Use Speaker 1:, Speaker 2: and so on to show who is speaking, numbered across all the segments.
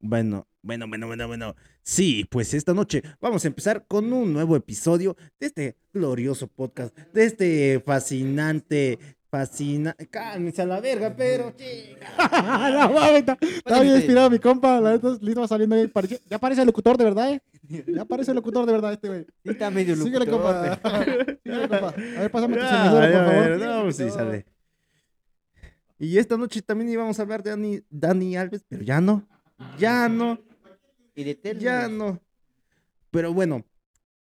Speaker 1: Bueno, bueno, bueno, bueno, bueno. Sí, pues esta noche vamos a empezar con un nuevo episodio de este glorioso podcast, de este fascinante, fascinante. Cálmense a la verga, pero
Speaker 2: Ah, no, mames, está, está bien inspirado mi compa. La neta, listo va saliendo ahí. Parece- ya parece el locutor de verdad, ¿eh? Ya parece el locutor de verdad este güey.
Speaker 3: Sí, está medio
Speaker 2: Síguele,
Speaker 3: locutor,
Speaker 2: compa.
Speaker 3: pero-
Speaker 2: Síguele, compa. A ver, pásame tu
Speaker 1: Ah,
Speaker 2: emisora,
Speaker 1: ya,
Speaker 2: por favor.
Speaker 1: bueno, no, pues sí, sale. Y esta noche también íbamos a hablar de Dani, Dani Alves, pero ya no. Ya no,
Speaker 3: Y de Telmex.
Speaker 1: ya no. Pero bueno,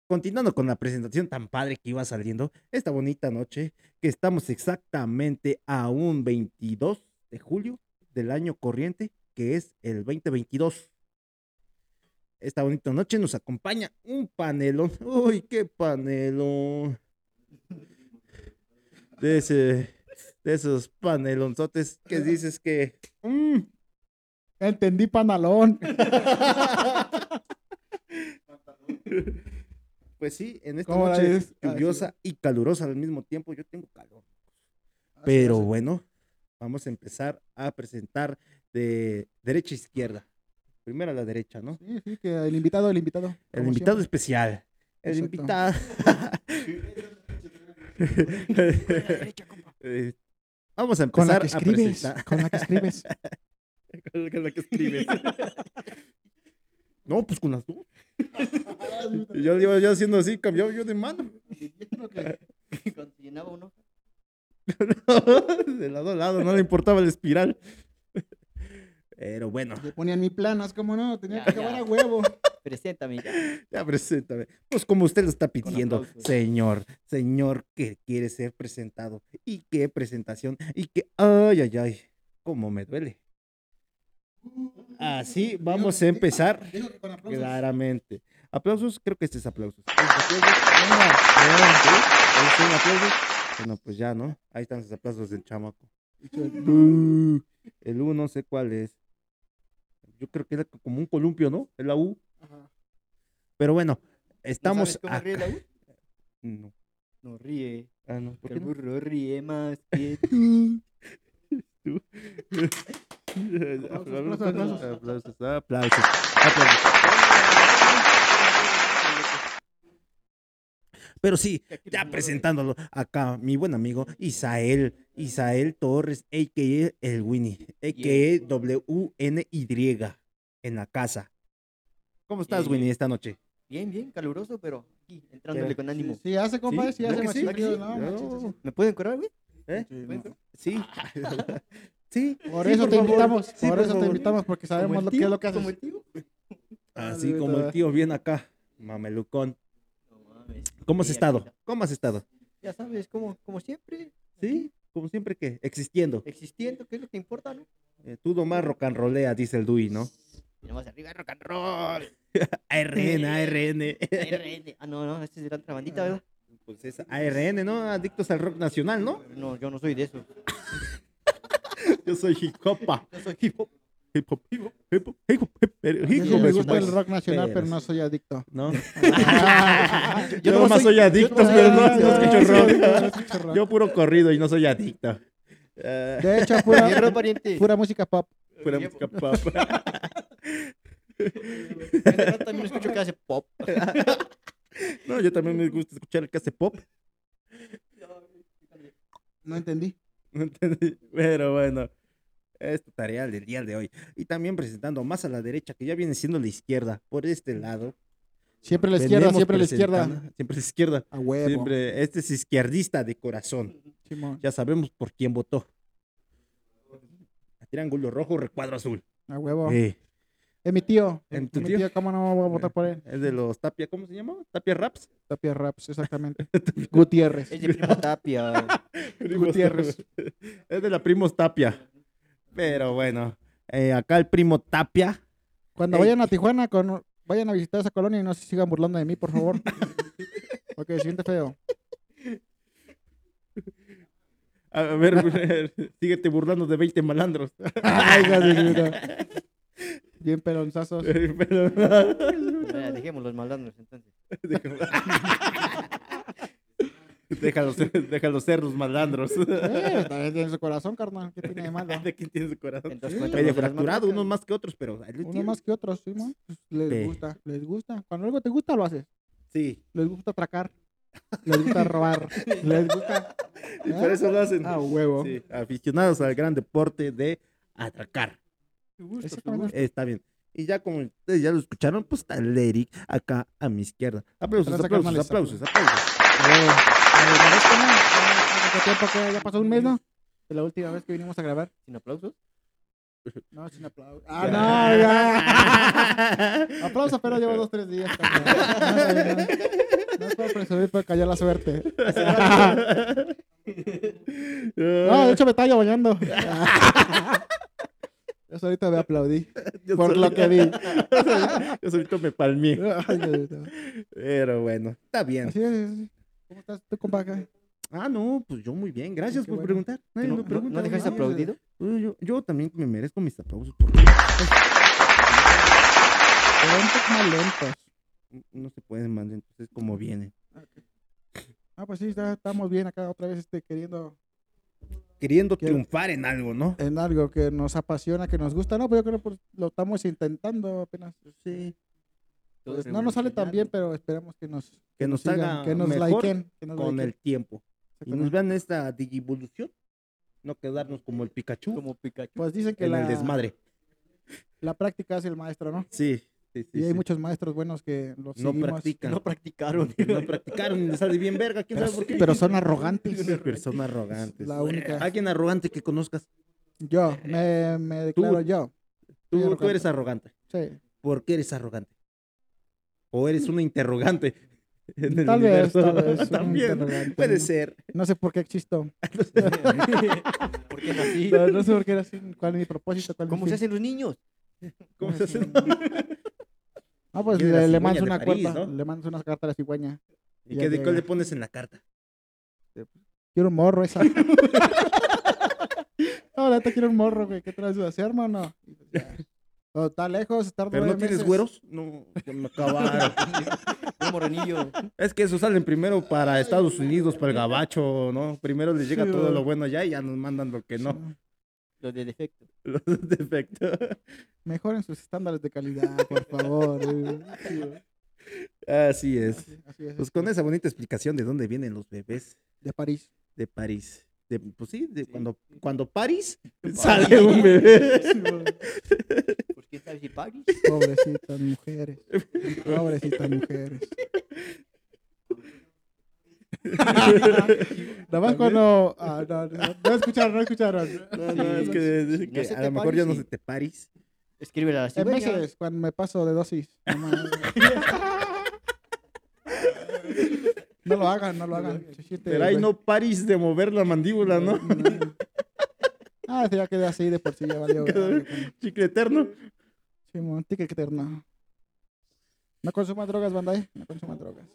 Speaker 1: continuando con la presentación tan padre que iba saliendo, esta bonita noche, que estamos exactamente a un 22 de julio del año corriente, que es el 2022. Esta bonita noche nos acompaña un panelón. Uy, qué panelón. De, ese- de esos panelonzotes que dices que...
Speaker 2: Mm, ya entendí, panalón.
Speaker 1: Pues sí, en esta
Speaker 2: ¿Cómo la
Speaker 1: noche
Speaker 2: ves? Ah, sí.
Speaker 1: lluviosa y calurosa al mismo tiempo, yo tengo calor. Pero bueno, vamos a empezar a presentar de derecha a izquierda. Primero a la derecha, ¿no?
Speaker 2: Sí, sí, que el invitado, el invitado.
Speaker 1: El
Speaker 2: como
Speaker 1: invitado especial. El
Speaker 2: Exacto.
Speaker 1: invitado. Eh, Vamos a
Speaker 2: siempre. Con la
Speaker 1: empezar
Speaker 2: que
Speaker 1: a
Speaker 2: escribes.
Speaker 1: presentar.
Speaker 2: Con la que escribes.
Speaker 1: Con la que escribes. No, pues con las dos. Yo, yo, yo haciendo así, cambiaba yo de mano.
Speaker 3: Eh, Yo creo que cuando se llenaba uno.
Speaker 1: de lado a lado, no le importaba el espiral. Pero bueno,
Speaker 2: Le ponían mi planas, como no, tenía
Speaker 3: Ya,
Speaker 2: que acabar
Speaker 3: ya.
Speaker 2: a huevo.
Speaker 3: Preséntame ya.
Speaker 1: ya preséntame. Pues como usted lo está
Speaker 3: Con
Speaker 1: pidiendo,
Speaker 3: aplausos.
Speaker 1: señor, señor que quiere ser presentado. Y qué presentación, y que, ay, ay, ay, cómo me duele. Así vamos a empezar
Speaker 2: Digo que con aplausos.
Speaker 1: claramente. Aplausos, creo que este es aplausos.
Speaker 2: Venga.
Speaker 1: Ahí sí, un aplauso. Bueno, pues ya, ¿no? Ahí están sus aplausos del chamaco. El U no sé cuál es. Yo creo que era como un columpio, ¿no? Es la U.
Speaker 2: Ajá.
Speaker 1: Pero bueno,
Speaker 3: ¿No sabes
Speaker 1: estamos
Speaker 3: cómo ríe
Speaker 1: acá.
Speaker 3: la U?
Speaker 1: No.
Speaker 3: No ríe.
Speaker 1: Ah, no. ¿por
Speaker 3: Que
Speaker 1: qué
Speaker 3: el
Speaker 1: no?
Speaker 3: burro ríe más que
Speaker 1: Aplausos,
Speaker 2: aplausos,
Speaker 1: aplausos, aplausos, aplausos. Pero sí, ya presentándolo acá, mi buen amigo Isael, Isael Torres, a.k.a. el Winnie, a.k.a. W-N-Y, en la casa. ¿Cómo estás,
Speaker 3: Yeah.
Speaker 1: Winnie, esta noche?
Speaker 3: Bien, bien, caluroso, pero aquí, entrándole
Speaker 1: Ya,
Speaker 3: con
Speaker 2: Sí,
Speaker 3: ánimo.
Speaker 2: sí, hace, compa, sí,
Speaker 1: Sí,
Speaker 2: hace
Speaker 1: creo que
Speaker 2: más
Speaker 1: sí.
Speaker 2: frío,
Speaker 3: Sí,
Speaker 2: no,
Speaker 1: claro.
Speaker 2: manches, sí,
Speaker 3: ¿Me pueden curar, güey?
Speaker 1: ¿Eh?
Speaker 2: sí,
Speaker 3: ¿Pueden
Speaker 2: no.
Speaker 3: curar?
Speaker 1: Sí. sí.
Speaker 2: Por
Speaker 1: sí,
Speaker 2: eso te
Speaker 1: favor.
Speaker 2: invitamos,
Speaker 1: Sí,
Speaker 2: por
Speaker 1: por
Speaker 2: eso te
Speaker 1: favor.
Speaker 2: invitamos, porque
Speaker 3: ¿Como
Speaker 2: sabemos
Speaker 3: el
Speaker 2: lo que
Speaker 3: tío?
Speaker 2: es lo que
Speaker 3: ¿Como
Speaker 2: haces. Ah,
Speaker 3: el tío?
Speaker 1: Así como el tío viene acá, mamelucón.
Speaker 3: No mames.
Speaker 1: ¿Cómo has
Speaker 3: Sí, aquí
Speaker 1: estado?
Speaker 3: está.
Speaker 1: ¿Cómo has estado?
Speaker 3: Ya sabes, como, como siempre,
Speaker 1: Sí, como siempre que existiendo.
Speaker 3: existiendo, ¿qué es lo que importa, no?
Speaker 1: Eh, tú nomás rock and rollea, dice el Dui, ¿no?
Speaker 3: Y nomás arriba rock and roll.
Speaker 1: ARN, ARN.
Speaker 3: RN. Ah, no, no, esta es la otra bandita, ¿verdad?
Speaker 1: Pues es ARN, ¿no? Adictos al rock nacional, ¿no?
Speaker 3: No, yo no soy de eso.
Speaker 1: Yo soy hip hopa.
Speaker 3: Yo soy hip hop.
Speaker 1: Hip hop, hip hop, hip hop, hip hop, hip hop,
Speaker 2: Sí,
Speaker 1: hip hop,
Speaker 2: me
Speaker 1: es un
Speaker 2: gusta el
Speaker 1: buen-
Speaker 2: rock nacional, pero
Speaker 1: pero
Speaker 2: no soy adicto.
Speaker 1: ¿No?
Speaker 3: Yo,
Speaker 1: Yo
Speaker 3: no
Speaker 1: nomás soy adicto,
Speaker 3: yo nomás
Speaker 1: pero
Speaker 3: soy
Speaker 1: no, no
Speaker 3: adicto.
Speaker 1: escucho
Speaker 2: no,
Speaker 1: rock.
Speaker 2: no escucho rock.
Speaker 1: Yo puro corrido y no soy adicto. Eh,
Speaker 2: De hecho,
Speaker 3: Bien,
Speaker 2: pura,
Speaker 3: rock, pariente.
Speaker 2: pura música pop.
Speaker 1: Fuera
Speaker 3: Yo-
Speaker 1: música pop.
Speaker 3: Yo de rato también escucho que hace pop.
Speaker 1: No, yo también me gusta escuchar el que hace pop.
Speaker 2: No entendí.
Speaker 1: No entendí, Pero bueno, es tu tarea del día de hoy. Y también presentando más a la derecha, que ya viene siendo la izquierda, por este lado.
Speaker 2: Siempre a la izquierda,
Speaker 1: Venimos
Speaker 2: siempre a la izquierda.
Speaker 1: presentando- Siempre a la izquierda.
Speaker 2: A huevo.
Speaker 1: Siempre, este es izquierdista de corazón.
Speaker 2: Simón.
Speaker 1: Ya sabemos por quién votó. Triángulo rojo, recuadro azul.
Speaker 2: A huevo.
Speaker 1: Eh,
Speaker 2: Es mi tío.
Speaker 1: ¿En
Speaker 2: Es
Speaker 1: tu
Speaker 2: mi
Speaker 1: tío?
Speaker 2: tío, ¿cómo no voy a votar por él?
Speaker 1: Es de los Tapia, ¿cómo se llama? Tapia Raps.
Speaker 2: Tapia Raps, exactamente. Gutiérrez.
Speaker 3: Es de primo tapia.
Speaker 2: Gutiérrez.
Speaker 1: Es de la Primos Tapia. Pero bueno, eh, acá el primo Tapia.
Speaker 2: Cuando
Speaker 1: Ey.
Speaker 2: vayan a Tijuana, con- vayan a visitar esa colonia y no se sigan burlando de mí, por favor. Porque se siente feo.
Speaker 1: A ver, síguete burlando de 20 malandros.
Speaker 2: Ay, hija de su puta. Bien pelonzazos.
Speaker 1: Pero-
Speaker 3: Pues Mira, Dejemos los malandros entonces.
Speaker 1: Déjalo ser, déjalo ser los malandros.
Speaker 2: Eh, también tiene su corazón, carnal. ¿Qué tiene de malo?
Speaker 1: ¿De quién tiene su corazón?
Speaker 3: Entonces,
Speaker 2: Sí.
Speaker 3: cuéntanos
Speaker 1: Medio
Speaker 3: de las
Speaker 1: fracturado,
Speaker 3: mazmorras.
Speaker 1: unos más que otros, pero ahí lo
Speaker 2: Uno
Speaker 1: tiene.
Speaker 2: más que otro, sí, man. Pues, les
Speaker 1: Ve.
Speaker 2: gusta, les gusta. Cuando algo te gusta, lo haces.
Speaker 1: Sí,
Speaker 2: Les gusta atracar. Les gusta robar. les gusta. ¿Eh?
Speaker 1: y por eso lo hacen.
Speaker 2: Ah, huevo.
Speaker 1: Sí, aficionados al gran deporte de atracar.
Speaker 2: Ese carnal-
Speaker 1: Está bien. Y ya como ustedes ya lo escucharon, pues está el Eric acá a mi izquierda. Aplausos,
Speaker 2: Tranza,
Speaker 1: aplausos,
Speaker 2: carnales,
Speaker 1: aplausos, aplausos.
Speaker 2: A ver, a ver, ¿parece que no? Ya- ¿Cuánto tiempo que ya pasó un mes, no? De la última vez que vinimos a grabar.
Speaker 3: ¿Sin aplausos?
Speaker 2: No, sin aplauso.
Speaker 1: Ya.
Speaker 2: Ah, no, ya. Aplauso, pero llevo dos, tres días. carnal. No, no, no. No es para presumir, para callar la suerte. No,
Speaker 1: Ah,
Speaker 2: de hecho me estaba yo bañando. Yo ahorita me aplaudí
Speaker 1: Yo
Speaker 2: por lo
Speaker 1: solito-
Speaker 2: que vi.
Speaker 1: Yo solito me palmé.
Speaker 2: Ay, Dios mío.
Speaker 1: Pero bueno, está bien.
Speaker 2: Así es. ¿Cómo estás tú, compa? acá?
Speaker 1: Ah, no, pues yo muy bien. Gracias
Speaker 2: Qué
Speaker 1: por
Speaker 2: bueno.
Speaker 1: preguntar. Nadie
Speaker 3: ¿No,
Speaker 1: me
Speaker 3: no-
Speaker 1: pregunta,
Speaker 3: no dejáis
Speaker 1: mames.
Speaker 3: aplaudido?
Speaker 1: Uy, Yo, yo también me merezco mis aplausos. por-
Speaker 2: Lentos, más lentos.
Speaker 1: No se pueden mandar, entonces como vienen.
Speaker 2: Ah, pues sí, ya estamos bien acá otra vez este, queriendo
Speaker 1: Queriendo
Speaker 2: Quiero-
Speaker 1: triunfar en algo, ¿no?
Speaker 2: en algo que nos apasiona, que nos gusta. No, pues yo creo que pues, lo estamos intentando apenas.
Speaker 1: Sí.
Speaker 2: Pues, no nos sale tan bien, pero esperamos que nos
Speaker 1: Que nos
Speaker 2: sigan,
Speaker 1: haga
Speaker 2: que nos
Speaker 1: mejor
Speaker 2: liken, que nos
Speaker 1: con
Speaker 2: liken.
Speaker 1: el tiempo. Y nos
Speaker 2: Exactamente.
Speaker 1: vean esta digivolución. No quedarnos como el Pikachu
Speaker 3: Como Pikachu.
Speaker 2: Pues dicen que
Speaker 1: en
Speaker 2: la,
Speaker 1: el desmadre.
Speaker 2: la práctica hace el maestro, ¿no?
Speaker 1: Sí. sí, sí,
Speaker 2: y hay
Speaker 1: sí.
Speaker 2: muchos maestros buenos que los
Speaker 1: No
Speaker 2: seguimos,
Speaker 1: practican.
Speaker 3: No practicaron.
Speaker 1: No practicaron y les sale bien verga. ¿Quién
Speaker 2: pero,
Speaker 1: sabe por qué?
Speaker 2: pero son arrogantes.
Speaker 1: Una persona arrogante.
Speaker 2: pues, La única.
Speaker 1: Alguien arrogante que conozcas.
Speaker 2: Yo, me, me
Speaker 1: Tú-
Speaker 2: declaro yo.
Speaker 1: Tú,
Speaker 2: Soy
Speaker 1: tú
Speaker 2: arrogante.
Speaker 1: eres arrogante.
Speaker 2: Sí.
Speaker 1: ¿Por qué eres arrogante? ¿O eres una interrogante? En el
Speaker 2: Mm. Tal vez,
Speaker 1: universo.
Speaker 2: tal vez. soy un
Speaker 1: También.
Speaker 2: interrogante,
Speaker 1: Puede
Speaker 2: ¿no?
Speaker 1: ser.
Speaker 2: No sé por qué existo.
Speaker 3: ¿Por qué es así?
Speaker 2: No, no sé por qué era así. ¿Cuál es mi propósito? ¿Cuál es mi
Speaker 3: ¿Cómo
Speaker 2: fin?
Speaker 3: se hacen los niños?
Speaker 1: ¿Cómo se hace?
Speaker 2: Ah, pues
Speaker 1: Que de la
Speaker 2: le, le
Speaker 1: cigüeña
Speaker 2: mandas
Speaker 1: de
Speaker 2: una
Speaker 1: París,
Speaker 2: carta,
Speaker 1: ¿no?
Speaker 2: le mandas una carta a la cigüeña.
Speaker 1: ¿Y
Speaker 2: Ya
Speaker 1: qué de-
Speaker 2: llega.
Speaker 1: cuál le pones en la carta?
Speaker 2: Quiero un morro esa. no, la neta quiero un morro, güey. ¿Qué traes de hacer, hermano? Y pues ya. O está lejos, estar
Speaker 1: ¿Pero
Speaker 2: nueve
Speaker 1: no tienes
Speaker 2: meses.
Speaker 1: güeros? No, ya me acabaron.
Speaker 3: Un morenillo.
Speaker 1: Es que esos salen primero para Estados Unidos, para el gabacho, ¿no? Primero les llega
Speaker 2: Sí,
Speaker 1: todo
Speaker 2: ¿verdad?
Speaker 1: lo bueno allá y ya nos mandan lo que no,
Speaker 3: Los de defecto.
Speaker 1: los defectos.
Speaker 2: Mejoren sus estándares de calidad, por favor. güey. Sí, güey.
Speaker 1: Así es.
Speaker 2: Así es,
Speaker 1: Pues
Speaker 2: así
Speaker 1: con esa bonita explicación de dónde vienen los bebés
Speaker 2: es. De París.
Speaker 1: de París. De, pues sí, de
Speaker 3: Sí.
Speaker 1: cuando, cuando París
Speaker 3: París.
Speaker 1: sale un bebé.
Speaker 2: Sí, güey.
Speaker 3: ¿Por qué sabes si París?
Speaker 2: Pobrecitas mujeres. Pobrecitas mujeres. Nada más
Speaker 1: ¿También?
Speaker 2: cuando. Ah, no, no, no escucharon, no escucharon.
Speaker 1: No, no, es que, es que
Speaker 3: se
Speaker 1: a
Speaker 3: te
Speaker 1: lo mejor ya no
Speaker 3: París,
Speaker 1: se te París.
Speaker 3: Escríbele a la
Speaker 2: En
Speaker 3: cigüeña.
Speaker 2: Eh, meses, cuando me paso de dosis. No, mames. No lo hagan, no lo hagan. Chiste,
Speaker 1: Pero ahí
Speaker 2: güey.
Speaker 1: no París de mover la mandíbula, ¿no?
Speaker 2: No. Ah, ese ya quedé así de por sí, ya valió. güey.
Speaker 1: Chicle eterno.
Speaker 2: Simón, ticket eterno. No consuman drogas, Bandai. No consuman drogas.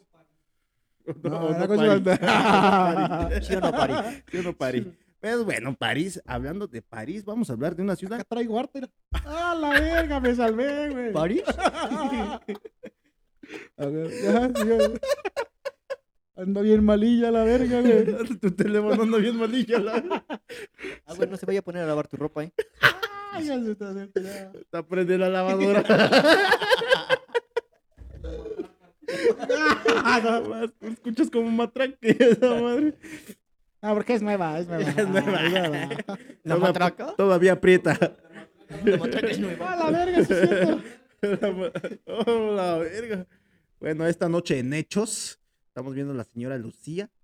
Speaker 2: No, no, consuman drogas.
Speaker 3: ¿Sí o no, París?
Speaker 1: Yo no París. Pues bueno, París, hablando de París, vamos a hablar de una ciudad.
Speaker 2: Acá traigo arte. mira. ¡Ah, la verga! Me salvé, güey.
Speaker 3: ¿París?
Speaker 2: A ver, ya, sí, güey. Ando bien malilla la verga, güey.
Speaker 1: tu teléfono anda bien malillo. La...
Speaker 3: Ah, güey, no se vaya a poner a lavar tu ropa, ¿eh?
Speaker 2: Ay, ya se está haciendo ya.
Speaker 1: Te prende la lavadora. Nada más, tú escuchas como un matraque esa madre.
Speaker 2: Ah, porque es nueva, es nueva.
Speaker 1: Es nueva.
Speaker 2: es nueva.
Speaker 3: ¿La
Speaker 1: Toda-
Speaker 3: matraca?
Speaker 1: Todavía aprieta.
Speaker 3: La matraca es
Speaker 2: Ah,
Speaker 3: nueva.
Speaker 2: la verga, sí es cierto.
Speaker 1: La ma- oh, la verga. Bueno, esta noche en Hechos estamos viendo a la señora Lucía.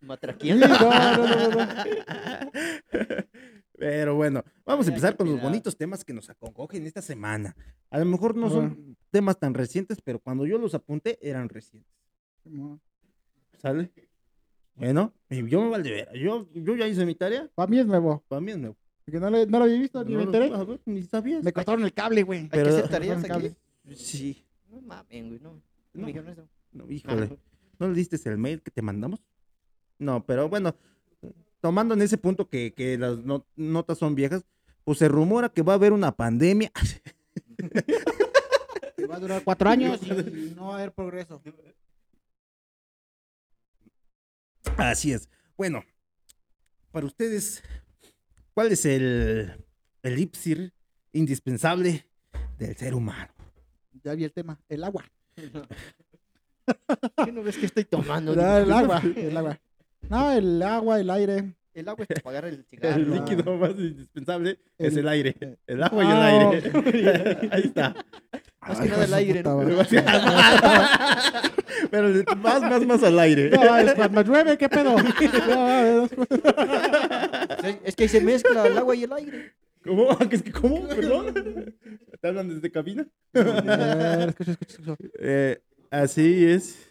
Speaker 2: Sí,
Speaker 3: ¿Matraquienda?
Speaker 2: no, no, no, no, no.
Speaker 1: Pero bueno, vamos a
Speaker 3: Hay
Speaker 1: empezar
Speaker 3: que
Speaker 1: con los
Speaker 3: cuidar.
Speaker 1: bonitos temas que nos acongojen esta semana. A lo mejor no
Speaker 2: A
Speaker 1: son temas tan recientes, pero cuando yo los apunté eran recientes.
Speaker 2: Simón.
Speaker 1: ¿Sale? Bueno, y yo me vale ver. Yo, yo ya hice mi tarea,
Speaker 2: Para mí es nuevo.
Speaker 1: para mí es nuevo.
Speaker 2: Porque no, le- no lo había visto, ni
Speaker 1: No
Speaker 2: me
Speaker 1: lo-
Speaker 2: enteré.
Speaker 1: a ver, ni sabías.
Speaker 2: Me cortaron el cable, güey.
Speaker 3: ¿Hay que
Speaker 1: Pero-
Speaker 3: hacer tareas aquí?
Speaker 2: Cable.
Speaker 1: Sí.
Speaker 3: No mames, güey, no. No
Speaker 1: No.
Speaker 3: me dijeron eso.
Speaker 1: No, híjole, ¿no le diste el mail que te mandamos? No, pero bueno, tomando en ese punto que, que las no- notas son viejas, pues se rumora que va a haber una pandemia.
Speaker 2: Que va a durar cuatro años y no va a haber progreso.
Speaker 1: Así es. Bueno, para ustedes, ¿cuál es el elipsir indispensable del ser humano?
Speaker 2: Ya vi el tema. El agua.
Speaker 3: Ah, ¿Qué no ves que estoy tomando?
Speaker 2: Ya, el
Speaker 3: Digo,
Speaker 2: agua. El agua. No, el agua, el aire.
Speaker 3: El agua es para pagar el cigarro.
Speaker 1: El
Speaker 2: Agua.
Speaker 1: líquido más indispensable es
Speaker 2: El-
Speaker 1: el aire. El agua y
Speaker 2: Ah,
Speaker 1: el aire. Ahí está.
Speaker 3: Más
Speaker 2: Ay,
Speaker 3: que
Speaker 2: hijo
Speaker 3: nada el
Speaker 2: de su
Speaker 3: aire,
Speaker 2: puta
Speaker 3: ¿no?
Speaker 2: madre.
Speaker 1: Pero le- más, más, más al aire.
Speaker 2: No, es cuando llueve, ¿qué pedo? No, es-
Speaker 3: Es, es que ahí se mezcla el agua y el aire.
Speaker 1: ¿Cómo? Ah, ¿que es que ¿Cómo? ¿Perdón? ¿Te hablan desde cabina?
Speaker 2: A ver, escucha, escucha, escucha.
Speaker 1: Eh, así es.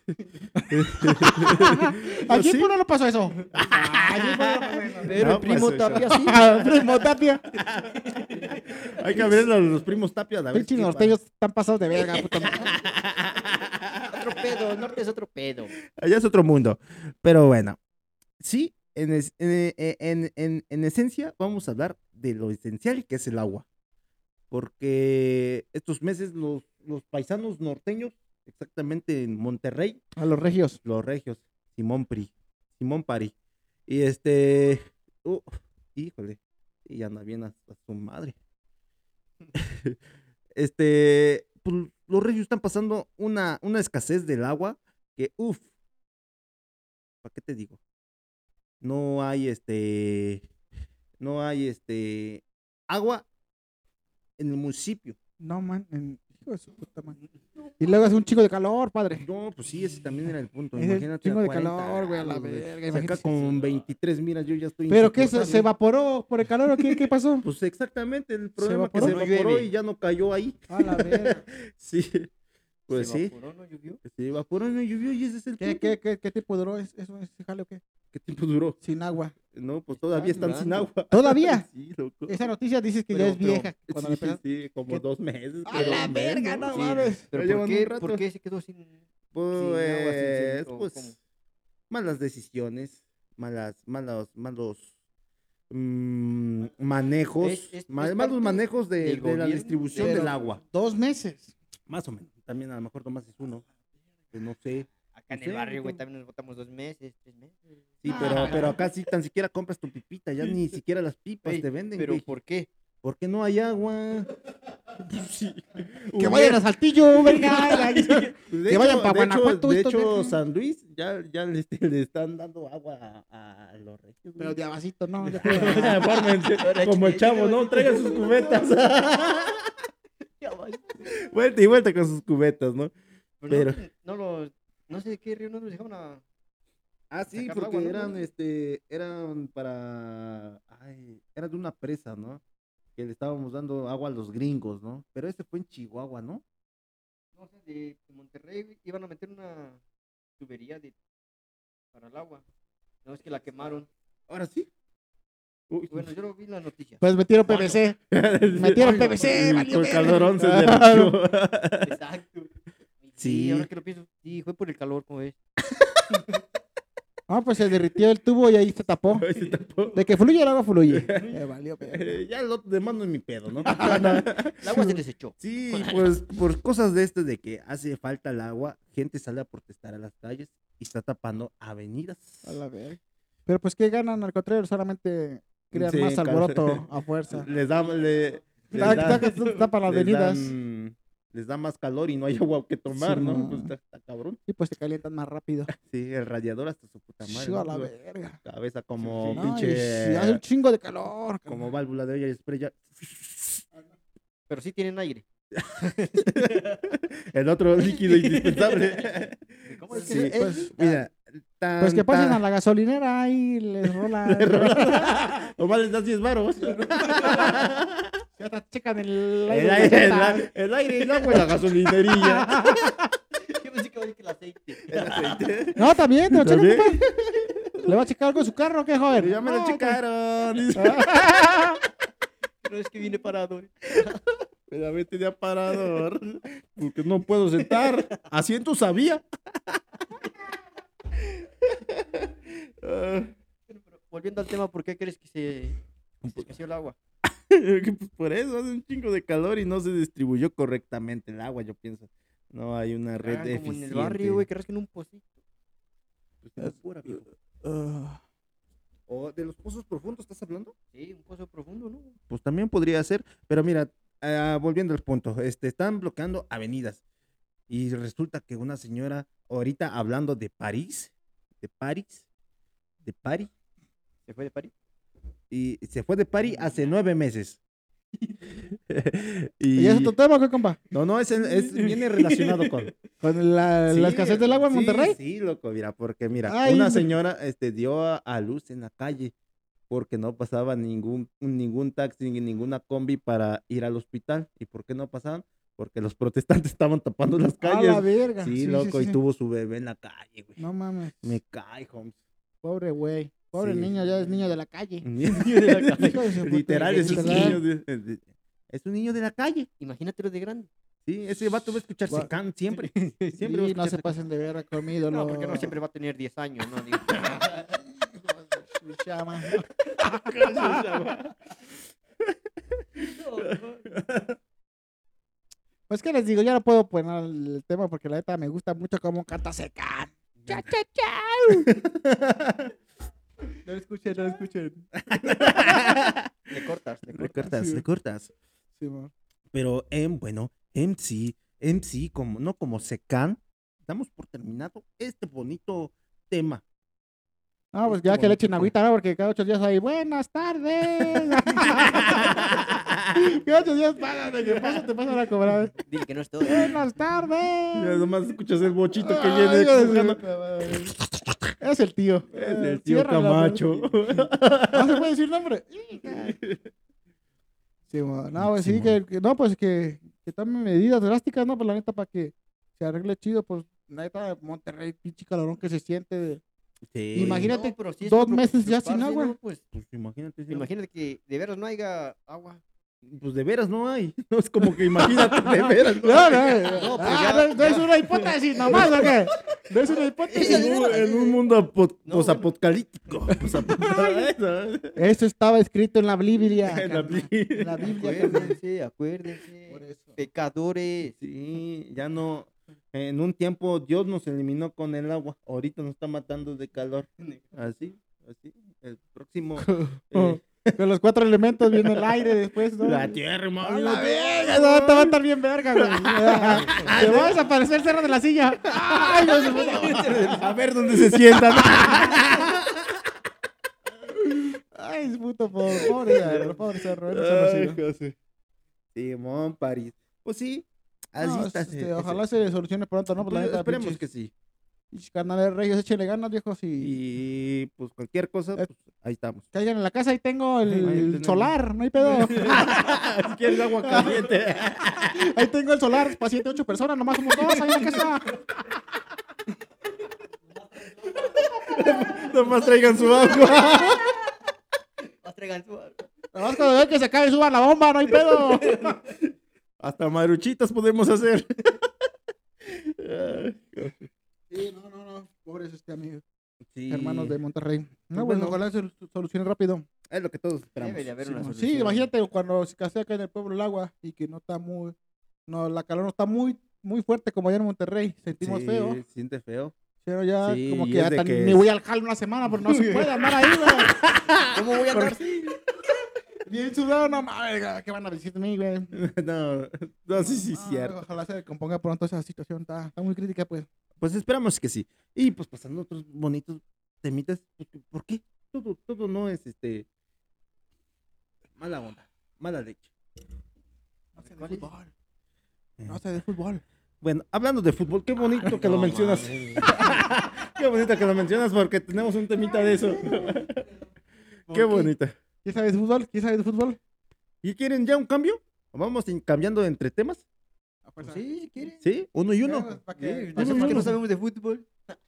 Speaker 2: Aquí
Speaker 1: Pues sí.
Speaker 2: por no lo pasó eso. Aquí por no pasó eso.
Speaker 3: Pero
Speaker 1: No,
Speaker 3: el primo
Speaker 1: pues,
Speaker 3: Tapia sí.
Speaker 2: Primo Tapia.
Speaker 1: Hay que ver a los primos Tapia. a ver
Speaker 2: Pinches
Speaker 1: qué
Speaker 2: norteños están pasados de verga, puta madre.
Speaker 3: Otro pedo, norte es otro pedo.
Speaker 1: Allá es otro mundo. Pero bueno, sí, en, es- en- en- en- en esencia vamos a hablar de lo esencial que es el agua. Porque estos meses los, los paisanos norteños, exactamente en Monterrey,
Speaker 2: A los regios.
Speaker 1: los regios, Simón Pri, Simón Pari. Y este, uh, híjole, y anda bien hasta su madre. este, pues, los regios están pasando una, una escasez del agua que, uff, ¿para qué te digo? No hay este, no hay este, agua en el municipio.
Speaker 2: No, man. en- Hijo de su puta madre. Y luego hace un chico de calor, padre.
Speaker 1: No, pues sí, ese también era el punto.
Speaker 2: Es el
Speaker 1: Imagínate. a
Speaker 2: chingo de
Speaker 1: 40
Speaker 2: calor, güey, a la
Speaker 1: grados, güey.
Speaker 2: verga,
Speaker 1: Si acá
Speaker 2: imagínate.
Speaker 1: con 23, mira, yo ya estoy.
Speaker 2: ¿Pero qué? ¿Se,
Speaker 1: insoportable.
Speaker 2: se evaporó por el calor o qué? ¿Qué pasó?
Speaker 1: Pues exactamente, el problema que
Speaker 2: evaporó.
Speaker 1: se
Speaker 3: No
Speaker 1: evaporó
Speaker 3: llueve.
Speaker 1: y ya no cayó ahí.
Speaker 2: A la verga.
Speaker 1: Sí. Pues
Speaker 3: ¿Se
Speaker 1: sí,
Speaker 3: evaporó, no llovió?
Speaker 1: se evaporó, no llovió y ese es el
Speaker 2: ¿Qué,
Speaker 1: punto.
Speaker 2: qué, qué, qué tiempo duró es- eso? ¿Ese jale o qué?
Speaker 1: ¿Qué tiempo duró?
Speaker 2: Sin agua.
Speaker 1: No, pues todavía
Speaker 3: Están
Speaker 1: están sin
Speaker 3: durando.
Speaker 1: agua.
Speaker 2: ¿Todavía?
Speaker 1: Sí, loco.
Speaker 2: Esa noticia dices que
Speaker 1: Pero-
Speaker 2: ya es
Speaker 1: pero-
Speaker 2: vieja. Cuando
Speaker 1: sí,
Speaker 2: la empezaste.
Speaker 1: sí, como
Speaker 2: ¿Qué?
Speaker 1: dos meses.
Speaker 2: ¡A
Speaker 1: pero
Speaker 2: la
Speaker 1: menos.
Speaker 2: verga, no
Speaker 3: Ah,
Speaker 1: Sí.
Speaker 2: mames!
Speaker 1: Ya
Speaker 3: ¿Pero
Speaker 1: llevan
Speaker 3: por
Speaker 1: un
Speaker 3: qué,
Speaker 1: rato.
Speaker 3: por qué se quedó sin...?
Speaker 1: Pues,
Speaker 3: seguir, o
Speaker 1: pues,
Speaker 3: cómo?
Speaker 1: malas decisiones, malas, malos, malos mm, manejos,
Speaker 3: Es- es-
Speaker 1: ma-
Speaker 3: es parte
Speaker 1: malos manejos de,
Speaker 3: del
Speaker 1: de
Speaker 3: gobierno,
Speaker 1: la distribución
Speaker 2: pero-
Speaker 1: del agua.
Speaker 2: Dos meses.
Speaker 1: Más o menos. También a lo mejor tomas es uno. que no sé.
Speaker 3: Acá en
Speaker 1: Sí,
Speaker 3: el barrio, güey,
Speaker 1: sí.
Speaker 3: también nos botamos dos meses, tres meses.
Speaker 1: Sí,
Speaker 2: Ah,
Speaker 1: pero,
Speaker 2: pero-
Speaker 1: pero acá sí tan siquiera compras tu pipita, ya ni siquiera las pipas
Speaker 3: Ey,
Speaker 1: pues, te venden,
Speaker 3: ¿Pero
Speaker 1: güey.
Speaker 3: por qué?
Speaker 1: Porque no hay agua. Sí.
Speaker 2: Que vayan a Saltillo, verga.
Speaker 1: De
Speaker 2: que vayan
Speaker 1: hecho-
Speaker 2: pa'
Speaker 1: de hecho-
Speaker 2: Guanajuato
Speaker 1: De
Speaker 2: estos
Speaker 1: hecho,
Speaker 2: dejan.
Speaker 1: San Luis ya, ya le, este, le están dando agua a, a los regios.
Speaker 2: Pero
Speaker 1: güey.
Speaker 2: de abacito, no. ya.
Speaker 1: Ya, fórmense, Como el chavo, ¿no? Traigan sus cubetas.
Speaker 3: Ya va.
Speaker 1: vuelta y vuelta con sus cubetas, ¿no?
Speaker 3: Pero... Pues, No, no lo... No sé de qué río no nos dejaban a...
Speaker 1: Ah, sí,
Speaker 3: sacar
Speaker 1: porque
Speaker 3: el agua, ¿no?
Speaker 1: eran, este, eran para, ay, era de una presa, ¿no? Que le estábamos dando agua a los gringos, ¿no? Pero ese fue en Chihuahua, ¿no?
Speaker 3: No sé, de de Monterrey, güey, iban a meter una tubería de... para el agua. No, es que la quemaron.
Speaker 1: Ahora sí. Uy.
Speaker 3: Bueno, yo lo vi en la noticia.
Speaker 2: Pues metieron PVC. Metieron PVC,
Speaker 1: Y
Speaker 2: valió
Speaker 1: Con
Speaker 2: verga. Ah,
Speaker 1: calorón se
Speaker 2: Claro.
Speaker 1: derritió.
Speaker 3: Exacto.
Speaker 1: Sí.
Speaker 3: ahora que lo pienso. Sí, fue por el calor, como ves.
Speaker 2: Ah, pues se derritió el tubo y ahí se tapó.
Speaker 1: Ay, se tapó.
Speaker 2: De que fluye el agua fluye. Eh, valió, verga.
Speaker 1: Eh, Ya lo demás no es mi pedo, ¿no?
Speaker 3: El agua se desechó.
Speaker 1: Sí, pues por cosas de estas de que hace falta el agua, gente sale a protestar a las calles y está tapando avenidas.
Speaker 2: A la verga. Pero pues, ¿qué ganan al contrario? Solamente crean
Speaker 1: Sí,
Speaker 2: más
Speaker 1: cal-
Speaker 2: alboroto a fuerza.
Speaker 1: Les da, le, les
Speaker 2: Ta-
Speaker 1: da-
Speaker 2: ta- ta- Tapan las
Speaker 1: les
Speaker 2: avenidas
Speaker 1: dan- les da más calor y no hay agua que tomar,
Speaker 2: Sí,
Speaker 1: ¿no?
Speaker 2: no.
Speaker 1: Pues está, está cabrón.
Speaker 2: y pues se calientan más rápido.
Speaker 1: Sí, el radiador hasta su puta madre.
Speaker 2: Sí,
Speaker 1: ¿no?
Speaker 2: a la
Speaker 1: Su
Speaker 2: verga.
Speaker 1: Cabeza como
Speaker 2: No, y si hace un
Speaker 1: pinche.
Speaker 2: chingo de calor.
Speaker 1: Como válvula de olla y spray ya.
Speaker 3: Pero sí tienen aire.
Speaker 1: El otro líquido indispensable.
Speaker 3: ¿Cómo es que
Speaker 1: Sí,
Speaker 3: se- eh,
Speaker 2: pues,
Speaker 1: Mira.
Speaker 2: Pues que pasen
Speaker 1: tanta-
Speaker 2: a la gasolinera y les rola.
Speaker 1: Nomás les das 10 varos.
Speaker 2: Ya te checan el
Speaker 1: El
Speaker 2: aire.
Speaker 1: aire, el a- el aire y el agua en la gasolinería.
Speaker 3: Yo pensé que iba a decir que el aceite.
Speaker 2: No, también, te lo checan,
Speaker 1: ¿También?
Speaker 2: compa. ¿Le va a checar algo en su carro o qué, joven?
Speaker 1: Ya me lo
Speaker 2: Ah,
Speaker 1: checaron.
Speaker 3: No es que viene parado.
Speaker 1: Pero vete de aparador. Porque no puedo sentar. Asiento sabía. Ah,
Speaker 3: Pero- pero volviendo al tema, ¿por qué crees que se se escaseó el agua?
Speaker 1: que pues por eso hace un chingo de calor y no se distribuyó correctamente el agua, yo pienso. No hay una red Ah,
Speaker 3: Hagan como
Speaker 1: eficiente.
Speaker 3: en el barrio, güey, que rasquen un pocito.
Speaker 1: Pues, no, pura, viejo.
Speaker 2: Ah,
Speaker 1: ¿O de los pozos profundos estás hablando?
Speaker 3: Sí, un pozo profundo, ¿no?
Speaker 1: Pues también podría ser, pero mira, ah, volviendo al punto, este, están bloqueando avenidas. Y resulta que una señora, ahorita hablando de París, de París, de París,
Speaker 3: ¿Se fue de París?
Speaker 1: y se fue de París hace nueve meses.
Speaker 2: ¿Y,
Speaker 1: y...
Speaker 2: es otro tema, qué, compa?
Speaker 1: No, no, es, es- viene relacionado con...
Speaker 2: ¿Con la, la
Speaker 1: Sí,
Speaker 2: escasez del agua en
Speaker 1: sí,
Speaker 2: Monterrey?
Speaker 1: Sí, loco, mira, porque mira,
Speaker 2: Ay,
Speaker 1: una
Speaker 2: no.
Speaker 1: señora este, dio a, a luz en la calle porque no pasaba ningún, ningún taxi ni ninguna combi para ir al hospital. ¿Y por qué no pasaban? Porque los protestantes estaban tapando las
Speaker 2: A la
Speaker 1: calles.
Speaker 2: verga.
Speaker 1: Sí, loco, y tuvo su bebé en la calle, güey.
Speaker 2: No mames.
Speaker 1: Me cae, Holmes.
Speaker 2: Pobre güey. Pobre
Speaker 1: Sí.
Speaker 2: niño, ya es niño de la calle. Hijo de su puta
Speaker 1: Literal,
Speaker 2: madre,
Speaker 1: es un
Speaker 2: ¿verdad?
Speaker 1: niño de- de- es un niño de la calle.
Speaker 3: Imagínatelo de grande.
Speaker 1: Sí, ese vato va a escuchar
Speaker 2: Gua-
Speaker 1: Secán siempre.
Speaker 2: Sí,
Speaker 1: Siempre va a
Speaker 2: no se
Speaker 1: escuchar
Speaker 2: pasen de verga conmigo.
Speaker 3: No, porque no siempre va a tener 10 años, ¿no? Digo,
Speaker 2: Chama. Pues que les digo, ya no puedo poner el tema porque la neta me gusta mucho cómo canta seca. Cha, cha, cha.
Speaker 1: Secán.
Speaker 2: No lo escuchen, no lo escuchen.
Speaker 3: le cortas, le cortas.
Speaker 1: Recortas,
Speaker 2: Sí.
Speaker 1: recortas.
Speaker 2: Sí, mo.
Speaker 1: Pero em, bueno, MC, MC, como, no como Secan, damos por terminado este bonito tema.
Speaker 2: No, pues ya que le echen agüita, ¿no? Porque cada ocho días hay buenas tardes. cada ocho días pasan de que pasa, te pasan a cobrar.
Speaker 3: Dile que no es todo.
Speaker 2: Buenas tardes. Ah,
Speaker 1: nomás escuchas el bochito
Speaker 2: Ay, hijo de su puta madre. Es el tío. Eh, ciérrala, pero- ¿Ah, se puede decir nombre? Sí, mo. no, pues sí,
Speaker 1: Simón.
Speaker 2: que, que- no, pues que, que tomen medidas drásticas, ¿no? Pues la neta, para que se arregle chido, pues la neta, Monterrey, pinche calorón que se siente. de-
Speaker 1: Sí,
Speaker 2: Imagina- Imagínate,
Speaker 3: No, pero sí es
Speaker 2: dos
Speaker 3: preocup-
Speaker 2: meses ya sin
Speaker 3: preocuparse,
Speaker 2: agua.
Speaker 3: ¿no? Pues,
Speaker 1: pues imagínate, si no-
Speaker 3: imagínate que de veras no haya agua.
Speaker 1: pues de veras no hay. No es como que imagínate, de veras. no
Speaker 2: No,
Speaker 1: hay.
Speaker 2: no,
Speaker 3: No, pues
Speaker 2: ah,
Speaker 3: ya-
Speaker 2: no- no es
Speaker 3: ya.
Speaker 2: una hipótesis nomás, ¿o qué? No es una hipótesis.
Speaker 1: En un, en un mundo apo-
Speaker 3: No,
Speaker 1: posapocalíptico. posapocalíptico.
Speaker 2: Eso estaba escrito en la Biblia.
Speaker 1: En la
Speaker 2: carnal.
Speaker 1: Biblia.
Speaker 2: En la Biblia. carnal.
Speaker 3: Acuérdense,
Speaker 2: Por
Speaker 3: acuérdense.
Speaker 2: eso.
Speaker 3: Pecadores.
Speaker 1: Sí, ya no. En un tiempo Dios nos eliminó con el agua. Ahorita nos está matando de calor. Así, así. El próximo. eh,
Speaker 2: Con los cuatro elementos viene el aire después, ¿no?
Speaker 1: la tierra,
Speaker 2: ¡A
Speaker 1: mami.
Speaker 2: la
Speaker 1: la
Speaker 2: verga!
Speaker 1: tierra.
Speaker 2: No, te va a estar bien verga, güey. Te va a desaparecer el cerro de la silla. ¡Ay, no se puede!
Speaker 1: A ver dónde se sientan.
Speaker 2: ¡Ay, es puto pobre! Pobre cerro, pobre cerro. él no se lo sirve.
Speaker 1: Simón París. Pues sí. Así
Speaker 2: No,
Speaker 1: está.
Speaker 2: este,
Speaker 1: ese-
Speaker 2: ojalá se solucione pronto, ¿no? Pues, la
Speaker 1: Pues,
Speaker 2: neta,
Speaker 1: esperemos
Speaker 2: pinches-
Speaker 1: que sí.
Speaker 2: pinches Carnales reyes, échenle ganas, viejos, y...
Speaker 1: Y pues cualquier cosa,
Speaker 2: Eh.
Speaker 1: pues, ahí estamos.
Speaker 2: Caigan en la casa, ahí tengo el,
Speaker 1: Ahí tenemos.
Speaker 2: solar, no hay pedo.
Speaker 1: Si quieres agua caliente.
Speaker 2: Ahí tengo el solar para 7, 8 personas, nomás somos dos ahí en la casa.
Speaker 1: Nomás traigan su agua.
Speaker 3: Más traigan su agua.
Speaker 2: Nomás cuando vean que se acabe, suban la bomba, no hay pedo.
Speaker 1: Hasta maruchitas podemos hacer.
Speaker 2: Sí, no, no, no, pobres este amigo.
Speaker 1: Sí.
Speaker 2: hermanos de Monterrey. No,
Speaker 1: Pues
Speaker 2: bueno,
Speaker 1: bueno.
Speaker 2: ojalá se lo solucione rápido.
Speaker 1: Es lo que todos esperamos.
Speaker 3: Debe de haber
Speaker 2: Sí,
Speaker 3: una
Speaker 2: mo-
Speaker 3: solución.
Speaker 2: sí, imagínate cuando se casea acá en el pueblo el agua y que no está muy, no, la calor no está muy, muy fuerte como allá en Monterrey. Sentimos
Speaker 1: Sí,
Speaker 2: feo,
Speaker 1: Siente feo.
Speaker 2: pero ya
Speaker 1: Sí,
Speaker 2: como que
Speaker 1: y
Speaker 2: ya
Speaker 1: es de
Speaker 2: tan-
Speaker 1: que
Speaker 2: me
Speaker 1: es-
Speaker 2: voy al jal una semana, pero no se puede andar ahí, güey.
Speaker 3: ¿Cómo voy a andar?
Speaker 2: Bien sudado, no mames, güey, ¿qué van a decir de mí, güey?
Speaker 1: no, no, sí, sí,
Speaker 2: Ah,
Speaker 1: cierto.
Speaker 2: Ojalá se componga pronto esa situación, está, está muy crítica, pues.
Speaker 1: Pues esperamos que sí. Y pues pasando otros bonitos temitas, porque- ¿por qué? Todo, todo no es este. Mala onda, mala leche.
Speaker 2: No sé de
Speaker 3: ¿Cuál es?
Speaker 2: fútbol.
Speaker 1: Eh.
Speaker 2: No sé de fútbol.
Speaker 1: Bueno, hablando de fútbol, qué bonito que lo
Speaker 3: No,
Speaker 1: mencionas.
Speaker 3: mames.
Speaker 1: Qué bonito que lo mencionas porque tenemos un temita de eso.
Speaker 3: ¿Por
Speaker 1: qué bonita.
Speaker 2: ¿Quién sabe de fútbol? ¿Quién sabe de fútbol?
Speaker 1: ¿Y quieren ya un cambio? ¿Vamos in- cambiando entre temas?
Speaker 3: Pues sí, si quiere.
Speaker 1: ¿Sí? ¿Uno y
Speaker 2: Ya,
Speaker 1: uno?
Speaker 2: pa'
Speaker 3: Sí,
Speaker 2: que-
Speaker 1: no,
Speaker 3: nosotros
Speaker 1: no,
Speaker 3: que
Speaker 1: no.
Speaker 3: no sabemos de fútbol.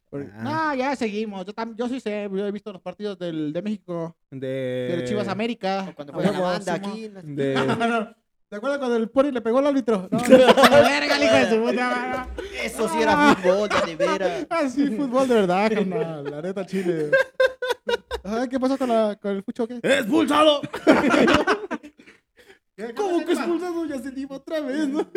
Speaker 2: Por-
Speaker 1: Ah.
Speaker 2: No, ya seguimos. Yo, tam- yo sí sé, yo he visto los partidos del, de México,
Speaker 1: De...
Speaker 2: de Chivas América.
Speaker 3: Cuando
Speaker 2: A
Speaker 3: fue la
Speaker 2: huevo,
Speaker 3: banda
Speaker 2: Ah, sí, mo.
Speaker 3: aquí. en las-
Speaker 1: De...
Speaker 2: No, no. ¿Te acuerdas cuando el Pori le pegó al árbitro? No, no, verga, el hijo de su puta madre.
Speaker 3: Eso sí era fútbol, ya de veras.
Speaker 2: Ah, sí, fútbol de verdad, carnal. La neta, Chile. Ay, ¿Qué pasó con, la, con el fucho? ¿Qué?
Speaker 1: ¡Expulsado!
Speaker 2: ¿Qué-
Speaker 1: ¿Cómo que
Speaker 2: qué pasa?
Speaker 1: expulsado? Ya se le iba otra vez, ¿no?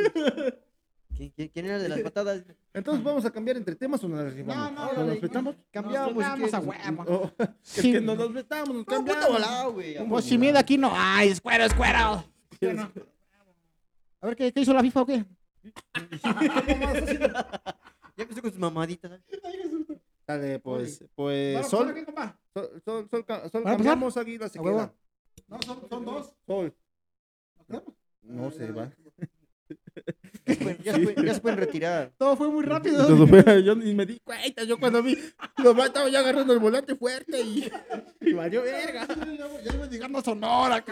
Speaker 3: ¿Quién, quién, quién era el de las patadas?
Speaker 1: Entonces vamos a cambiar entre temas o nos
Speaker 2: No,
Speaker 1: rifamos?
Speaker 2: no,
Speaker 1: ¿O
Speaker 2: no.
Speaker 1: nos vetamos?
Speaker 3: Cambiamos.
Speaker 2: Vamos a
Speaker 3: ¿qué?
Speaker 2: huevo.
Speaker 1: Oh, es
Speaker 2: Sí.
Speaker 1: que no nos vetamos, nos
Speaker 3: Un
Speaker 1: cambiamos.
Speaker 3: puto volado, güey.
Speaker 2: Pues si miedo aquí no. ¡Ay, es cuero, es cuero! ¿Sí o no? A ver, ¿qué, qué hizo la FIFA o qué?
Speaker 3: Ya empezó con sus mamaditas. ¿sabes?
Speaker 1: Dale, pues, pues,
Speaker 2: Vamos,
Speaker 1: sol,
Speaker 2: ¿qué, compa?
Speaker 1: sol, sol, sol, ca- sol,
Speaker 2: ¿Van a
Speaker 1: cambiamos, águila se
Speaker 2: ¿A huevo?
Speaker 1: queda.
Speaker 2: No, son, son dos. Ah.
Speaker 1: Sol,
Speaker 2: ¿No?
Speaker 1: no se va.
Speaker 3: Ya se pueden- ya se pueden- ya se pueden retirar.
Speaker 2: Todo fue muy rápido.
Speaker 1: Entonces, pues, yo ni me di cuenta, yo cuando vi, nomás estaba ya agarrando el volante fuerte y, y valió verga.
Speaker 2: Ya iba llegando a Sonora,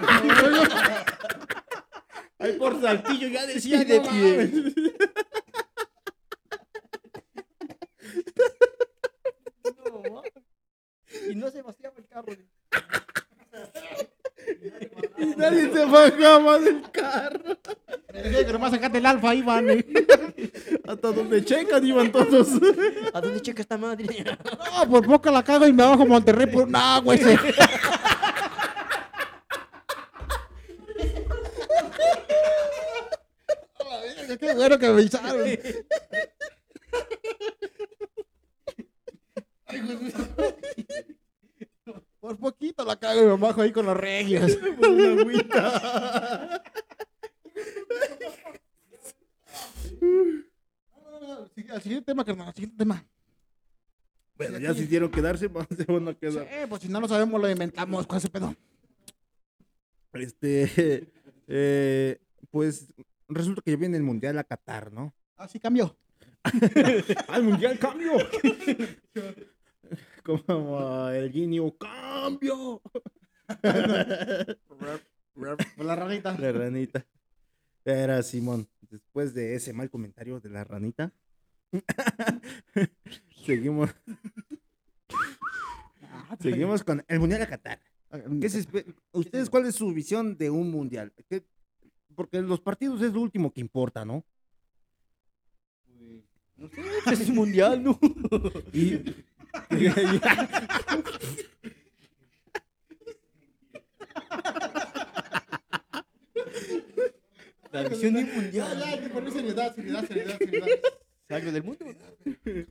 Speaker 1: Ahí por saltillo ya decía
Speaker 2: de
Speaker 1: de
Speaker 2: pie.
Speaker 1: pie.
Speaker 3: No, ma. y no se vaciaba el carro. güey.
Speaker 1: Y nadie se bajaba del carro.
Speaker 2: que nomás sacaste el alfa, eh. Iván. No,
Speaker 1: Hasta donde checan iban todos.
Speaker 3: ¿A dónde checa esta madre?
Speaker 2: por poco pues la cago y me bajo a Monterrey. Por... No, güey. se- Qué bueno que me avisaron. Ay, güey, güey. Por poquito la cago y me bajo ahí con los regios.
Speaker 1: Una agüita.
Speaker 2: Sí, Al siguiente tema, carnal, al siguiente tema.
Speaker 1: Bueno, ya si quiero quedarse, más se van a
Speaker 2: Sí,
Speaker 1: quedar.
Speaker 2: pues si no lo sabemos, lo inventamos con ese pedo.
Speaker 1: Este, eh, pues resulta que yo viene el mundial a Qatar, ¿no?
Speaker 2: Así cambió.
Speaker 1: ¡Al mundial cambio! Como el guineo, ¡cambio!
Speaker 2: Por la ranita.
Speaker 1: La ranita. Era Simón. Después de ese mal comentario de la ranita, seguimos, seguimos con el mundial a Qatar.
Speaker 2: Ah,
Speaker 1: ¿Qué se espe- ¿Ustedes cuál es su visión de un mundial? ¿Qué- Porque los partidos es lo último que importa, ¿no?
Speaker 3: No sé, pues es mundial, ¿no?
Speaker 1: Y...
Speaker 3: La visión de un mundial.
Speaker 2: Ya, ya, ponle seriedad, seriedad, seriedad, seriedad.
Speaker 3: Salgo del mundo.
Speaker 1: pues,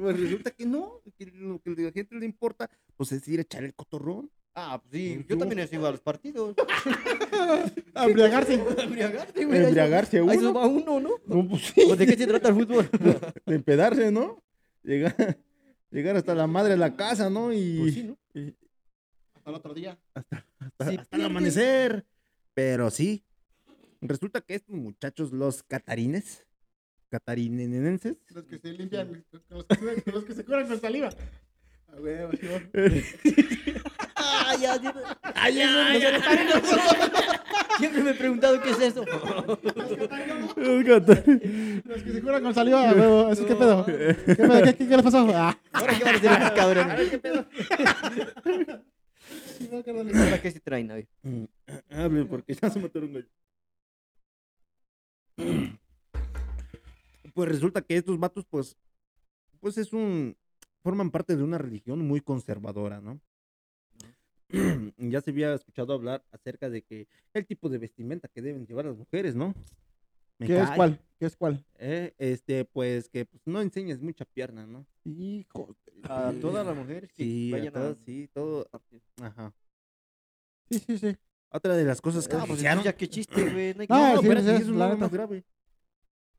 Speaker 1: pues resulta que no, que lo que a la gente le importa, pues es ir a echar el cotorrón.
Speaker 3: Ah, pues sí, yo también he ido a los partidos.
Speaker 2: A embriagarse.
Speaker 3: Embriagarte, güey.
Speaker 1: Embriagarse
Speaker 3: Ahí se
Speaker 1: uno.
Speaker 3: va uno, ¿no?
Speaker 1: No, pues sí,
Speaker 3: ¿O de qué se trata el fútbol?
Speaker 1: de empedarse, ¿no? Llegar, llegar hasta la madre de la casa, ¿no? Y
Speaker 3: Pues sí, ¿no?
Speaker 2: Hasta el otro día.
Speaker 1: hasta,
Speaker 3: Si
Speaker 1: hasta el
Speaker 3: pierdes-
Speaker 1: amanecer. Pero sí, resulta que estos muchachos, los catarines, catarinenses,
Speaker 2: Los que se limpian, los que se, los que se curan con saliva. A huevo, sí, va.
Speaker 3: Ah, ya, ya.
Speaker 1: ¡Ay, ay, ay!
Speaker 3: Siempre me he preguntado qué es eso.
Speaker 1: Los cata-
Speaker 2: Los que se curan con saliva, a huevo. Así que pedo. ¿Qué pedo? ¿Qué, qué, qué les pasó? Ah,
Speaker 3: Ahora qué van a hacer estos cabrones.
Speaker 2: sí, va, carnal.
Speaker 3: Ahora qué se traen, güey.
Speaker 1: Mm, Hable porque ya se mataron gallo. Pues resulta que estos vatos, pues, pues es un, forman parte de una religión muy conservadora, ¿no? Ya se había escuchado hablar acerca de que el tipo de vestimenta que deben llevar las mujeres, ¿no? Me
Speaker 2: ¿Qué es
Speaker 1: cae,
Speaker 2: cuál? ¿Qué es cuál?
Speaker 1: eh, este, pues que pues, no enseñes mucha pierna, ¿no?
Speaker 2: Hijo. de-
Speaker 3: A todas las mujeres que
Speaker 1: Sí, a
Speaker 3: vayan a
Speaker 1: todo- sí, todo, ajá.
Speaker 2: Sí, sí, sí.
Speaker 1: Otra de las cosas que
Speaker 3: Ah, pues
Speaker 1: anunciaron-
Speaker 3: ya qué chiste, güey. No hay que-
Speaker 1: No,
Speaker 2: Ah,
Speaker 1: no,
Speaker 2: sí,
Speaker 1: espérate,
Speaker 2: sí,
Speaker 1: eso es
Speaker 2: la
Speaker 1: lo
Speaker 2: neta.
Speaker 1: más grave.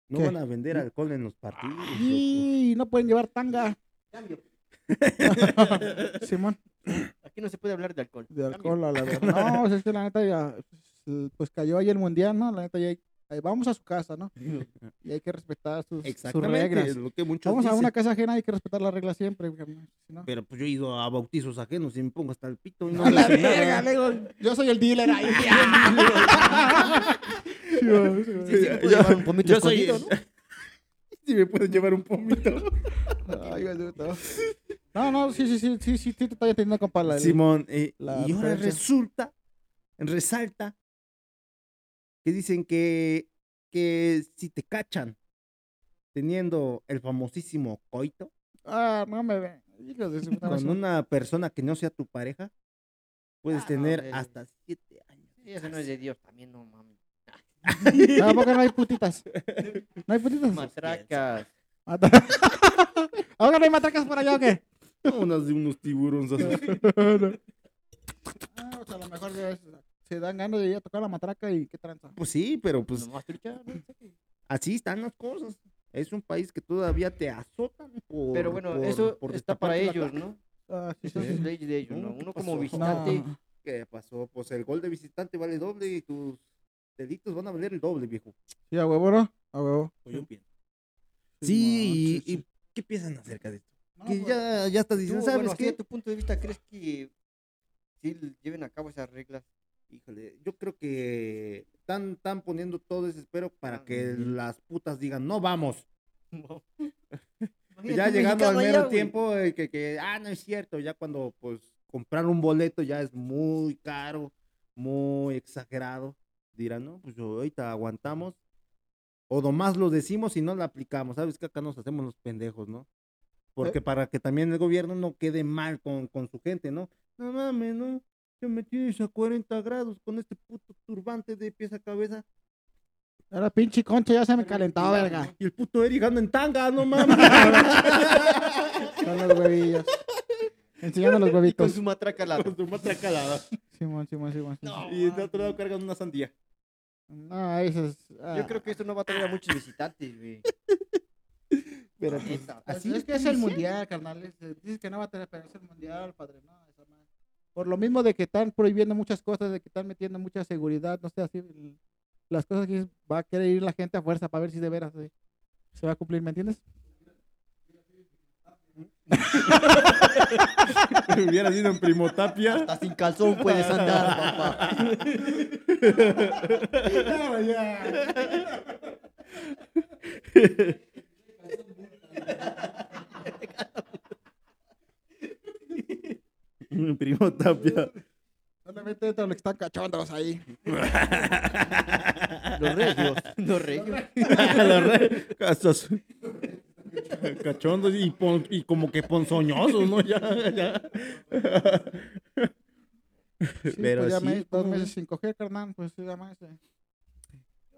Speaker 1: No
Speaker 2: ¿Qué? ¿Mm?
Speaker 1: van a vender alcohol en los partidos. loco.
Speaker 2: Y no pueden llevar tanga.
Speaker 3: Cambio.
Speaker 2: Simón.
Speaker 3: Aquí no se puede hablar de alcohol.
Speaker 2: De
Speaker 3: Cambio.
Speaker 2: alcohol a la verdad. No, es que la neta ya, pues, pues cayó ahí el mundial, ¿no? La neta ya hay- ahí vamos a su casa, ¿no? Y hay que respetar sus, sus
Speaker 1: pues, Exactamente,
Speaker 2: reglas.
Speaker 1: es lo que muchos
Speaker 2: Vamos a
Speaker 1: dicen.
Speaker 2: una casa ajena, hay que respetar las reglas siempre. carnal, si no-
Speaker 1: Pero pues yo he ido a bautizos ajenos y me pongo hasta el pito y no
Speaker 2: A la
Speaker 1: dicen nada.
Speaker 2: verga, le digo, yo soy el dealer ahí. Sí, va, sí, va.
Speaker 3: Sí, sí, me puedo
Speaker 1: Yo-
Speaker 3: llevar un pomito
Speaker 1: yo soy-
Speaker 3: escondido, ¿no?
Speaker 1: Si me puedes llevar un pomito.
Speaker 2: Ay, güey, de todo. No, no, sí, sí, sí, sí, sí, sí, te estoy entendiendo, compa. la-
Speaker 1: Simón, eh,
Speaker 2: la
Speaker 1: y ahora
Speaker 2: diferencia.
Speaker 1: resulta, resalta, que dicen que, que si te cachan teniendo el famosísimo coito,
Speaker 2: Ah, no me ve. Hijos de su puta
Speaker 1: con
Speaker 2: madre.
Speaker 1: una persona que no sea tu pareja, puedes
Speaker 3: Ah, no,
Speaker 1: tener
Speaker 3: hombre.
Speaker 1: hasta siete años.
Speaker 3: Sí, eso no es de Dios, también no mames.
Speaker 2: No, Ah, ¿a poco no hay putitas? ¿No hay putitas?
Speaker 3: Matracas.
Speaker 2: Mata- ¿A poco no hay matracas por allá o qué?
Speaker 1: Unas de unos tiburones así.
Speaker 2: Ah, o sea, a lo mejor ya es- se dan ganas de ir a tocar la matraca y qué tranza.
Speaker 1: Pues sí, pero pues
Speaker 3: Nomás trucha, no sé qué.
Speaker 1: así están las cosas. Es un país que todavía te azotan por.
Speaker 3: Pero bueno,
Speaker 1: por-
Speaker 3: eso
Speaker 1: por
Speaker 3: está para
Speaker 1: destaparte la
Speaker 3: ellos, ¿no?
Speaker 2: Ah, sí,
Speaker 3: Eso
Speaker 2: sí,
Speaker 3: es
Speaker 2: sí.
Speaker 3: ley de ellos, ¿no?
Speaker 1: No, ¿qué
Speaker 3: Uno como
Speaker 1: pasó?
Speaker 3: visitante.
Speaker 2: No.
Speaker 1: ¿Qué pasó? Pues el gol de visitante vale doble y tus deditos van a valer el doble, viejo.
Speaker 2: Sí, a huevo, ¿no? A huevo.
Speaker 3: Pues
Speaker 1: Sí,
Speaker 2: manches,
Speaker 1: y,
Speaker 2: sí.
Speaker 1: y ¿qué piensan acerca de esto?
Speaker 2: No,
Speaker 1: Que
Speaker 2: pues,
Speaker 1: ya, ya estás
Speaker 3: Tú,
Speaker 1: diciendo,
Speaker 3: bueno,
Speaker 1: ¿sabes
Speaker 3: así de
Speaker 1: qué?
Speaker 3: tu punto de vista, ¿crees que sí lleven a cabo esas reglas?
Speaker 1: Híjole, yo creo que están, están poniendo todo ese espero para
Speaker 3: Ah,
Speaker 1: que
Speaker 2: ujú.
Speaker 1: las putas digan, no vamos.
Speaker 3: No.
Speaker 1: Y
Speaker 3: Imagínate
Speaker 1: ya
Speaker 3: un
Speaker 1: llegando al
Speaker 3: mexicano allá,
Speaker 1: mero
Speaker 3: güey.
Speaker 1: tiempo, eh, que, que, ah, no es cierto, ya cuando pues comprar un boleto ya es muy caro, muy exagerado, dirán, no, pues ahorita aguantamos, o nomás lo decimos y no lo aplicamos, ¿sabes? Que acá nos hacemos los pendejos, ¿no?
Speaker 3: Eh.
Speaker 1: Porque para que también el gobierno no quede mal con, con su gente, ¿no? No mames, ¿no? Te metiste a 40 grados con este puto turbante de pies a cabeza
Speaker 2: Ahora pinche concha ya se me calentaba, verga.
Speaker 1: y el puto Eric anda en tanga, no mames.
Speaker 2: Con los huevillos. Enseñando los
Speaker 3: Y con
Speaker 2: huevitos.
Speaker 3: su matraca la
Speaker 1: Con su matracalada.
Speaker 2: Simón, Simón, Simón. Simón.
Speaker 1: Y de otro lado cargan una sandía.
Speaker 2: No, eso es. ah,
Speaker 3: Yo creo que esto no va a traer a muchos visitantes, güey.
Speaker 1: Pero
Speaker 3: La
Speaker 1: pues,
Speaker 3: neta.
Speaker 2: Así es que es el mundial, carnal. es- eh, Dices que no va a tener, pero es el mundial, padre. No, esa madre. Por lo mismo de que están prohibiendo muchas cosas, de que están metiendo mucha seguridad, no sé, así. el- Las cosas que dices, va a querer ir la gente a fuerza para ver si de veras eh, se va a cumplir, ¿me entiendes?
Speaker 1: hubiera sido en Primotapia.
Speaker 3: Hasta sin calzón puedes andar, papá.
Speaker 1: En Primotapia.
Speaker 2: Solamente dentro de los que están cachondos ahí.
Speaker 3: Los regios. Los regios.
Speaker 1: Los re- Castos. Cachondos y, pon- y como que ponzoñosos, ¿no? Ya, ya.
Speaker 2: Sí,
Speaker 1: Pero
Speaker 2: pues ya
Speaker 1: sí,
Speaker 2: me- dos
Speaker 1: ¿cómo
Speaker 2: meses
Speaker 1: ves?
Speaker 2: sin coger, carnal, pues sí, ya más. eh.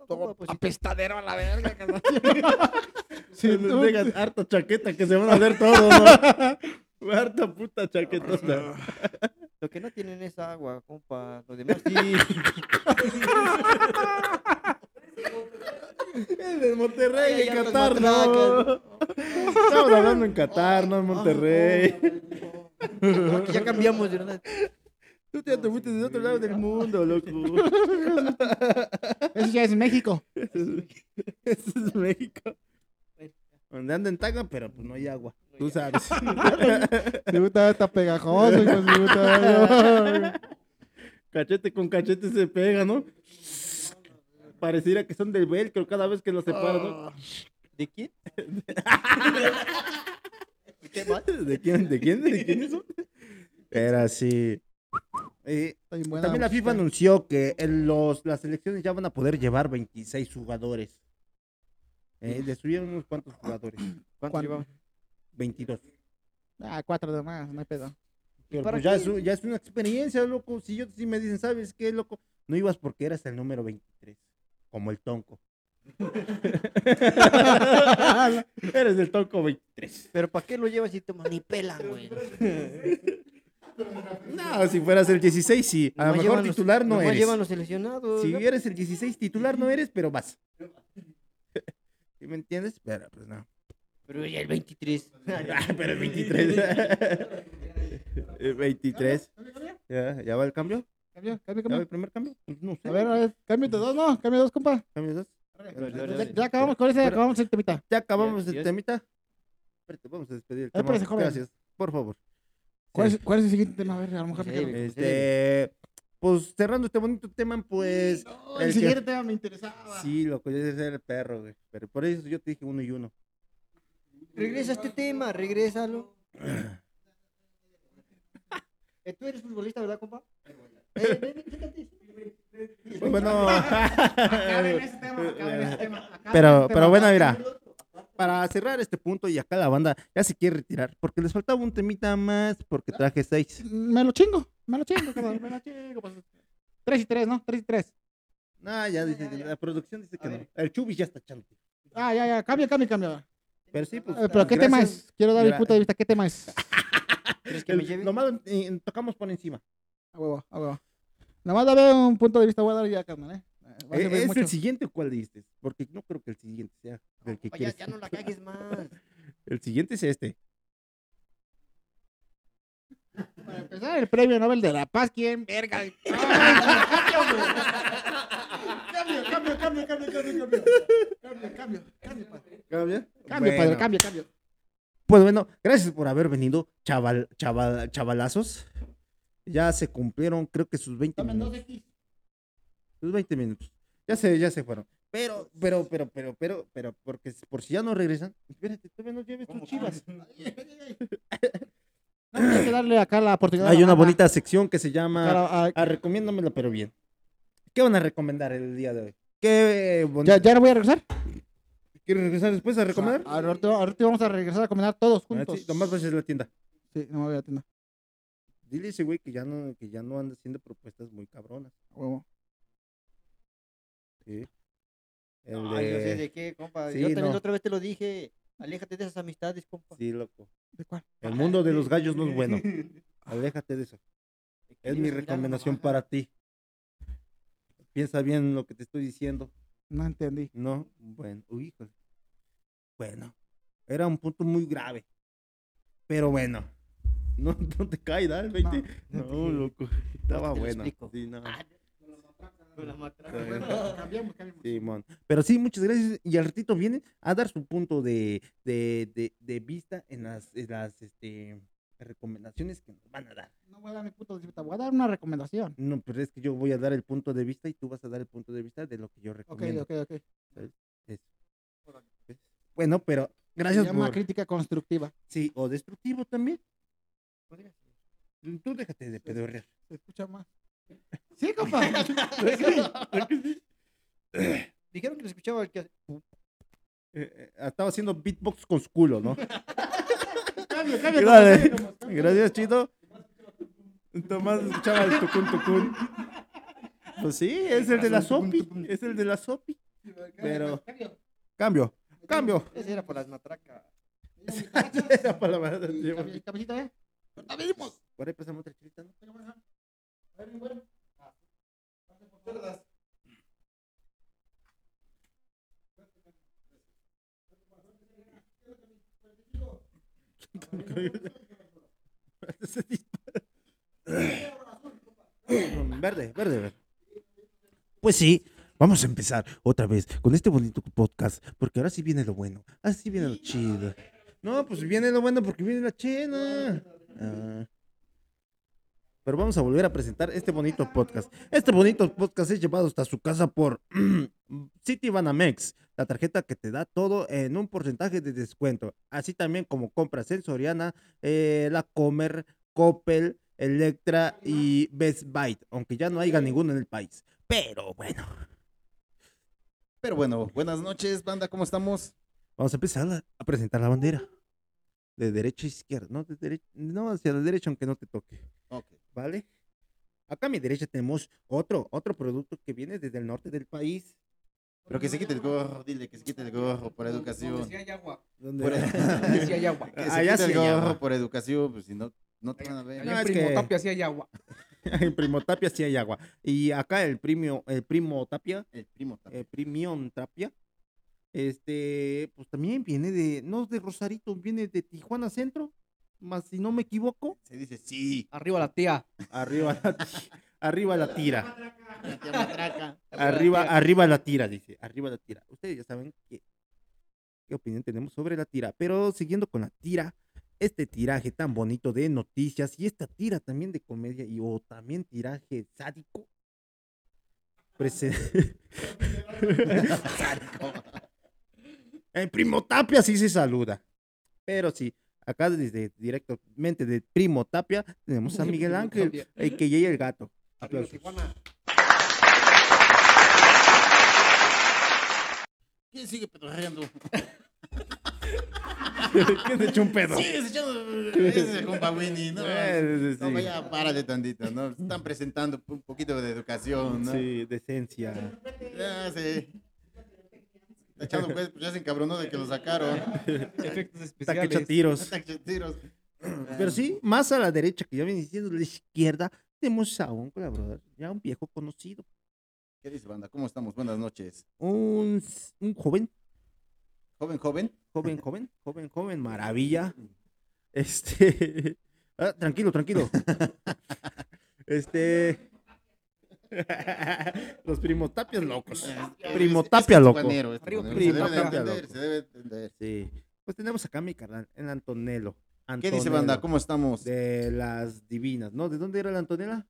Speaker 3: Todo pues,
Speaker 2: apestadero a la verga, carnal.
Speaker 1: Sí,
Speaker 2: Sí, tú-
Speaker 1: dejas harta chaqueta que se van a ver todos, ¿no? Harta puta chaquetota.
Speaker 3: Lo que no tienen es agua, compa. Lo demás sí.
Speaker 1: Es de Monterrey
Speaker 3: Ay,
Speaker 1: y
Speaker 3: ay, hartas
Speaker 1: Qatar, no. Estamos hablando en Qatar, no en Monterrey.
Speaker 3: Ahora que ya cambiamos, de verdad.
Speaker 1: Tú ya te fuiste de otro lado del mundo, loco.
Speaker 2: Eso ya es México.
Speaker 1: Eso es México. Donde anda en tanga, pero pues no hay agua. Tú sabes.
Speaker 2: Mi puta está pegajoso, hijo de su puta.
Speaker 1: Cachete con cachete se pega, ¿no? Pareciera que son del velcro cada vez que los separan, ¿no?
Speaker 3: ¿De quién? ¿Y ¿Qué más?
Speaker 1: ¿De quién? ¿De quién? ¿De quién son? Era así. Eh,
Speaker 2: Está bien buena
Speaker 1: también la FIFA
Speaker 2: música.
Speaker 1: anunció que en los, las selecciones ya van a poder llevar 26 jugadores. Eh, le subieron unos cuantos jugadores.
Speaker 3: ¿Cuánto
Speaker 2: ¿Cuánto?
Speaker 3: llevamos?
Speaker 1: 22.
Speaker 2: Ah, cuatro de más, no hay pedo.
Speaker 1: Pero
Speaker 3: para
Speaker 1: pues ya
Speaker 3: qué?
Speaker 1: es, un- ya es una experiencia, loco. Si yo si me dicen, ¿sabes qué, loco? No ibas porque eras el número 23, como el tonco. Eres el tonco 23.
Speaker 3: ¿Pero para qué lo llevas si te manipulan, güey?
Speaker 1: No, si fueras el 16, sí. A lo
Speaker 3: Nomás
Speaker 1: mejor
Speaker 3: llevan los-
Speaker 1: titular no
Speaker 3: nomás
Speaker 1: eres.
Speaker 3: llevan los seleccionados.
Speaker 1: Si
Speaker 3: ¿no?
Speaker 1: eres el 16, titular no eres, pero vas. ¿Sí me entiendes? Pero pues no.
Speaker 3: Pero ya el 23.
Speaker 1: Ah, pero el 23. El 23. ¿Ya, ya va el cambio?
Speaker 2: Cambio,
Speaker 1: ¿Ya va
Speaker 2: cambio, cambio.
Speaker 1: el primer cambio? Pues no sé.
Speaker 2: A ver, a ver, cambio de dos, no, cambio de dos, compa.
Speaker 1: Cambio dos.
Speaker 2: Ya, ya acabamos con ese, acabamos el temita.
Speaker 1: Ya acabamos
Speaker 3: Ya,
Speaker 1: el
Speaker 3: ya es-
Speaker 1: temita. Espérate, vamos a despedir el
Speaker 2: Ah,
Speaker 1: tema.
Speaker 2: espérese, joven.
Speaker 1: Gracias. Por favor.
Speaker 2: ¿Cuál
Speaker 1: Sí.
Speaker 2: es, ¿Cuál es el siguiente tema? A ver, a lo mejor.
Speaker 3: Sí,
Speaker 2: me quedo.
Speaker 3: güey.
Speaker 1: Este, pues cerrando este bonito tema, pues.
Speaker 2: No,
Speaker 1: el
Speaker 2: el
Speaker 1: que-
Speaker 2: siguiente tema me interesaba.
Speaker 1: Sí, loco, yo debe ser el perro, güey. Pero por eso yo te dije uno y uno.
Speaker 3: Regresa este tema, regrésalo. Eh, Tú eres futbolista, ¿verdad, compa? Eh, ven, siéntate.
Speaker 1: Pues bueno.
Speaker 2: Acaben
Speaker 1: Eh,
Speaker 3: este
Speaker 2: ese tema, acaben ese tema. acaben
Speaker 1: pero,
Speaker 2: ese tema.
Speaker 1: pero bueno, mira. Para cerrar este punto y acá la banda ya se quiere retirar. Porque les faltaba un temita más porque
Speaker 3: Ah.
Speaker 1: traje seis.
Speaker 2: Me lo chingo, me lo chingo, carnal, me lo chingo. pues. Tres y tres, ¿no? Tres y tres.
Speaker 1: No, Ah, ya
Speaker 3: No,
Speaker 1: dice,
Speaker 3: ya, ya.
Speaker 1: la producción dice que
Speaker 3: A
Speaker 1: no.
Speaker 3: ver.
Speaker 1: El Chubis ya está echando.
Speaker 2: Ah, ya, ya, cambia, cambia, cambia.
Speaker 1: Pero sí, pues,
Speaker 3: Ah,
Speaker 2: Eh, pero ¿qué tema
Speaker 1: gracias. eh. Ah,
Speaker 2: es? Quiero dar mi
Speaker 1: Gra-
Speaker 2: punto de vista, ¿qué tema es?
Speaker 3: ¿Crees que
Speaker 1: El-
Speaker 3: me lleve?
Speaker 1: Nomás eh, tocamos por encima.
Speaker 2: A huevo,
Speaker 1: ah,
Speaker 2: a huevo. Nada más daré un punto de vista, voy a dar ya, carnal, ¿eh? Eh, va a
Speaker 1: Eh,
Speaker 2: servir
Speaker 1: ¿Es
Speaker 2: mucho.
Speaker 1: el siguiente o cuál dijiste? Porque no creo que el siguiente sea el que
Speaker 2: pues
Speaker 3: Oye,
Speaker 1: quieres.
Speaker 3: ya no la cagues más.
Speaker 1: El siguiente es este.
Speaker 2: Para empezar, el premio Nobel de la Paz, ¿quién? Verga. Cambio, cambio, cambio, cambio, cambio, cambio. Cambio, cambio, cambio, padre.
Speaker 1: ¿Cambia?
Speaker 2: Cambio, padre, cambio, cambio.
Speaker 1: Pues bueno, gracias por haber venido, chaval, chaval, chavalazos. Ya se cumplieron, creo que sus 20
Speaker 2: Dame dos
Speaker 1: minutos.
Speaker 2: X.
Speaker 1: Sus 20 minutos. Ya se, ya se fueron.
Speaker 2: Pues,
Speaker 1: Pero, pero, pero, pero, pero, pero, porque s- por si ya no regresan, espérate, todavía no lleves tus
Speaker 3: ¿Cómo
Speaker 1: chivas.
Speaker 2: No, hay que darle acá la oportunidad. a la
Speaker 1: Ah, Hay una
Speaker 2: banda.
Speaker 1: bonita sección que se llama
Speaker 2: Cara, ah,
Speaker 1: a Recomiéndamela, pero bien. ¿Qué van a recomendar el día de hoy? ¿Qué bonita-
Speaker 2: ¿Ya, ¿Ya no voy a regresar?
Speaker 1: ¿Quieres regresar después a recomendar?
Speaker 2: Ah, Ahorita, ahorita vamos a regresar a combinar todos
Speaker 1: Ah,
Speaker 2: juntos.
Speaker 1: sí, nomás vas a la tienda.
Speaker 2: Sí, no me voy a la tienda.
Speaker 1: Dile a ese güey que ya no, que ya no anda haciendo propuestas muy cabronas.
Speaker 2: A huevo.
Speaker 1: El
Speaker 3: No, yo
Speaker 1: de-
Speaker 3: sé de qué, compa.
Speaker 1: Sí,
Speaker 3: yo también
Speaker 1: no.
Speaker 3: la otra vez te lo dije. Aléjate de esas amistades, compa.
Speaker 1: Sí, loco.
Speaker 2: ¿De cuál?
Speaker 1: El mundo de los gallos no es bueno. Aléjate de eso. Es mi recomendación para ti. Piensa bien lo que te estoy diciendo.
Speaker 2: No entendí.
Speaker 1: No, bueno, uy, híjole. Bueno, era un punto muy grave. Pero bueno, no, no te caiga el 20. No, loco. Estaba
Speaker 3: te lo
Speaker 1: bueno.
Speaker 3: explico.
Speaker 1: Sí, no.
Speaker 2: Cambiamos, cambiamos.
Speaker 1: Simón. Pero sí, muchas gracias. Y al ratito viene a dar su punto de, de, de, de vista en las, en las este, recomendaciones que nos van a dar.
Speaker 2: No voy a dar mi punto de vista, voy a dar una recomendación.
Speaker 1: No, pero es que yo voy a dar el punto de vista y tú vas a dar el punto de vista de lo que yo
Speaker 2: Ok,
Speaker 1: recomiendo.
Speaker 2: ok, ok.
Speaker 1: Bueno, pero
Speaker 2: Se
Speaker 1: gracias
Speaker 2: llama
Speaker 1: por...
Speaker 2: crítica constructiva.
Speaker 1: Sí, o destructivo también. Tú déjate de pedorrear.
Speaker 2: Se escucha más. Sí, compa.
Speaker 3: Dijeron que lo escuchaba el que.
Speaker 1: Eh, eh, estaba haciendo beatbox con su culo, ¿no?
Speaker 2: cambio, cambio.
Speaker 1: Dale. Gracias, chido. Tomás escuchaba el tucún tucún. Pues sí, es el de la sopi. Es el de la sopi. Pero- Cambio, cambio.
Speaker 3: Ese era por las matracas.
Speaker 1: Era para la verdad, llevo.
Speaker 2: Cabecita, ¿eh? ¡Ahorita venimos!
Speaker 1: Por ahí pasamos otra chilita, ¿no? Se dispara. verde, verde, verde. Pues sí, vamos a empezar otra vez con este bonito podcast, porque ahora sí viene lo bueno, ahora sí viene lo chido. No, pues viene lo bueno porque viene la chena. Ah. Pero vamos a volver a presentar este bonito podcast. Este bonito podcast es llevado hasta su casa por City Banamex, la tarjeta que te da todo en un porcentaje de descuento. Así también como compras en Soriana, eh, la Comer, Coppel, Electra y Best Bite, aunque ya no haya ninguno en el país. Pero bueno,
Speaker 4: Pero bueno, buenas noches, banda, ¿cómo estamos?
Speaker 1: vamos a empezar a, a presentar la bandera. De derecha a izquierda, no, de dere- no hacia la derecha aunque no te toque.
Speaker 4: Ok.
Speaker 1: ¿vale? Acá a mi derecha tenemos otro, otro producto que viene desde el norte del país.
Speaker 4: Pero que se quite el gorro, dile que se quite el gorro por educación.
Speaker 3: Decía hay agua.
Speaker 1: Donde...
Speaker 4: Por-
Speaker 3: Decía hay agua.
Speaker 4: Que se
Speaker 1: Allá
Speaker 4: quite
Speaker 1: sí
Speaker 4: el
Speaker 1: hay
Speaker 4: gorro
Speaker 1: agua.
Speaker 4: por educación, pues si no, no te van a ver.
Speaker 1: No, eh.
Speaker 3: Allá en
Speaker 1: es
Speaker 3: Primo
Speaker 1: que-
Speaker 3: Tapia hacía hay agua.
Speaker 1: en Primo Tapia sí hay agua. Y acá el primo, el primo Tapia,
Speaker 4: El primo también.
Speaker 1: el primión eh, Tapia, este, pues también viene de, no es de Rosarito, viene de Tijuana Centro, más si no me equivoco,
Speaker 4: Se dice sí.
Speaker 3: Arriba la tía.
Speaker 1: arriba la, ti- arriba la tira.
Speaker 4: la tía matraca.
Speaker 1: Arriba,
Speaker 3: la tía.
Speaker 1: arriba la tira, dice. Arriba la tira. Ustedes ya saben qué, qué opinión tenemos sobre la tira. Pero siguiendo con la tira, este tiraje tan bonito de noticias y esta tira también de comedia y o también tiraje sádico. presen- El primo Tapia sí se saluda. Pero sí, acá desde directamente de Primo Tapia tenemos a Miguel Ángel,
Speaker 3: Tapia.
Speaker 1: el que llega el gato.
Speaker 3: Arriba
Speaker 1: Aplausos.
Speaker 3: Tijuana.
Speaker 4: ¿Quién sigue pedorreando?
Speaker 1: ¿Qué se echó un pedo?
Speaker 4: Sigues echando ese compa Winnie, ¿no?
Speaker 1: Eh, sí,
Speaker 4: No,
Speaker 1: sí.
Speaker 4: vaya, párale tantito, ¿no? Están presentando un poquito de educación, ¿no?
Speaker 1: Sí, decencia.
Speaker 4: Ah, sí. Está echando pues, pues ya se encabronó de que lo sacaron.
Speaker 3: Efectos
Speaker 1: Está que echa
Speaker 3: especiales.
Speaker 1: tiros.
Speaker 4: Hasta que tiros.
Speaker 1: Pero sí, más a la derecha que ya viene diciendo, la izquierda, tenemos a un colaborador, ya un viejo conocido,
Speaker 4: ¿Qué dice, banda? ¿Cómo estamos? Buenas noches.
Speaker 1: un, s- un joven,
Speaker 4: Joven, joven.
Speaker 1: joven, joven, joven, joven, maravilla. Este, ah, tranquilo, tranquilo. Este, los primos tapias locos. Primo
Speaker 4: Es- es
Speaker 1: Tapia, loco.
Speaker 4: tijuanero, es
Speaker 3: Arriba,
Speaker 4: tijuanero.
Speaker 1: primo
Speaker 4: se debe de
Speaker 1: Tapia,
Speaker 4: entender,
Speaker 1: loco.
Speaker 4: se debe de entender.
Speaker 1: Sí, pues tenemos acá a mi carnal, el Antonello.
Speaker 4: ¿Qué dice,
Speaker 1: Antonello,
Speaker 4: banda? ¿Cómo estamos? De,
Speaker 1: De las divinas, ¿no? ¿De dónde era la Antonella?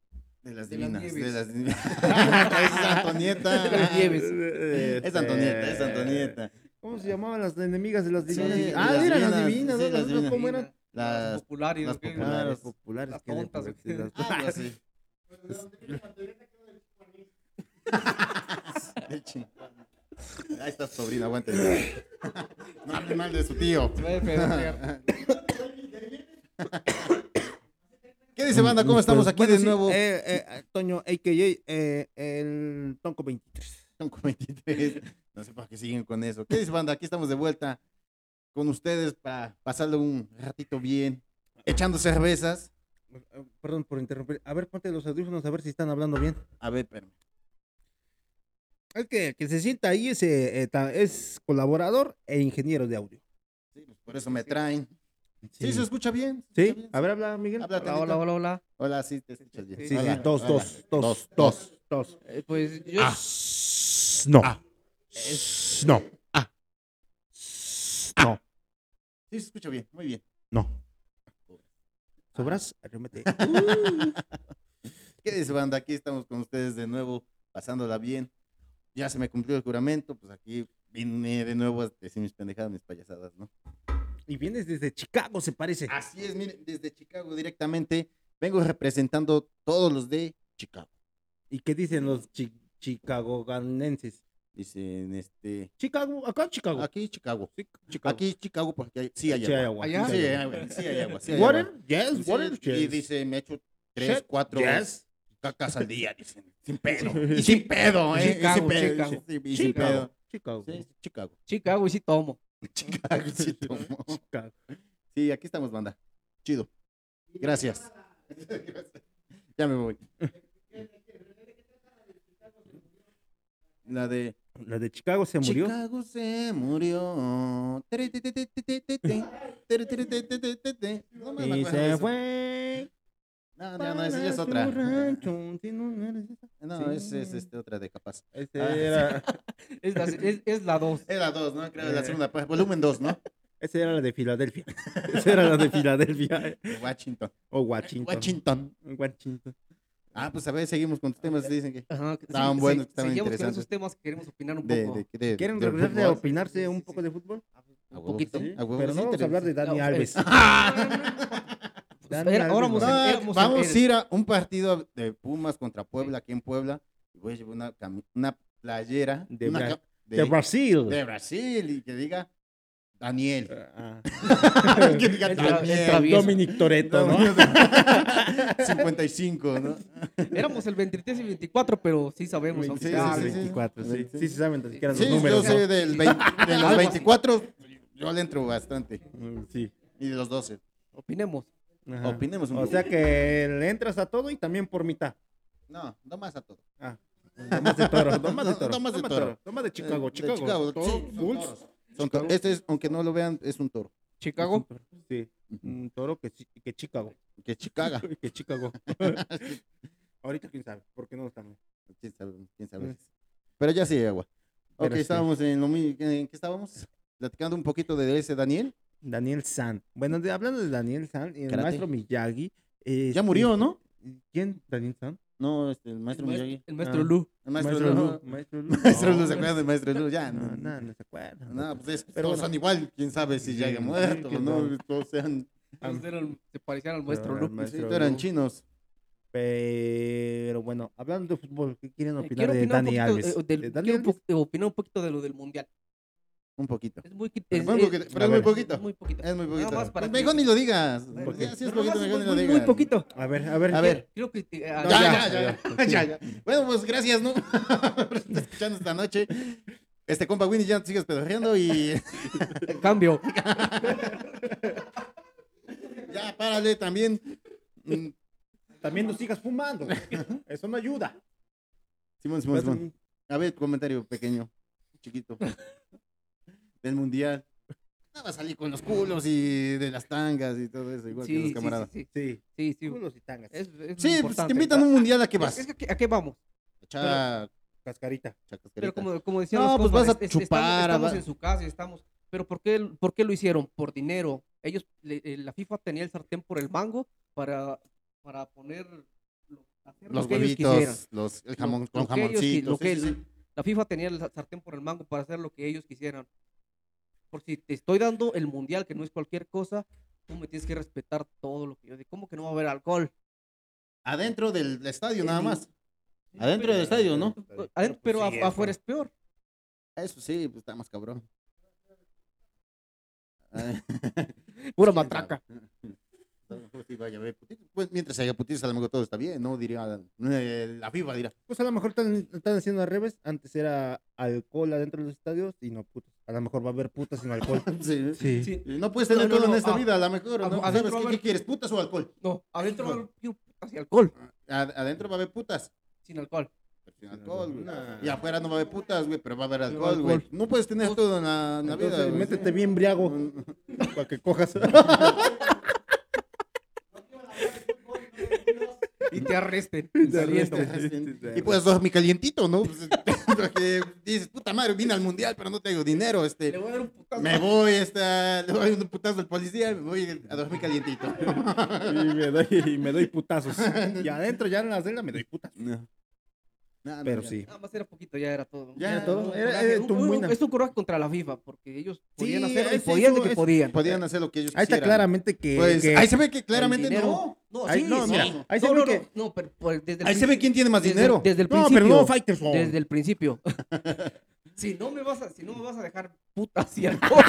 Speaker 4: las
Speaker 3: de las
Speaker 4: divinas.
Speaker 3: nieves.
Speaker 4: De las divinas. es Antonieta. Ah, Es
Speaker 1: Este,
Speaker 4: Antonieta, es Antonieta.
Speaker 1: ¿Cómo se llamaban las enemigas de las divinas?
Speaker 4: Sí,
Speaker 1: ah,
Speaker 4: las
Speaker 1: eran las divinas,
Speaker 4: divinas, sí,
Speaker 1: ¿no?
Speaker 4: las
Speaker 1: Las otras,
Speaker 4: divinas.
Speaker 1: ¿Cómo eran?
Speaker 4: Las-
Speaker 3: populares.
Speaker 4: las
Speaker 3: ¿o qué?
Speaker 1: Ah,
Speaker 4: populares.
Speaker 1: las populares.
Speaker 3: Las
Speaker 1: que pues, de
Speaker 3: tontas,
Speaker 1: por-
Speaker 3: ¿o qué?
Speaker 1: las-
Speaker 4: Algo
Speaker 3: pues
Speaker 4: así. De chingada. Ahí está su sobrina, aguante. No hable mal de su tío.
Speaker 3: Se va a defender.
Speaker 4: ¿Qué dice, banda? ¿Cómo estamos aquí
Speaker 1: Pues, Bueno,
Speaker 4: de
Speaker 1: sí,
Speaker 4: nuevo?
Speaker 1: eh, eh, eh, Toño, a.k.a. eh, el Tonco 23.
Speaker 4: Son como 23. No sé para qué siguen con eso. ¿Qué dice, banda? Aquí estamos de vuelta con ustedes para pasarle un ratito bien, echando cervezas.
Speaker 1: Eh, Perdón por interrumpir. A ver, ponte los audífonos a ver si están hablando bien.
Speaker 4: A ver, pero
Speaker 1: Es que el que se sienta ahí es, eh, eh, ta- es colaborador e ingeniero de audio.
Speaker 4: sí, pues por eso me traen. Sí, se escucha bien. ¿Se
Speaker 1: ¿Sí?
Speaker 4: escucha bien?
Speaker 1: A ver, habla, Miguel.
Speaker 4: Habla,
Speaker 3: Hola, hola, hola, hola.
Speaker 4: Hola, sí, te escuchas bien.
Speaker 1: Sí,
Speaker 3: sí,
Speaker 1: sí,
Speaker 4: Hola,
Speaker 1: dos,
Speaker 4: hola.
Speaker 1: dos, dos,
Speaker 4: dos.
Speaker 1: dos, dos.
Speaker 3: Eh, Pues
Speaker 1: Ah.
Speaker 3: yo ah.
Speaker 1: No.
Speaker 3: Es-
Speaker 1: No.
Speaker 3: ah.
Speaker 1: Ah. No.
Speaker 4: Sí, se escucha bien, muy bien.
Speaker 1: No. Sobras, arrímate.
Speaker 4: ¿Qué dice, banda? Aquí estamos con ustedes de nuevo, pasándola bien. Ya se me cumplió el juramento, pues aquí vine de nuevo a decir mis pendejadas, mis payasadas, ¿no?
Speaker 1: Y vienes desde Chicago, se parece.
Speaker 3: Ah,
Speaker 4: Así es, miren, desde Chicago directamente vengo representando todos los de Chicago.
Speaker 1: ¿Y qué dicen los chi- chicagoganenses?
Speaker 4: Dicen, este,
Speaker 1: Chicago, acá en Chicago.
Speaker 4: aquí Chicago.
Speaker 1: Sí, Chicago.
Speaker 4: Aquí Chicago, porque hay- sí
Speaker 1: Sí,
Speaker 4: hay agua.
Speaker 1: agua.
Speaker 3: ¿Allá?
Speaker 4: Sí hay agua, sí hay agua. sí hay
Speaker 1: Water,
Speaker 4: agua.
Speaker 1: yes,
Speaker 4: Sí,
Speaker 1: water,
Speaker 4: Y
Speaker 1: yes.
Speaker 4: dice, me echo tres,
Speaker 1: Shit,
Speaker 4: cuatro
Speaker 1: yes.
Speaker 4: cacas al día, dicen. Sin pedo. Y sin pedo, ¿eh? Y sin
Speaker 3: Chicago,
Speaker 4: pedo,
Speaker 3: Chicago.
Speaker 4: sí, Y sin
Speaker 1: Chicago,
Speaker 4: pedo.
Speaker 1: Chicago,
Speaker 4: Sí, Chicago.
Speaker 3: Chicago y sí tomo.
Speaker 4: Chicago, sí, tomó.
Speaker 1: Chicago.
Speaker 4: Sí, aquí estamos, banda. Chido. Gracias. ya me voy. La de
Speaker 1: La de Chicago se murió.
Speaker 4: Chicago se murió. Tere, te, te, te, te, te, te, te. Tere, tere, te, te, te, te, te. No me
Speaker 1: Y
Speaker 4: acuerdo de
Speaker 1: se
Speaker 4: eso.
Speaker 1: fue.
Speaker 4: No, no, no, esa ya es
Speaker 1: para
Speaker 4: otra.
Speaker 1: su rancho, si no, no eres esa.
Speaker 4: No, esa es este, otra de capaz.
Speaker 1: Este
Speaker 4: Ah.
Speaker 1: era-
Speaker 3: Es la, es, es la dos.
Speaker 4: Era dos, ¿no? Creo la
Speaker 1: Eh.
Speaker 4: segunda parte. Volumen dos, ¿no?
Speaker 1: Esa era la de Filadelfia. Esa era la de Filadelfia.
Speaker 4: De Washington.
Speaker 1: O Washington.
Speaker 4: Washington.
Speaker 1: Washington.
Speaker 4: Ah, pues a ver, seguimos con tus temas. Dicen que.
Speaker 3: Ajá, que
Speaker 4: Estaban buenos, estaban
Speaker 3: seguimos con
Speaker 4: interesantes.
Speaker 3: esos temas que queremos opinar un
Speaker 4: De,
Speaker 3: poco.
Speaker 4: de, de,
Speaker 1: ¿Quieren
Speaker 4: del
Speaker 1: regresar a
Speaker 4: fútbol.
Speaker 1: opinarse
Speaker 3: Sí,
Speaker 1: un
Speaker 3: sí,
Speaker 1: poco
Speaker 3: sí. Ah,
Speaker 1: de fútbol?
Speaker 4: A huevo,
Speaker 3: poquito.
Speaker 4: sí.
Speaker 1: Sí,
Speaker 4: A huevo,
Speaker 1: Pero
Speaker 4: sí,
Speaker 1: no vamos a hablar de Dani
Speaker 3: No, pues,
Speaker 1: Alves. Dani
Speaker 3: Era- ahora
Speaker 1: Alves,
Speaker 3: vamos
Speaker 1: no.
Speaker 3: a-
Speaker 4: Ah,
Speaker 3: éramos
Speaker 4: vamos
Speaker 3: en-
Speaker 4: a ir a un partido de Pumas contra Puebla, aquí en Puebla. Y voy a llevar una, cami- una playera
Speaker 1: De
Speaker 4: una
Speaker 1: Bra-
Speaker 4: cap- de,
Speaker 1: De Brasil.
Speaker 4: de Brasil y que diga Daniel.
Speaker 1: Ah,
Speaker 4: que diga
Speaker 3: Entra- entra
Speaker 4: Daniel.
Speaker 3: bien.
Speaker 1: Dominic Toretto, ¿no?
Speaker 4: 55, ¿no?
Speaker 3: Éramos el 23 y 24, pero sí sabemos. aunque
Speaker 4: Sí,
Speaker 3: sea
Speaker 1: Ah,
Speaker 4: sí,
Speaker 3: algo.
Speaker 4: sí.
Speaker 1: 24, sí.
Speaker 4: Sí.
Speaker 1: Sí, se saben que eran
Speaker 4: Sí,
Speaker 1: los números.
Speaker 4: yo soy
Speaker 1: ¿no?
Speaker 4: del vein- de los
Speaker 3: Algo así.
Speaker 4: 24, yo le entro bastante.
Speaker 1: Mm, Sí.
Speaker 4: Y de los 12.
Speaker 3: Opinemos.
Speaker 1: Ajá.
Speaker 4: Opinemos un
Speaker 1: O
Speaker 4: poco.
Speaker 1: sea que le entras a todo y también por mitad.
Speaker 4: No, no más a todo.
Speaker 1: Ah. Nomás de toro, nomás de
Speaker 4: No,
Speaker 1: toro.
Speaker 4: nomás de
Speaker 1: nomás
Speaker 4: toro.
Speaker 1: nomás de Chicago,
Speaker 4: Eh, de
Speaker 1: Chicago.
Speaker 4: Chicago,
Speaker 1: Toro,
Speaker 4: sí, son
Speaker 1: Bulls.
Speaker 4: toros. Son toros. Este es, aunque no lo vean, es un toro.
Speaker 3: Chicago.
Speaker 1: Sí, un toro que, sí- que Chicago.
Speaker 4: Que Chicago.
Speaker 1: Que Chicago. Ahorita quién sabe, porque no estamos.
Speaker 4: quién sabe, quién sabe. Pero ya sí, agua. Ok,
Speaker 1: Pero sí.
Speaker 4: estábamos en lo mismo. ¿En qué estábamos? Platicando un poquito de ese Daniel.
Speaker 1: Daniel San. Bueno, de- hablando de Daniel San, el
Speaker 4: Karate.
Speaker 1: maestro Miyagi. eh,
Speaker 4: Ya murió, ¿no?
Speaker 1: ¿Quién? ¿Daniel San?
Speaker 4: No, este, el maestro Miyagi.
Speaker 3: El maestro
Speaker 1: Ah.
Speaker 3: Lu.
Speaker 4: El maestro,
Speaker 1: Maestro
Speaker 4: Lu.
Speaker 1: Lu, Maestro Lu.
Speaker 4: Maestro
Speaker 1: No,
Speaker 4: Lu, ¿se acuerdan del maestro Lu? Ya,
Speaker 1: No, no, no se acuerda.
Speaker 4: No, pues es,
Speaker 1: Pero
Speaker 4: todos
Speaker 1: bueno.
Speaker 4: son igual, quién sabe si ya haya
Speaker 1: Sí,
Speaker 4: muerto
Speaker 1: que
Speaker 4: o no,
Speaker 1: no.
Speaker 4: todos sean,
Speaker 1: Ah.
Speaker 3: Todos eran- se parecían al maestro
Speaker 1: Pero
Speaker 3: Lu.
Speaker 1: al
Speaker 4: sí,
Speaker 1: maestro
Speaker 4: todos eran
Speaker 1: Lu.
Speaker 4: chinos.
Speaker 1: Pero bueno, hablando de fútbol, ¿qué quieren
Speaker 3: Eh,
Speaker 1: opinar
Speaker 3: quiero
Speaker 1: de
Speaker 3: opinar un
Speaker 1: Dani
Speaker 3: poquito,
Speaker 1: Alves?
Speaker 3: eh, del-
Speaker 1: ¿De Dani
Speaker 3: quiero un
Speaker 1: Alves?
Speaker 3: po- eh, opinar un poquito de lo del mundial.
Speaker 4: Un poquito.
Speaker 3: Es muy, qui-
Speaker 4: Pero
Speaker 3: es-
Speaker 4: muy
Speaker 3: es-
Speaker 4: poquito, pero
Speaker 3: a
Speaker 4: es
Speaker 1: muy
Speaker 3: ver,
Speaker 4: poquito.
Speaker 3: Es muy poquito.
Speaker 4: Es muy
Speaker 3: Nada
Speaker 4: poquito.
Speaker 3: más para
Speaker 4: Pues
Speaker 3: que-
Speaker 4: mejor ni lo digas.
Speaker 3: Nada más,
Speaker 4: Ya, si es
Speaker 3: nada más
Speaker 4: poquito,
Speaker 3: es
Speaker 4: mejor ni lo
Speaker 3: muy-
Speaker 4: digas.
Speaker 3: Muy poquito.
Speaker 1: A ver, a ver.
Speaker 4: A ver.
Speaker 3: Creo que te- ah,
Speaker 4: No,
Speaker 3: ya.
Speaker 4: ya, ya, ya,
Speaker 1: ya,
Speaker 4: ya, ya. Bueno, pues gracias, ¿no? Por estar escuchando esta noche. Este compa Winnie, ya no te sigas pedorreando y
Speaker 3: Cambio.
Speaker 4: ya párale también. Mm,
Speaker 1: También no sigas fumando. Eso no ayuda.
Speaker 4: Simón, Simón, Simón. A ver, comentario pequeño, chiquito. Del mundial. No va a salir con los culos y de las tangas y todo eso, igual
Speaker 3: Sí,
Speaker 4: que los
Speaker 3: sí,
Speaker 4: camaradas.
Speaker 3: sí,
Speaker 1: Sí.
Speaker 3: sí, sí, sí.
Speaker 1: Culos y tangas.
Speaker 3: Es, es
Speaker 4: Sí,
Speaker 3: muy
Speaker 4: pues te
Speaker 3: importante.
Speaker 4: invitan a un mundial, ¿a qué vas?
Speaker 3: Es que, ¿A qué vamos?
Speaker 4: Echar
Speaker 1: Cascarita.
Speaker 3: Pero
Speaker 4: chacascarita.
Speaker 3: como, como decían
Speaker 4: No,
Speaker 3: los
Speaker 4: pues
Speaker 3: compas,
Speaker 4: vas a
Speaker 3: es- es-
Speaker 4: chupar,
Speaker 3: Estamos, estamos
Speaker 4: va-
Speaker 3: en su casa, estamos... Pero ¿por qué, por qué lo hicieron? Por dinero. Ellos, le- eh, la FIFA tenía el sartén por el mango para, para poner... lo- hacer lo
Speaker 4: los
Speaker 3: que ellos quisieran.
Speaker 4: huevitos, los, el jamón,
Speaker 3: Lo-
Speaker 4: con
Speaker 3: lo que ellos qui-
Speaker 4: jamoncitos.
Speaker 3: lo que
Speaker 4: sí, sí,
Speaker 3: el- La FIFA tenía el sartén por el mango para hacer lo que ellos quisieran. Por si te estoy dando el mundial, que no es cualquier cosa, tú me tienes que respetar todo lo que yo digo. ¿Cómo que no va a haber alcohol?
Speaker 4: Adentro del estadio, nada
Speaker 3: Sí.
Speaker 4: más. Adentro del estadio, ¿no?
Speaker 3: Adentro, pero
Speaker 1: pues sí,
Speaker 3: a-
Speaker 1: eso.
Speaker 3: afuera es peor.
Speaker 4: Eso sí, pues está más cabrón.
Speaker 3: Pura
Speaker 4: Sí,
Speaker 3: matraca.
Speaker 4: a lo mejor sí vaya a haber putizas. Pues mientras haya putizas, a lo mejor todo está bien, ¿no? Diría eh, la FIFA, dirá.
Speaker 1: Pues a lo mejor están, están haciendo al revés. Antes era alcohol adentro de los estadios y no putas. A lo mejor va a haber putas sin alcohol.
Speaker 4: Sí.
Speaker 1: Sí.
Speaker 3: Sí.
Speaker 4: Y No puedes tener
Speaker 3: No, no,
Speaker 4: todo
Speaker 3: no,
Speaker 4: en esta
Speaker 3: a-
Speaker 4: vida, a lo mejor.
Speaker 3: a-
Speaker 4: ¿no?
Speaker 3: adentro
Speaker 4: ¿Sabes
Speaker 3: va a
Speaker 4: qué,
Speaker 3: haber-
Speaker 4: qué quieres? ¿Putas o alcohol?
Speaker 3: No, adentro va a
Speaker 4: Hijo.
Speaker 3: haber puro putas y alcohol.
Speaker 4: Ad- adentro va a haber putas.
Speaker 3: Sin alcohol.
Speaker 4: pero Sin alcohol, güey.
Speaker 1: Nah.
Speaker 4: Y afuera no va a haber putas, güey, pero va a haber
Speaker 3: Pero
Speaker 4: alcohol, güey.
Speaker 3: alcohol. Pues,
Speaker 4: No puedes tener todo en la, en la
Speaker 1: Entonces,
Speaker 4: vida, güey.
Speaker 1: métete bien embriago para que cojas.
Speaker 3: Y te arresten.
Speaker 1: Te
Speaker 3: saliendo.
Speaker 1: arresten.
Speaker 4: Y pues puedes dormir calientito, ¿no? Pues, porque dices, puta madre, vine al mundial, pero no tengo dinero, este.
Speaker 3: Le voy a dar un putazo.
Speaker 4: Me voy, esta, le doy un putazo al policía y me voy a dormir calientito.
Speaker 1: y, me doy, y me doy putazos. Y adentro ya en la celda me doy putas.
Speaker 4: No. No, no,
Speaker 1: Pero
Speaker 4: ya.
Speaker 1: sí.
Speaker 3: Nada más era poquito, ya era todo.
Speaker 4: Ya
Speaker 1: Era todo.
Speaker 4: no,
Speaker 1: Era,
Speaker 3: Coraje,
Speaker 1: era
Speaker 3: un-
Speaker 1: tu
Speaker 3: un-
Speaker 1: buena.
Speaker 3: Es un coraje contra la FIFA, porque ellos podían
Speaker 4: Sí,
Speaker 3: hacerlo y
Speaker 4: es
Speaker 3: podían de
Speaker 4: eso,
Speaker 3: que
Speaker 4: es-
Speaker 3: podían.
Speaker 4: Podían hacer lo que ellos
Speaker 1: Ahí está
Speaker 4: quisieran.
Speaker 1: claramente que.
Speaker 4: Pues,
Speaker 1: que-
Speaker 4: ahí se ve que claramente
Speaker 3: dinero.
Speaker 4: no.
Speaker 3: No,
Speaker 1: Ahí-
Speaker 3: sí,
Speaker 1: no,
Speaker 3: sí.
Speaker 1: mira,
Speaker 3: no,
Speaker 1: ahí se
Speaker 3: no,
Speaker 1: ve
Speaker 3: no,
Speaker 1: que-
Speaker 3: no, pero pues, desde el
Speaker 4: Ahí se ve
Speaker 3: principio-
Speaker 4: quién tiene más
Speaker 3: desde-
Speaker 4: dinero.
Speaker 3: Desde el
Speaker 1: no,
Speaker 3: principio.
Speaker 1: pero no fighters. oh.
Speaker 3: Desde el principio. si, no me vas a, si no me vas a dejar putas y alcohol,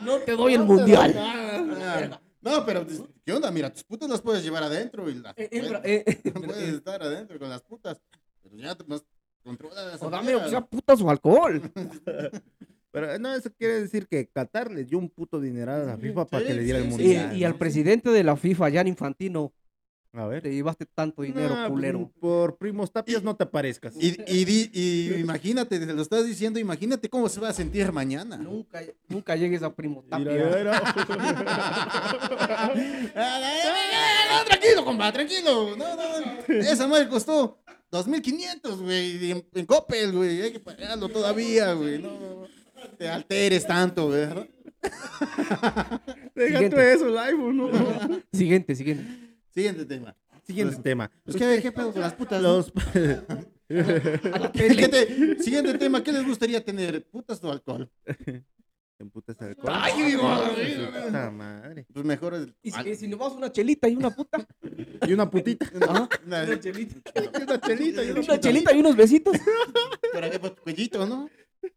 Speaker 3: no te doy el
Speaker 4: No te
Speaker 3: mundial.
Speaker 4: dan nada. No, pero pues, ¿qué onda? Mira, tus putas las puedes llevar adentro y las
Speaker 3: Eh, eh, bra-
Speaker 4: puedes,
Speaker 3: eh, eh,
Speaker 4: puedes estar adentro con las putas. Pero ya te más controlas.
Speaker 3: o dame, o sea, putas o alcohol.
Speaker 1: Pero eh, no, eso quiere decir que Qatar le dio un puto dineral a la FIFA para
Speaker 4: Sí,
Speaker 1: que le diera
Speaker 4: sí,
Speaker 1: el
Speaker 4: sí,
Speaker 3: Y,
Speaker 1: mundial.
Speaker 3: Eh, y al presidente de la FIFA, Jan Infantino,
Speaker 1: A ver.
Speaker 3: te llevaste tanto dinero,
Speaker 1: Nah,
Speaker 3: culero.
Speaker 1: Por primos tapias no te aparezcas.
Speaker 4: Y, y, di- y imagínate, te lo estás diciendo, imagínate cómo se va a sentir mañana.
Speaker 3: Nunca, nunca llegues a Primo Tapia.
Speaker 1: Mira, mira.
Speaker 4: Ah, no, no, no, tranquilo, compa, tranquilo. No, no, no. Esa madre costó 2.500, güey, en, en Coppel, güey. Hay que pagarlo todavía, güey. No, no, no te alteres tanto, güey. ¿no?
Speaker 1: Deja tú
Speaker 3: Siguiente.
Speaker 1: eso, el iPhone, ¿no?
Speaker 3: Siguiente, siguiente.
Speaker 4: Siguiente tema.
Speaker 1: Siguiente tema.
Speaker 4: Pues, ¿qué, qué pedo con las putas? no?
Speaker 1: Los...
Speaker 4: ¿Qué te- siguiente tema, ¿qué les gustaría tener? ¿Putas o alcohol?
Speaker 1: En putas alcohol.
Speaker 4: Ay, digo,
Speaker 1: Su puta madre.
Speaker 4: pues mejor el-
Speaker 3: Y si,
Speaker 4: al-
Speaker 3: y si nos vas una chelita y una puta.
Speaker 1: Y una putita.
Speaker 4: ¿no? Una-
Speaker 3: Una chelita.
Speaker 1: una chelita. y
Speaker 3: Una chelita y unos besitos.
Speaker 4: Por acá, por tu cuellito, ¿no?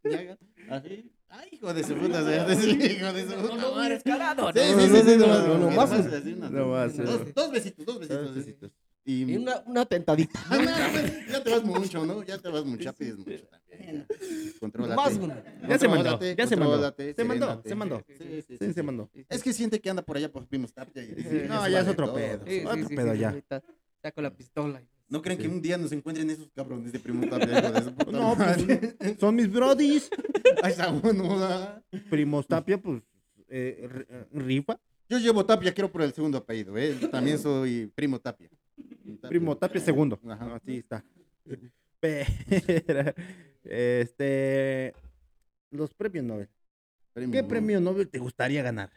Speaker 4: Ya, Así. Ay, hijo de su puta, madre, sí, hijo de su puta madre.
Speaker 3: descarado.
Speaker 4: Sí,
Speaker 1: no,
Speaker 4: sí,
Speaker 1: no,
Speaker 4: sí, sí,
Speaker 1: no, no, no,
Speaker 4: nomás, nomás,
Speaker 1: más,
Speaker 4: así, unas-
Speaker 1: No más.
Speaker 3: Dos-
Speaker 1: eh.
Speaker 4: Dos, dos besitos, dos besitos.
Speaker 1: Dos
Speaker 4: así.
Speaker 1: besitos.
Speaker 4: Y,
Speaker 3: Y una, una tentadita.
Speaker 4: Ah, no, pues, ya te vas mucho, ¿no? Ya te vas mucho, pides mucho también. ya. Contrólate.
Speaker 3: Más una.
Speaker 1: Ya se mandó.
Speaker 4: Contrólate,
Speaker 1: Ya se mandó.
Speaker 4: contrólate,
Speaker 1: Se mandó.
Speaker 4: serénate.
Speaker 1: Se mandó.
Speaker 4: Sí, sí, sí,
Speaker 1: Sí,
Speaker 4: sí.
Speaker 1: se mandó. Eh,
Speaker 4: Es que siente que anda por allá pues, por Primos Tapia. y-
Speaker 3: Sí,
Speaker 4: y
Speaker 1: no,
Speaker 4: se
Speaker 1: ya es
Speaker 4: vale
Speaker 1: otro
Speaker 4: todo.
Speaker 1: pedo.
Speaker 3: Sí, sí,
Speaker 1: Otro
Speaker 3: sí,
Speaker 1: pedo
Speaker 3: sí,
Speaker 1: ya.
Speaker 3: ahorita Está con la pistola.
Speaker 4: ¿No creen que
Speaker 1: Sí.
Speaker 4: un día nos encuentren esos cabrones de Primos Tapia? hijo de su puta
Speaker 1: No,
Speaker 4: madre?
Speaker 1: pues, son mis brodies.
Speaker 4: Ay, Saúl, no, ah.
Speaker 1: Primos tapia, pues, eh, r- eh, rifa.
Speaker 4: Yo llevo Tapia, quiero por el segundo apellido, ¿eh? También soy Primo Tapia.
Speaker 1: Primo tapia Ah. segundo.
Speaker 4: Ajá.
Speaker 1: Así está. Pero, este... Los premios Nobel. ¿Qué premio Nobel te gustaría ganar?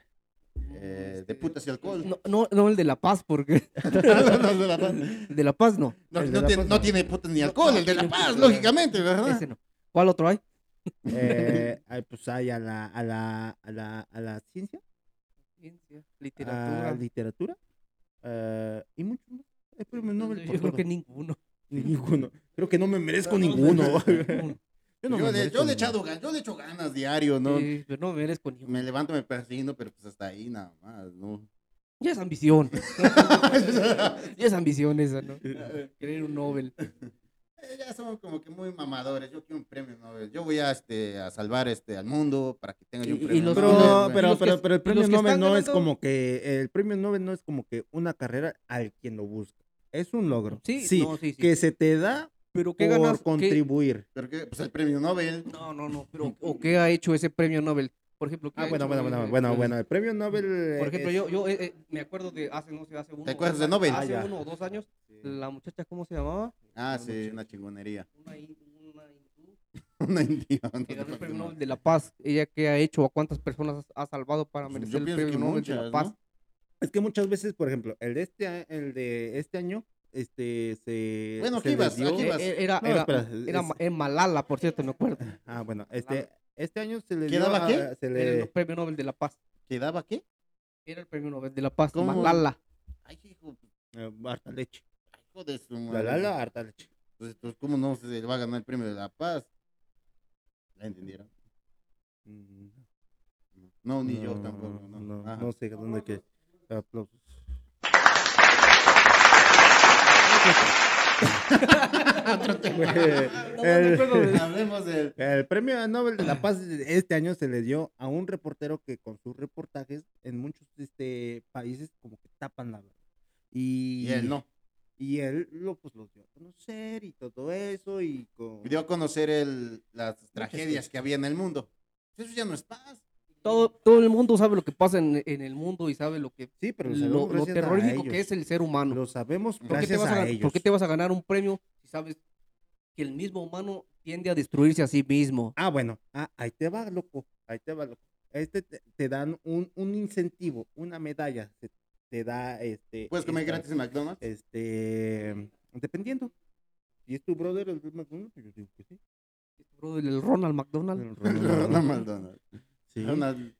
Speaker 4: Eh, de putas y alcohol.
Speaker 3: Este, No, no, no el de La Paz, porque
Speaker 4: Los de La Paz.
Speaker 3: el de La Paz no.
Speaker 4: No,
Speaker 1: El de
Speaker 4: no
Speaker 1: La
Speaker 4: tiene,
Speaker 1: Paz,
Speaker 4: no
Speaker 1: no.
Speaker 4: tiene putas ni alcohol, el de La Paz, lógicamente, ¿verdad?
Speaker 3: Ese no. ¿Cuál otro hay?
Speaker 1: Eh, ay, pues hay a la, a la, a la, a la ciencia,
Speaker 3: Ciencia,
Speaker 1: a
Speaker 3: literatura.
Speaker 4: Ah,
Speaker 1: la literatura eh, y mucho más. Hay premios Nobel por
Speaker 3: Yo creo
Speaker 1: todo.
Speaker 3: que ninguno.
Speaker 1: Ninguno. Creo que no me merezco
Speaker 3: No, no,
Speaker 1: ninguno.
Speaker 3: ninguno.
Speaker 1: Yo
Speaker 4: Yo,
Speaker 1: no me
Speaker 4: le,
Speaker 1: merezco
Speaker 4: yo le
Speaker 1: nada.
Speaker 4: he echado ganas, yo le echo ganas diario, ¿no?
Speaker 3: Sí, pero no me eres con
Speaker 4: Me levanto, me persino, pero pues hasta ahí nada más, ¿no?
Speaker 3: Ya es ambición. ya es ambición esa, ¿no? Querer un Nobel.
Speaker 4: Eh, ya son como que muy mamadores. Yo quiero un premio Nobel. Yo voy a, este, a salvar este, al mundo para que tenga yo un
Speaker 3: Y- y
Speaker 4: premio
Speaker 3: los-
Speaker 4: Nobel.
Speaker 1: Pero,
Speaker 4: güey.
Speaker 1: pero,
Speaker 3: los que-
Speaker 1: pero, pero el
Speaker 3: y los
Speaker 1: premio
Speaker 3: que
Speaker 1: Nobel
Speaker 3: están
Speaker 1: no es
Speaker 3: ganando-
Speaker 1: como que el premio Nobel no es como que una carrera al quien lo busca. Es un logro.
Speaker 3: Sí, no, sí, sí.
Speaker 1: que se te da
Speaker 3: pero
Speaker 1: por
Speaker 3: ¿qué ganas? ¿Qué-
Speaker 1: contribuir.
Speaker 4: Pero que, pues el premio Nobel.
Speaker 3: No, no, no, pero ¿o qué ha hecho ese premio Nobel? Por ejemplo, ¿qué
Speaker 1: Ah,
Speaker 3: ha
Speaker 1: bueno,
Speaker 3: hecho,
Speaker 1: bueno,
Speaker 3: eh,
Speaker 1: bueno,
Speaker 3: eh,
Speaker 1: bueno,
Speaker 3: eh,
Speaker 1: bueno. El premio Nobel.
Speaker 3: Por ejemplo,
Speaker 1: es-
Speaker 3: yo, yo eh, eh, me acuerdo de hace, no sé, hace uno.
Speaker 4: ¿Te acuerdas
Speaker 3: o
Speaker 4: de
Speaker 3: sea,
Speaker 4: Nobel?
Speaker 3: Hace
Speaker 1: Ah, ya.
Speaker 3: uno o dos años, la muchacha, ¿cómo se llamaba?
Speaker 4: Ah, sí, una chingonería.
Speaker 3: Una, in- una hindú
Speaker 4: Una indiana.
Speaker 3: que ganó el premio Nobel de la Paz. ¿Ella qué ha hecho? ¿A cuántas personas ha salvado para
Speaker 4: Pues,
Speaker 3: merecer
Speaker 4: yo
Speaker 3: el
Speaker 4: pienso
Speaker 3: premio
Speaker 4: que
Speaker 3: Nobel de
Speaker 4: muchas,
Speaker 3: la Paz?
Speaker 4: ¿no?
Speaker 1: Es que muchas veces, por ejemplo, el de este, a- el de este año, este se.
Speaker 4: Bueno,
Speaker 1: se
Speaker 4: aquí vas,
Speaker 1: les dio- e-,
Speaker 4: aquí
Speaker 3: Eh,
Speaker 4: vas.
Speaker 3: eh, Era,
Speaker 1: No,
Speaker 3: era,
Speaker 1: espera,
Speaker 3: era
Speaker 1: es-
Speaker 3: Ma- eh, Malala, por cierto, me acuerdo.
Speaker 1: Ah, bueno, este, este año se le
Speaker 4: ¿Qué
Speaker 1: dio a-
Speaker 4: daba qué?
Speaker 1: se
Speaker 3: Era
Speaker 1: le-
Speaker 3: el premio Nobel de la Paz.
Speaker 4: ¿Quedaba qué?
Speaker 3: Era el premio Nobel de la Paz.
Speaker 4: ¿Cómo?
Speaker 3: Malala.
Speaker 4: Ay, hijo,
Speaker 1: eh, harta leche.
Speaker 4: hijo de su
Speaker 1: La
Speaker 4: madre.
Speaker 1: la la, harta leche.
Speaker 4: Pues, pues, ¿cómo no se va a ganar el premio de la paz? ¿La entendieron?
Speaker 1: Mm,
Speaker 4: No, ni
Speaker 1: no,
Speaker 4: yo tampoco. No,
Speaker 1: No,
Speaker 4: Ajá.
Speaker 1: no sé dónde que. Aplausos.
Speaker 3: No,
Speaker 1: El-
Speaker 3: me acuerdo de-
Speaker 4: Hablemos del.
Speaker 1: El premio Nobel de la Paz de este año se le dio a un reportero que con sus reportajes en muchos este, países como que tapan la verdad. Y,
Speaker 4: Y él no.
Speaker 1: Y él lo, pues, lo dio a conocer y todo eso y con...
Speaker 4: Dio a conocer el, las
Speaker 1: pues,
Speaker 4: tragedias que había en el mundo. Eso ya no es paz.
Speaker 3: todo, todo el mundo sabe lo que pasa en, en el mundo y sabe lo que
Speaker 1: Sí, pero
Speaker 3: lo, lo terrorífico que es el ser humano.
Speaker 1: Lo sabemos
Speaker 4: ¿Por qué te
Speaker 3: ¿Por
Speaker 1: gracias
Speaker 3: qué, te vas a,
Speaker 1: a,
Speaker 3: gan-
Speaker 1: ellos.
Speaker 3: por qué te vas a ganar un premio si sabes que el mismo humano tiende a destruirse a sí mismo?
Speaker 1: Ah, bueno, ah, ahí te va, loco, ahí te va, loco. Este te, te dan un, un incentivo, una medalla, te, te da este...
Speaker 4: Puedes comer
Speaker 1: esta-
Speaker 4: gratis en McDonald's.
Speaker 1: Este, dependiendo. Si es tu brother el del McDonald's, pues yo digo que sí.
Speaker 3: Bro, El Ronald McDonald,
Speaker 1: El
Speaker 4: Ronald
Speaker 1: Ronald, Ah,
Speaker 4: McDonald.
Speaker 1: sí.
Speaker 4: Ronald-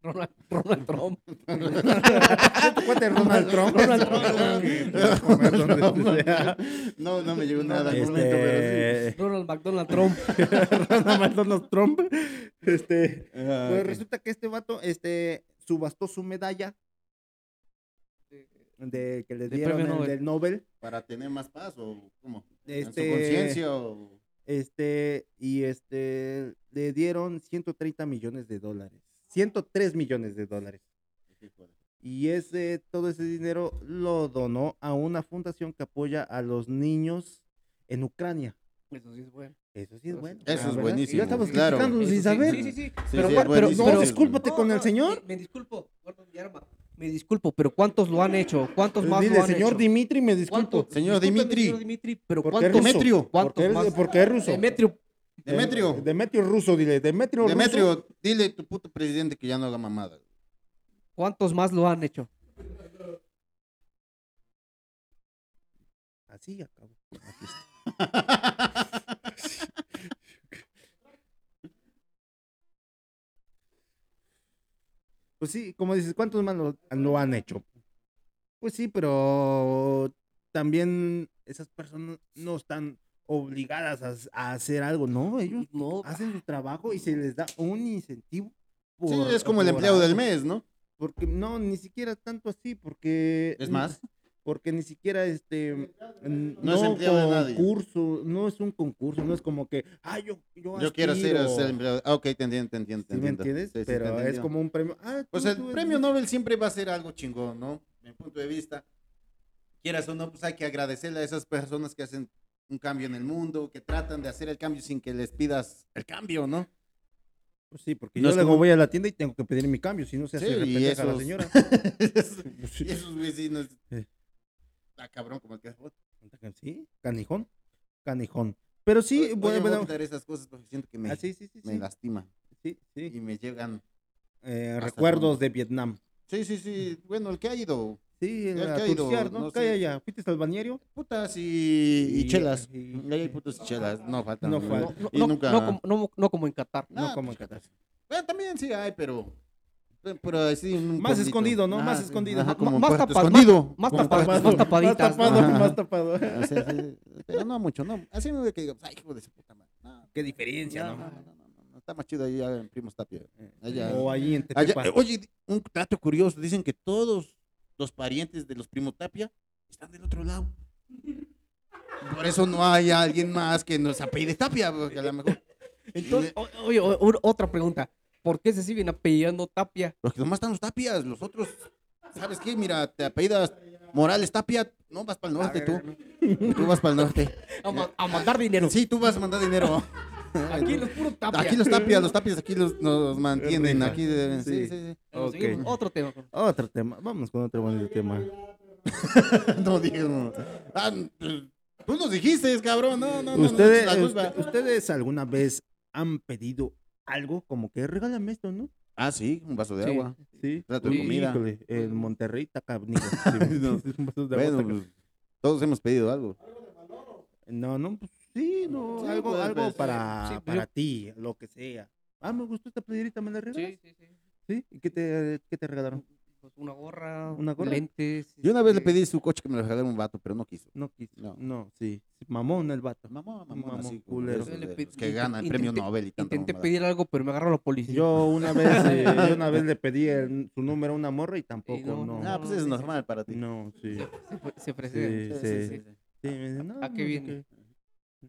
Speaker 3: Ronald, Ronald Trump.
Speaker 1: Tu cuate Ronald Trump.
Speaker 4: Ronald
Speaker 1: Ronald Trump. Ronald Trump, donde sea.
Speaker 4: No, no me llegó nada al momento, pero
Speaker 1: Este,
Speaker 3: Ronald McDonald Trump.
Speaker 1: Ronald McDonald Trump. Este,
Speaker 4: sí. Ah,
Speaker 1: pues
Speaker 4: ok.
Speaker 1: resulta que este vato, este, subastó su medalla de que le
Speaker 3: Del
Speaker 1: dieron
Speaker 3: premio
Speaker 1: el
Speaker 3: Nobel.
Speaker 1: del Nobel.
Speaker 4: ¿Para tener más paz o cómo? ¿En su
Speaker 1: Este,
Speaker 4: conciencia o.?
Speaker 1: Este, y este, le dieron 130 millones de dólares. 103 millones de dólares.
Speaker 4: hijo de-
Speaker 1: Y ese, todo ese dinero lo donó a una fundación que apoya a los niños en Ucrania.
Speaker 3: Eso sí es bueno.
Speaker 1: Eso sí es bueno.
Speaker 4: Eso
Speaker 1: Ah,
Speaker 4: es
Speaker 1: ¿verdad?
Speaker 4: buenísimo,
Speaker 1: Ya estamos
Speaker 4: claro.
Speaker 1: criticando
Speaker 3: Eso
Speaker 1: sin
Speaker 3: sí,
Speaker 1: saber.
Speaker 3: Sí, sí, sí.
Speaker 4: Sí,
Speaker 3: pero bueno,
Speaker 4: sí, es
Speaker 3: pero
Speaker 4: buenísimo.
Speaker 1: no,
Speaker 4: Sí,
Speaker 1: discúlpate con el señor.
Speaker 3: Me, me disculpo, guardo mi arma. Me disculpo, pero ¿cuántos lo han hecho? ¿Cuántos más
Speaker 1: Eh, Pues Dile,
Speaker 3: lo han
Speaker 1: señor
Speaker 3: hecho?
Speaker 1: Dimitri, me disculpo.
Speaker 3: ¿Cuántos?
Speaker 4: Señor
Speaker 3: Discúlpeme,
Speaker 4: Dimitri.
Speaker 3: señor Dimitri, pero
Speaker 1: Porque
Speaker 3: ¿cuántos?
Speaker 1: ruso.
Speaker 4: Demetrio.
Speaker 1: Porque
Speaker 3: ¿Cuántos
Speaker 1: es,
Speaker 3: más?
Speaker 1: porque es ruso. Eh,
Speaker 3: Demetrio,
Speaker 4: Demetrio.
Speaker 1: Demetrio ruso, dile. Demetrio ruso.
Speaker 4: Demetrio, dile a tu puto presidente que ya no haga mamadas.
Speaker 3: ¿cuántos más lo han hecho?
Speaker 1: Así acabó. Aquí está. Pues sí, como dices, ¿cuántos más lo, lo han hecho? Pues sí, pero también esas personas no están obligadas a, s- a hacer algo, ¿no? Ellos
Speaker 3: No,
Speaker 1: hacen su trabajo y se les da un incentivo.
Speaker 4: Sí,
Speaker 1: por-
Speaker 4: es como el
Speaker 1: por
Speaker 4: empleado del
Speaker 1: algo.
Speaker 4: mes, ¿no?
Speaker 1: Porque no, ni siquiera tanto así, porque...
Speaker 4: Es más,
Speaker 1: Porque ni siquiera este... n-
Speaker 4: No es empleado de nadie.
Speaker 1: concurso, no es un concurso, no es como que, ah, yo, yo,
Speaker 4: yo quiero ser,
Speaker 1: aspiro".
Speaker 4: ser empleado. Ah, ok, te entiendo, te entiendo. Te
Speaker 1: ¿Sí me
Speaker 4: entiendo.
Speaker 1: entiendes?
Speaker 4: Sí, sí, te
Speaker 1: Pero es
Speaker 4: entiendo.
Speaker 1: como un premio. Ah,
Speaker 4: Pues
Speaker 1: tú,
Speaker 4: el
Speaker 1: tú,
Speaker 4: premio
Speaker 1: tú.
Speaker 4: Nobel siempre va a ser algo chingón, ¿no? De mi punto de vista. Quieras o no, pues hay que agradecerle a esas personas que hacen un cambio en el mundo, que tratan de hacer el cambio sin que les pidas el cambio, ¿no?
Speaker 1: Pues sí, porque
Speaker 4: No
Speaker 1: yo
Speaker 4: es
Speaker 1: luego
Speaker 4: como-
Speaker 1: voy a la tienda y tengo que pedir mi cambio, si no se hace
Speaker 4: Sí, y
Speaker 1: repenteja la
Speaker 4: esos-
Speaker 1: señora. Pues sí.
Speaker 4: Y esos vecinos.
Speaker 1: Sí.
Speaker 4: Ah, cabrón, como que.
Speaker 1: Sí, canijón, canijón. Pero sí,
Speaker 4: Oye,
Speaker 1: bueno,
Speaker 4: voy a
Speaker 1: bueno.
Speaker 4: quitar esas cosas porque siento que me,
Speaker 1: Ah, sí, sí, sí,
Speaker 4: me
Speaker 1: sí,
Speaker 4: lastiman
Speaker 1: sí, sí.
Speaker 4: y me llegan.
Speaker 1: Eh,
Speaker 4: Hasta
Speaker 1: recuerdos
Speaker 4: cuando-
Speaker 1: de Vietnam.
Speaker 4: Sí, sí, sí. Bueno, el que ha ido.
Speaker 1: Sí,
Speaker 4: Ya
Speaker 1: a
Speaker 4: que ha ido,
Speaker 1: turciar, ¿no?
Speaker 4: no
Speaker 1: Calla
Speaker 4: sé.
Speaker 1: ya. ¿Fuiste al balneario?
Speaker 4: Putas y, y
Speaker 1: Y-
Speaker 4: chelas.
Speaker 1: y-
Speaker 4: Ahí hay putas y chelas. No faltan.
Speaker 1: No
Speaker 4: güey.
Speaker 1: faltan.
Speaker 3: no, no,
Speaker 4: Y
Speaker 3: no,
Speaker 4: nunca.
Speaker 3: no como, no- no como en Qatar.
Speaker 1: no
Speaker 4: Ah,
Speaker 1: como
Speaker 4: pues,
Speaker 1: en Qatar.
Speaker 4: Bueno, también sí hay, pero. Pero así. en un
Speaker 1: Más
Speaker 4: pueblito.
Speaker 1: escondido, ¿no? Más escondido.
Speaker 4: Ajá,
Speaker 1: Ma-
Speaker 4: como en
Speaker 3: más
Speaker 4: cuarto
Speaker 3: tapas-
Speaker 4: escondido.
Speaker 3: más
Speaker 4: Como
Speaker 3: tapas-
Speaker 4: en cuarto
Speaker 3: más
Speaker 4: escondido.
Speaker 1: Más
Speaker 3: tapaditas,
Speaker 1: tapado,
Speaker 4: Ah, ¿no?
Speaker 1: más tapado.
Speaker 4: Ah, sí, sí, Pero no mucho, no. Así me veo que digo, ay, hijo de su puta madre. No,
Speaker 5: qué diferencia,
Speaker 2: No,
Speaker 5: ¿no?
Speaker 2: no,
Speaker 4: Está más chido allá en Primos Tapia. eh, Allá.
Speaker 1: O ahí en
Speaker 4: Allá-
Speaker 1: Tepepa.
Speaker 4: eh, oye, un dato curioso, dicen que todos los parientes de los primos Tapia están del otro lado. Por eso no hay alguien más que nos apellide Tapia, porque a lo mejor.
Speaker 3: Entonces, o- oye, o- o- otra pregunta. ¿Por qué se siguen apellidando Tapia?
Speaker 4: Los que nomás están los Tapias, los otros, ¿sabes qué? Mira, te apellidas Morales Tapia, no vas para el norte tú. Tú vas para el norte.
Speaker 3: A, ma- a mandar dinero.
Speaker 4: Sí, tú vas a mandar dinero.
Speaker 3: Aquí los puros Tapia.
Speaker 4: Aquí los Tapias, los Tapias aquí los, nos mantienen. Aquí, deben- sí,
Speaker 1: Sí.
Speaker 4: sí,
Speaker 3: Bueno, seguimos.
Speaker 1: Ok.
Speaker 3: Otro tema. pues.
Speaker 1: Otro tema. Vamos con otro bonito tema.
Speaker 4: sí. No digo. Ah, tú nos dijiste, cabrón. No, no, no. no,
Speaker 1: ¿Ustedes,
Speaker 4: la culpa.
Speaker 1: ust- ¿Ustedes alguna vez han pedido algo como que regálame esto, no?
Speaker 4: Ah, sí, un vaso de
Speaker 3: Sí.
Speaker 4: agua.
Speaker 1: Sí.
Speaker 4: Trato de
Speaker 1: Uy,
Speaker 4: comida.
Speaker 1: híjole, En Monterrey está cabrón. Sí,
Speaker 4: No.
Speaker 1: un vaso de agua
Speaker 4: Bueno,
Speaker 1: está
Speaker 4: pues, todos hemos pedido algo.
Speaker 1: No, no, pues sí, no,
Speaker 4: Sí,
Speaker 1: algo,
Speaker 4: pues,
Speaker 1: algo
Speaker 4: pues,
Speaker 1: para,
Speaker 3: sí, pues,
Speaker 1: para
Speaker 3: yo-
Speaker 1: ti, lo que sea. Ah, me gustó esta playerita, me la regalas.
Speaker 3: Sí, sí, sí.
Speaker 1: Sí. ¿Y qué te, qué te regalaron?
Speaker 3: Pues una gorra,
Speaker 1: Una gorra.
Speaker 3: lentes.
Speaker 4: Yo una vez le
Speaker 3: este,
Speaker 4: pedí su coche que me lo regalara un vato, pero no quiso.
Speaker 1: No quiso. No,
Speaker 4: No.
Speaker 1: sí. Mamón el vato.
Speaker 4: Pues Mamón,
Speaker 1: Mamón,
Speaker 4: mamón, así, como
Speaker 1: culero.
Speaker 4: de esos de
Speaker 3: Le pe-
Speaker 4: los que
Speaker 3: le-
Speaker 4: ganan el
Speaker 3: intenté-
Speaker 4: premio Nobel y tanto.
Speaker 3: Intenté pedir algo, pero me agarró la policía.
Speaker 1: Yo una vez, eh, yo una vez le pedí el- su número a una morra y tampoco,
Speaker 3: no,
Speaker 1: no.
Speaker 4: Ah, pues es normal para ti.
Speaker 1: No, sí.
Speaker 3: Se, se, fue- se
Speaker 1: Sí,
Speaker 3: ofrece.
Speaker 1: sí.
Speaker 3: sí,
Speaker 1: Sí, me dice, no,
Speaker 3: ¿A qué
Speaker 1: no sé
Speaker 3: viene?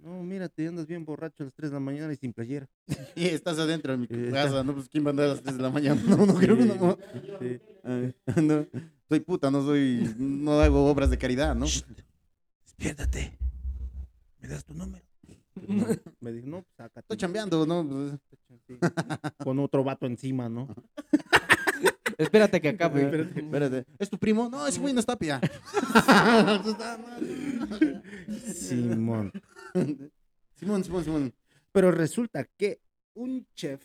Speaker 1: No, mira, te andas bien borracho a las 3 de la mañana y sin playera.
Speaker 4: Y estás adentro de mi
Speaker 1: Eh,
Speaker 4: casa, ¿no? Pues ¿quién va a andar a las 3 de la mañana? No, no creo que no. no.
Speaker 1: Sí.
Speaker 4: Ay, no. Soy puta, no soy. No hago obras de caridad, ¿no?
Speaker 5: Despiértate. ¿Me das tu número?
Speaker 1: No, me dijo, no, pues, sácate.
Speaker 4: Estoy chambeando, ¿no? Pues,
Speaker 1: Con otro vato encima, ¿no?
Speaker 3: Espérate que acabe.
Speaker 4: Espérate. ¿Es tu primo? No, ese güey no está pia.
Speaker 1: Simón.
Speaker 4: Simón, Simón, Simón.
Speaker 1: Pero resulta que un chef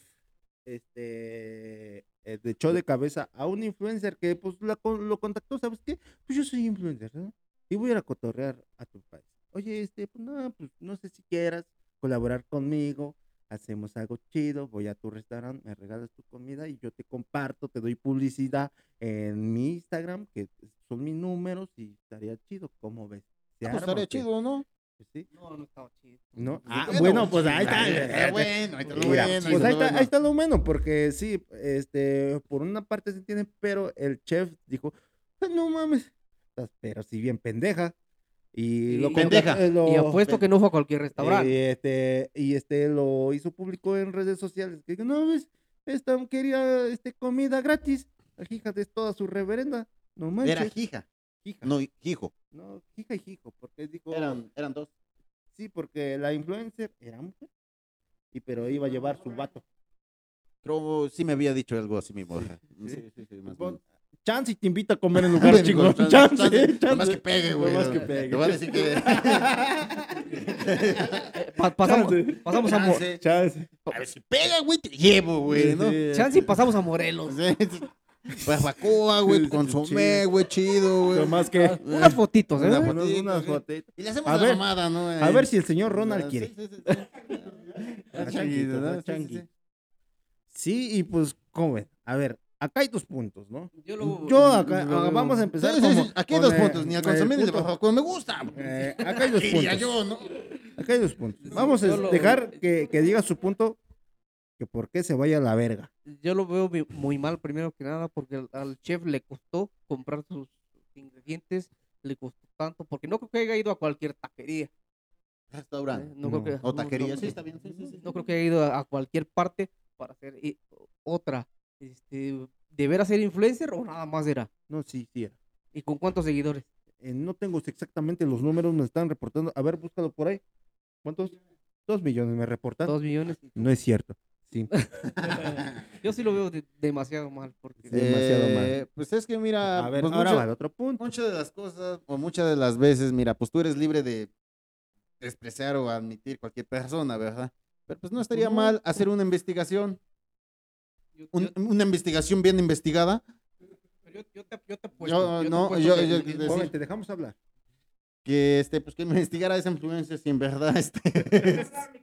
Speaker 1: este eh, le echó de cabeza a un influencer que pues la con- lo contactó, ¿sabes qué? Pues yo soy influencer, ¿no? Y voy a ir a cotorrear a tu país. Oye, este, pues no, pues no sé si quieras colaborar conmigo, hacemos algo chido, voy a tu restaurante, me regalas tu comida y yo te comparto, te doy publicidad en mi Instagram, que son mis números y estaría chido, ¿cómo ves? ¿Se arma
Speaker 4: Ah, pues, estaría
Speaker 1: o qué?
Speaker 4: chido, ¿no?
Speaker 1: ¿Sí?
Speaker 3: No, no estaba chido.
Speaker 1: ¿No? Ah,
Speaker 4: Bueno,
Speaker 1: bueno, pues ahí está.
Speaker 4: Ah, bueno, ahí está lo
Speaker 1: Mira,
Speaker 4: bueno,
Speaker 1: pues
Speaker 4: está
Speaker 1: ahí
Speaker 4: lo
Speaker 1: está,
Speaker 4: bueno.
Speaker 1: ahí está lo bueno, porque sí, este, por una parte se entiende, pero el chef dijo, "Ah, no mames, estás pero si bien pendeja. Y,
Speaker 3: Y-
Speaker 1: lo contra-
Speaker 4: Pendeja.
Speaker 1: eh, lo-
Speaker 3: Y apuesto que no fue a cualquier restaurante.
Speaker 1: y este, y este lo hizo público en redes sociales, que dijo, no ves, esta quería este, comida gratis, la hija de toda su reverenda, no manches.
Speaker 4: Era hija.
Speaker 1: hija.
Speaker 4: No, hijo.
Speaker 1: No, hija y hijo, porque dijo,
Speaker 4: Eran, eran dos.
Speaker 1: sí, porque la influencer era mujer, y pero iba a llevar su vato.
Speaker 4: Creo sí me había dicho algo así mismo. ajá. Sí,
Speaker 1: sí,
Speaker 4: sí, sí, más o
Speaker 1: Pon-
Speaker 4: menos.
Speaker 1: Chance y te invita a comer en lugar chingón.
Speaker 4: Chance,
Speaker 1: Chance, chance,
Speaker 4: chance, nomás que pegue, güey.
Speaker 1: Nomás que pegue.
Speaker 4: Te voy a decir que.
Speaker 3: Eh, pa- pasamos,
Speaker 1: Chance.
Speaker 3: pasamos a Mo-
Speaker 4: Chance.
Speaker 1: Chance.
Speaker 4: A ver si pega, güey, te llevo, güey, ¿no?
Speaker 1: Sí.
Speaker 3: Chance y pasamos a Morelos.
Speaker 4: Barbacoa, güey, consomé, güey, chido, güey.
Speaker 1: Nomás que.
Speaker 3: Unas fotitos, ¿eh?
Speaker 4: Una
Speaker 1: Unas-
Speaker 4: fotito,
Speaker 1: unas
Speaker 4: sí.
Speaker 1: fotitos.
Speaker 4: Y le hacemos
Speaker 1: A
Speaker 4: la
Speaker 1: ver,
Speaker 4: mamada, ¿no? Eh,
Speaker 1: A ver si el señor Ronald quiere.
Speaker 4: Sí, sí, sí.
Speaker 1: Ah,
Speaker 4: Ah,
Speaker 1: changuito,
Speaker 4: chido, ¿no?
Speaker 1: ¿no?
Speaker 4: Sí, sí,
Speaker 1: Changui.
Speaker 4: sí.
Speaker 1: Sí, y pues, ¿cómo ven? A ver, acá hay dos puntos, ¿no?
Speaker 3: Yo lo-
Speaker 1: Yo acá,
Speaker 4: lo-
Speaker 1: ah, vamos a empezar
Speaker 4: Sí, sí,
Speaker 1: como.
Speaker 4: sí, Aquí hay
Speaker 1: con,
Speaker 4: dos
Speaker 1: eh,
Speaker 4: puntos, ni al
Speaker 1: el
Speaker 4: consomé ni al
Speaker 1: punto-
Speaker 4: barbacoa. Me gusta.
Speaker 1: eh, acá hay dos
Speaker 4: Diría
Speaker 1: puntos.
Speaker 4: yo, ¿no?
Speaker 1: Acá hay dos puntos. Vamos a
Speaker 3: Yo lo-
Speaker 1: dejar que, que diga su punto que por qué se vaya a la verga.
Speaker 3: yo lo veo mi- muy mal, primero que nada, porque al, al chef le costó comprar sus ingredientes, le costó tanto, porque no creo que haya ido a cualquier taquería. ¿eh?
Speaker 4: Restaurante.
Speaker 3: No,
Speaker 1: No.
Speaker 3: creo que,
Speaker 4: Ah, O
Speaker 3: no-
Speaker 4: taquería.
Speaker 3: no-
Speaker 4: Sí, está bien. sí, sí, sí.
Speaker 3: no creo que haya ido a, a cualquier parte para hacer i- otra. Este, ¿Deberá ser influencer o nada más era?
Speaker 1: No, sí, sí. era.
Speaker 3: ¿Y con cuántos seguidores?
Speaker 1: Eh, no tengo exactamente los números, me están reportando. A ver, búscalo por ahí. ¿Cuántos? Dos millones me reportan.
Speaker 3: Dos millones.
Speaker 1: No es cierto. Sí.
Speaker 3: Yo sí lo veo de- demasiado mal, porque
Speaker 1: Sí. demasiado mal.
Speaker 4: Eh, Pues es que mira,
Speaker 1: A ver,
Speaker 4: pues
Speaker 1: ahora
Speaker 4: mucho-
Speaker 1: va el otro punto.
Speaker 4: muchas de las cosas o muchas de las veces, mira, pues tú eres libre de despreciar o admitir cualquier persona, ¿verdad? Pero pues no estaría
Speaker 1: No,
Speaker 4: mal hacer una investigación,
Speaker 3: yo, yo-
Speaker 4: un- una investigación bien investigada.
Speaker 3: yo- yo te, yo te apuesto,
Speaker 4: Yo,
Speaker 3: yo te
Speaker 4: no,
Speaker 3: apuesto
Speaker 4: yo-
Speaker 3: que-
Speaker 4: yo-
Speaker 3: que-
Speaker 4: decir-
Speaker 1: Joven, te dejamos hablar.
Speaker 4: Que este, pues que investigara a esa influencia si en verdad este.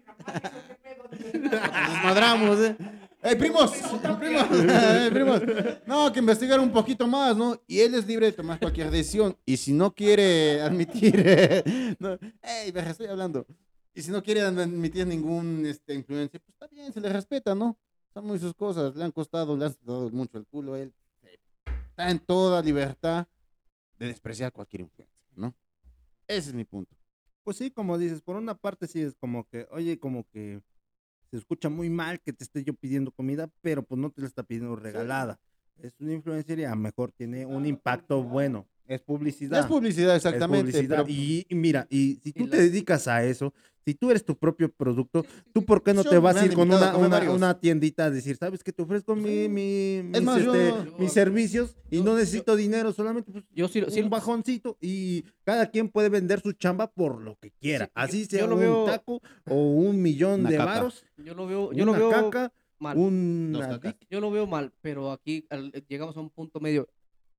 Speaker 4: Nos madramos, eh. ¡Ey, primos! ¡Primos! ¡Ey, primos! No, que investigar un poquito más, ¿no? Y él es libre de tomar cualquier decisión. Y si no quiere admitir. no, ¡Ey, verga, estoy hablando! Y si no quiere admitir ningún este, influencia, pues está bien, se le respeta, ¿no? Son muy sus cosas, le han costado, le han dado mucho el culo a él. Está en toda libertad de despreciar cualquier influencia, ¿no? Ese es mi punto.
Speaker 1: Pues sí, como dices, por una parte sí es como que, oye, como que se escucha muy mal que te esté yo pidiendo comida, pero pues no te la está pidiendo regalada. Es una influencer y a lo mejor tiene un impacto bueno. Es publicidad.
Speaker 4: Es publicidad,
Speaker 1: Es
Speaker 4: exactamente.
Speaker 1: publicidad.
Speaker 4: pero-
Speaker 1: Y, y mira, y si tú
Speaker 3: la-
Speaker 1: te dedicas a eso, si tú eres tu propio producto, ¿tú por qué no te
Speaker 4: Yo
Speaker 1: vas
Speaker 4: me
Speaker 1: a ir
Speaker 4: han
Speaker 1: con
Speaker 4: invitado a
Speaker 1: una,
Speaker 4: comer
Speaker 1: una-
Speaker 4: varios.
Speaker 1: una tiendita a decir, sabes que te ofrezco mi, mi- mis,
Speaker 4: más, yo-
Speaker 1: este,
Speaker 3: yo-
Speaker 1: mis servicios y
Speaker 3: yo-
Speaker 1: no
Speaker 3: yo-
Speaker 1: necesito dinero, solamente pues,
Speaker 3: Yo sí, lo- sí
Speaker 1: un
Speaker 3: lo-
Speaker 1: bajoncito y cada quien puede vender su chamba por lo que quiera.
Speaker 3: Sí, yo-
Speaker 1: Así
Speaker 3: yo
Speaker 1: sea
Speaker 3: lo
Speaker 1: un
Speaker 3: veo-
Speaker 1: taco o un millón
Speaker 4: Una
Speaker 1: de
Speaker 4: caca.
Speaker 1: varos,
Speaker 3: yo lo veo,
Speaker 1: una
Speaker 3: yo lo veo
Speaker 1: caca,
Speaker 3: mal.
Speaker 1: un
Speaker 4: Dos cacas.
Speaker 3: Yo lo veo mal, pero aquí al- llegamos a un punto medio.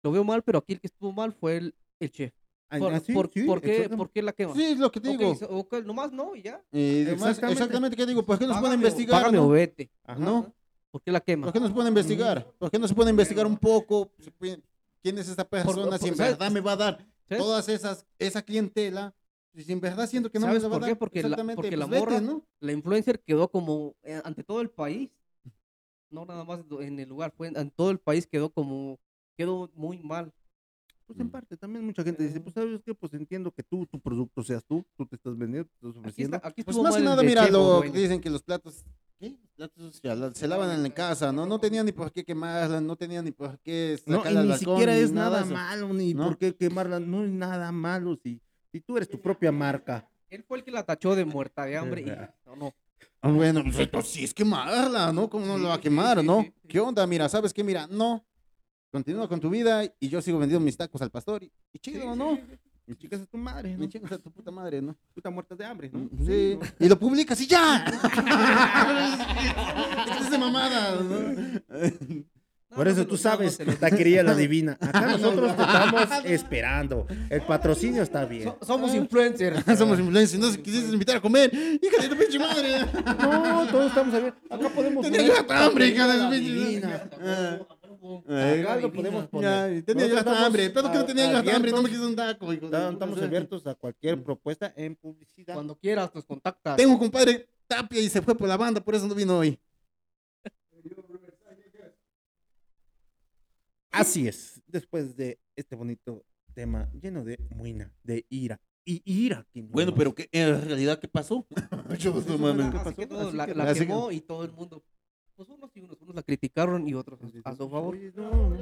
Speaker 3: Lo veo mal, pero aquí el que estuvo mal fue el, el chef.
Speaker 4: ah,
Speaker 3: Por, por- ¿por qué, por qué la quema?
Speaker 4: Sí, es lo que te
Speaker 3: Ok,
Speaker 4: digo.
Speaker 3: so- ok, nomás no y ya.
Speaker 4: Eh, exact-
Speaker 1: Exactamente.
Speaker 4: exactamente. ¿qué digo? ¿Por qué nos pueden
Speaker 3: Págame o-
Speaker 4: investigar?
Speaker 3: Págame
Speaker 4: no? Ah,
Speaker 3: o vete.
Speaker 4: ¿No?
Speaker 3: ¿Por qué la quema?
Speaker 4: ¿Por qué no se pueden investigar?
Speaker 3: Mm.
Speaker 4: ¿Por qué no se pueden investigar un poco? Se pueden- ¿Quién es esta persona?
Speaker 3: por-
Speaker 4: si en
Speaker 3: ¿sabes? ¿Eh?
Speaker 4: verdad me va a dar
Speaker 3: ¿Sabes?
Speaker 4: todas esas, esa clientela. pues, Si en verdad siento que no me
Speaker 3: ¿Sabes
Speaker 4: la va a
Speaker 3: por
Speaker 4: dar.
Speaker 3: qué? Porque la-
Speaker 4: Exactamente,
Speaker 3: porque la
Speaker 4: pues
Speaker 3: morra-
Speaker 4: vete, ¿no?
Speaker 3: La influencer quedó como eh, ante todo el país. No nada más do- en el lugar, fue en, en todo el país quedó como quedó muy mal.
Speaker 1: Pues
Speaker 3: mm.
Speaker 1: en parte, también mucha gente dice, pues sabes qué, pues entiendo que tú, tu producto seas tú, tú te estás vendiendo, te estás
Speaker 3: Aquí,
Speaker 1: ofreciendo.
Speaker 3: está, aquí
Speaker 4: Pues
Speaker 3: estuvo
Speaker 4: más
Speaker 3: mal
Speaker 4: que
Speaker 3: el
Speaker 4: nada,
Speaker 3: de
Speaker 4: mira,
Speaker 3: Chef
Speaker 4: lo que
Speaker 3: Odueña.
Speaker 4: dicen que los platos, ¿qué? Los platos se, la- se lavan en casa, ¿no? No tenía ni por qué quemarla, no tenía ni por qué
Speaker 1: No, y
Speaker 4: sacarla al
Speaker 1: ni
Speaker 4: balcón,
Speaker 1: siquiera es nada,
Speaker 4: de eso.
Speaker 1: malo, ni
Speaker 4: ¿no?
Speaker 1: por qué quemarla, no es nada malo. Si, si tú eres tu propia marca,
Speaker 3: Él fue el que la tachó de muerta de hambre. y- no, no.
Speaker 4: Ah, Bueno, pues esto sí es quemarla, ¿no? ¿Cómo no
Speaker 3: Sí,
Speaker 4: la va a
Speaker 3: sí,
Speaker 4: quemar,
Speaker 3: sí,
Speaker 4: no?
Speaker 3: sí, sí.
Speaker 4: ¿Qué onda? Mira, ¿sabes qué? Mira, no. Continúa con tu vida y yo sigo vendiendo mis tacos al pastor. Y, y chido, ¿no?
Speaker 1: mi chica es tu madre,
Speaker 4: Me
Speaker 1: ¿no?
Speaker 4: chingas a tu puta madre, ¿no?
Speaker 1: puta muerta de hambre, ¿no?
Speaker 4: Sí. Y lo publicas y ya. Estás de mamada, ¿no?
Speaker 3: No,
Speaker 1: Por
Speaker 3: no
Speaker 1: eso
Speaker 3: se
Speaker 1: tú
Speaker 3: los- no, no
Speaker 1: sabes,
Speaker 3: se los-
Speaker 1: taquería la divina. Acá nosotros te estamos esperando. El patrocinio está bien.
Speaker 3: So- Ah. somos influencers.
Speaker 4: Somos influencers, no se quisiste invitar a comer. Hija de tu pinche madre.
Speaker 1: No, todos estamos abiertos. Acá podemos
Speaker 4: Tenía yo hasta hambre, hija de su pinche
Speaker 1: Divina.
Speaker 4: Ah.
Speaker 1: Acá
Speaker 4: Ay,
Speaker 1: lo podemos
Speaker 4: ya,
Speaker 1: poner.
Speaker 4: Tenía yo
Speaker 1: Nosotros
Speaker 4: hasta
Speaker 1: estamos
Speaker 4: hambre. Pero que no tenía yo hasta hambre, no me
Speaker 1: abiertos.
Speaker 4: quiso un taco, hijo de
Speaker 1: Estamos
Speaker 4: su puta
Speaker 1: estamos
Speaker 4: madre.
Speaker 1: abiertos a cualquier propuesta en publicidad.
Speaker 3: Cuando quieras, nos contactas.
Speaker 4: Tengo un compadre Tapia y se fue por la banda, por eso no vino hoy.
Speaker 1: Así es. Después de este bonito tema lleno de muina, de ira. Y ira. que no más.
Speaker 4: que en realidad, ¿qué pasó? Yo, no mames.
Speaker 3: Así que todos la,
Speaker 4: que-
Speaker 3: la
Speaker 4: así que-
Speaker 3: quemó y todo el mundo. Pues unos y unos, unos la criticaron y otros a su favor.
Speaker 1: Oye, no, no.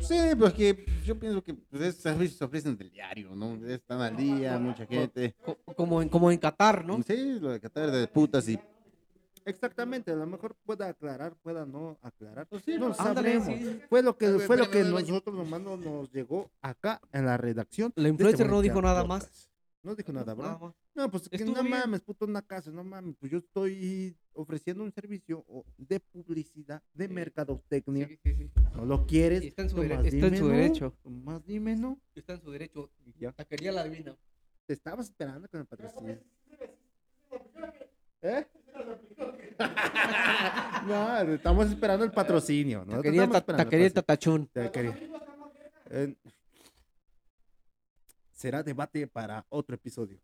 Speaker 4: Sí, porque yo pienso que pues, esos servicios se ofrecen del diario, ¿no? Están al día, mucha gente.
Speaker 3: Co- como, en, como en Qatar, ¿no?
Speaker 4: Sí, lo de Qatar de putas y...
Speaker 1: Exactamente, a lo mejor pueda aclarar, pueda no aclarar. no lo
Speaker 3: Pues Ándale,
Speaker 1: sabremos.
Speaker 3: sí.
Speaker 1: Fue lo que,
Speaker 4: Espérame,
Speaker 1: fue lo que
Speaker 4: espérame,
Speaker 1: nosotros nomás no nos llegó acá en la redacción.
Speaker 3: La
Speaker 1: de
Speaker 3: influencer no
Speaker 1: bonito
Speaker 3: dijo nada más.
Speaker 1: podcast. No dijo nada,
Speaker 3: Nada
Speaker 1: ¿verdad?
Speaker 3: más.
Speaker 1: No, pues que
Speaker 3: Estuvo
Speaker 1: no
Speaker 3: bien.
Speaker 1: mames, puto una casa, no mames. Pues yo estoy ofreciendo un servicio o- de publicidad, de
Speaker 3: Sí.
Speaker 1: mercadotecnia.
Speaker 3: Sí, sí, sí.
Speaker 1: No lo quieres.
Speaker 3: Y está en su, dere-
Speaker 1: nomás
Speaker 3: está en
Speaker 1: dime
Speaker 3: su
Speaker 1: no,
Speaker 3: derecho.
Speaker 1: Nomás dime no.
Speaker 3: Está en su derecho.
Speaker 1: Y ya.
Speaker 3: Taquería la divina.
Speaker 1: Te estabas esperando con el patrocinio. ¿Eh? no, estamos esperando el patrocinio. ¿no?
Speaker 3: Taquería,
Speaker 1: estamos
Speaker 3: ta,
Speaker 1: esperando el
Speaker 3: taquería
Speaker 1: patrocinio.
Speaker 3: Tatachón.
Speaker 1: Te quería. Eh, será debate para otro episodio.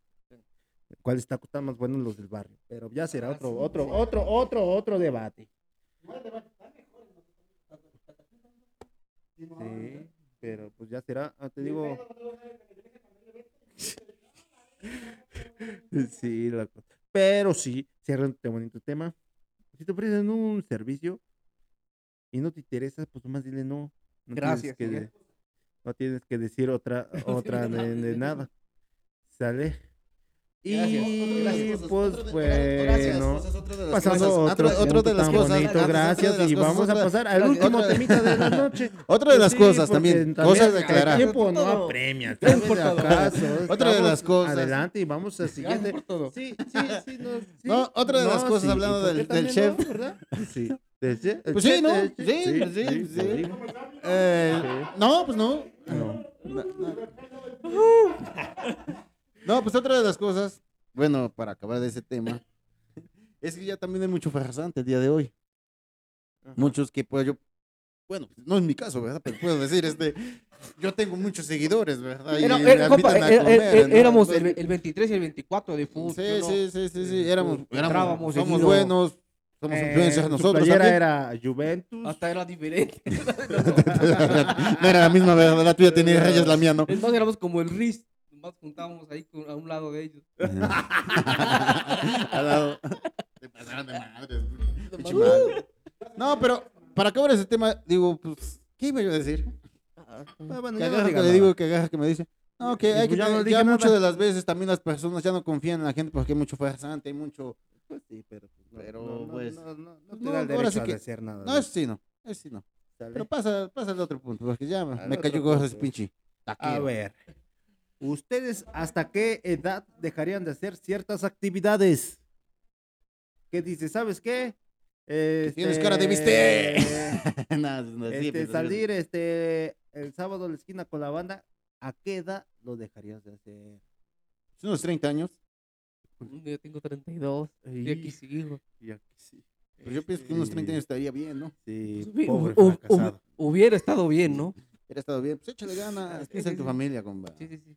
Speaker 1: ¿Cuál está está más bueno los del barrio? Pero ya será otro, otro, otro, otro, otro debate. Sí, pero pues ya será, ah, te digo. Sí, loco. Pero sí, cierra este bonito tema. Si te ofrecen un servicio y no te interesa, pues nomás dile no. No tienes
Speaker 3: Gracias,
Speaker 4: ¿eh?
Speaker 1: que
Speaker 3: ya.
Speaker 1: de- no tienes que decir otra, otra de, de nada. ¿Sale?
Speaker 3: Gracias.
Speaker 1: Y
Speaker 4: Gracias.
Speaker 1: pues
Speaker 4: Otra de- gracias,
Speaker 1: bueno.
Speaker 4: esa es otra de las
Speaker 1: Pasando
Speaker 4: cosas.
Speaker 1: otro,
Speaker 4: Otra- otra de las
Speaker 1: tan
Speaker 4: cosas.
Speaker 1: bonito,
Speaker 4: Otra de las
Speaker 1: gracias.
Speaker 4: cosas,
Speaker 1: y vamos a
Speaker 4: otra-
Speaker 1: pasar al último
Speaker 4: otra-
Speaker 1: temita de la noche. Pues
Speaker 4: Otra de las
Speaker 1: Sí,
Speaker 4: cosas
Speaker 1: porque
Speaker 4: también, cosas de
Speaker 1: el
Speaker 4: aclarar.
Speaker 1: tiempo no
Speaker 3: Todo.
Speaker 1: apremia.
Speaker 3: Gracias
Speaker 1: ¿sabes?
Speaker 3: por todo.
Speaker 1: ¿Acaso?
Speaker 4: Otra de las
Speaker 1: Estamos
Speaker 4: cosas.
Speaker 1: Adelante y vamos al siguiente.
Speaker 3: por todo.
Speaker 1: Sí, sí, sí, no, sí.
Speaker 4: No, otra de las cosas
Speaker 1: ¿y
Speaker 4: hablando
Speaker 1: por qué
Speaker 4: del- del
Speaker 1: también no,
Speaker 4: chef?
Speaker 1: ¿verdad? Sí. Del chef, el
Speaker 4: Pues
Speaker 1: chef,
Speaker 4: sí, ¿no?
Speaker 1: del
Speaker 4: Sí, pues
Speaker 1: chef.
Speaker 4: sí, sí.
Speaker 1: lo digo.
Speaker 4: Eh, no, pues no.
Speaker 1: No.
Speaker 4: No, pues otra de las cosas, bueno, para acabar de ese tema, es que ya también hay mucho farsante el día de hoy. Muchos que pues yo, bueno, no es mi caso, ¿verdad? Pero puedo decir, este, Yo tengo muchos seguidores, ¿verdad? Y
Speaker 3: Era-
Speaker 4: me
Speaker 3: era- compa,
Speaker 4: invitan a
Speaker 3: era- era-
Speaker 4: comer, ¿no?
Speaker 3: éramos el,
Speaker 4: Entonces,
Speaker 3: el 23 y el 24 de fútbol.
Speaker 4: Sí, sí, sí, sí, sí, éramos, éramos-
Speaker 3: Entrábamos
Speaker 4: somos
Speaker 3: seguido.
Speaker 4: buenos, somos
Speaker 1: Eh,
Speaker 4: influencers
Speaker 1: su
Speaker 4: nosotros
Speaker 1: playera
Speaker 4: también.
Speaker 1: era Juventus.
Speaker 3: Hasta era diferente.
Speaker 4: no era la misma, ¿verdad? La tuya tenía rayas, la mía no.
Speaker 3: Entonces éramos como el RIS. Nomás juntábamos ahí con- a un lado de ellos.
Speaker 4: Al lado. Te pasaron de madres, güey. Pinche madre. No, pero para acabar ese tema, digo, pues, ¿qué iba yo a decir?
Speaker 1: Ah, bueno,
Speaker 4: que
Speaker 1: ya no
Speaker 4: agarra
Speaker 1: digas
Speaker 4: que le
Speaker 1: nada.
Speaker 4: digo, que agarra que me dice. No, que
Speaker 1: Pues
Speaker 4: hay que
Speaker 1: ya no
Speaker 4: tener-
Speaker 1: dije
Speaker 4: ya
Speaker 1: nada.
Speaker 4: muchas de las veces también las personas ya no confían en la gente porque hay mucho farsante, hay mucho.
Speaker 1: Pues sí, pero, pues, no,
Speaker 4: Pero,
Speaker 1: no, no,
Speaker 4: pues,
Speaker 1: no, no, no te
Speaker 4: no,
Speaker 1: da el
Speaker 4: ahora
Speaker 1: derecho
Speaker 4: sí
Speaker 1: a
Speaker 4: que-
Speaker 1: decir nada.
Speaker 4: No,
Speaker 1: de-
Speaker 4: eso sí no, eso sí no.
Speaker 1: ¿sale?
Speaker 4: Pero pasa, pasa al otro punto, porque ya me-
Speaker 1: Al
Speaker 4: me cayó
Speaker 1: otro
Speaker 4: gordo ese
Speaker 1: punto. Ah,
Speaker 4: pinche.
Speaker 1: A
Speaker 4: taquero.
Speaker 1: ver, ¿ustedes hasta qué edad dejarían de hacer ciertas actividades? ¿Qué dice? ¿Sabes qué?
Speaker 4: Tienes
Speaker 1: Este,
Speaker 4: cara de viste.
Speaker 1: eh,
Speaker 4: Nada, no, sí,
Speaker 1: este,
Speaker 4: pues,
Speaker 1: salir este, el sábado a la esquina con la banda, ¿a qué edad lo dejarías de hacer?
Speaker 4: Unos 30 años.
Speaker 3: Mm, Yo tengo 32. Y aquí sigo.
Speaker 4: Pero Pues yo pienso que unos 30 años este, estaría bien, ¿no?
Speaker 1: Sí,
Speaker 3: Pues, hubi-
Speaker 1: pobre
Speaker 3: hub- hub-
Speaker 1: fracasado.
Speaker 3: hubiera estado bien, ¿no?
Speaker 4: Hubiera estado bien. Pues échale ganas.
Speaker 3: Sí,
Speaker 4: Piensa en
Speaker 3: sí,
Speaker 4: tu
Speaker 3: sí.
Speaker 4: familia, compa.
Speaker 3: Sí, sí, sí.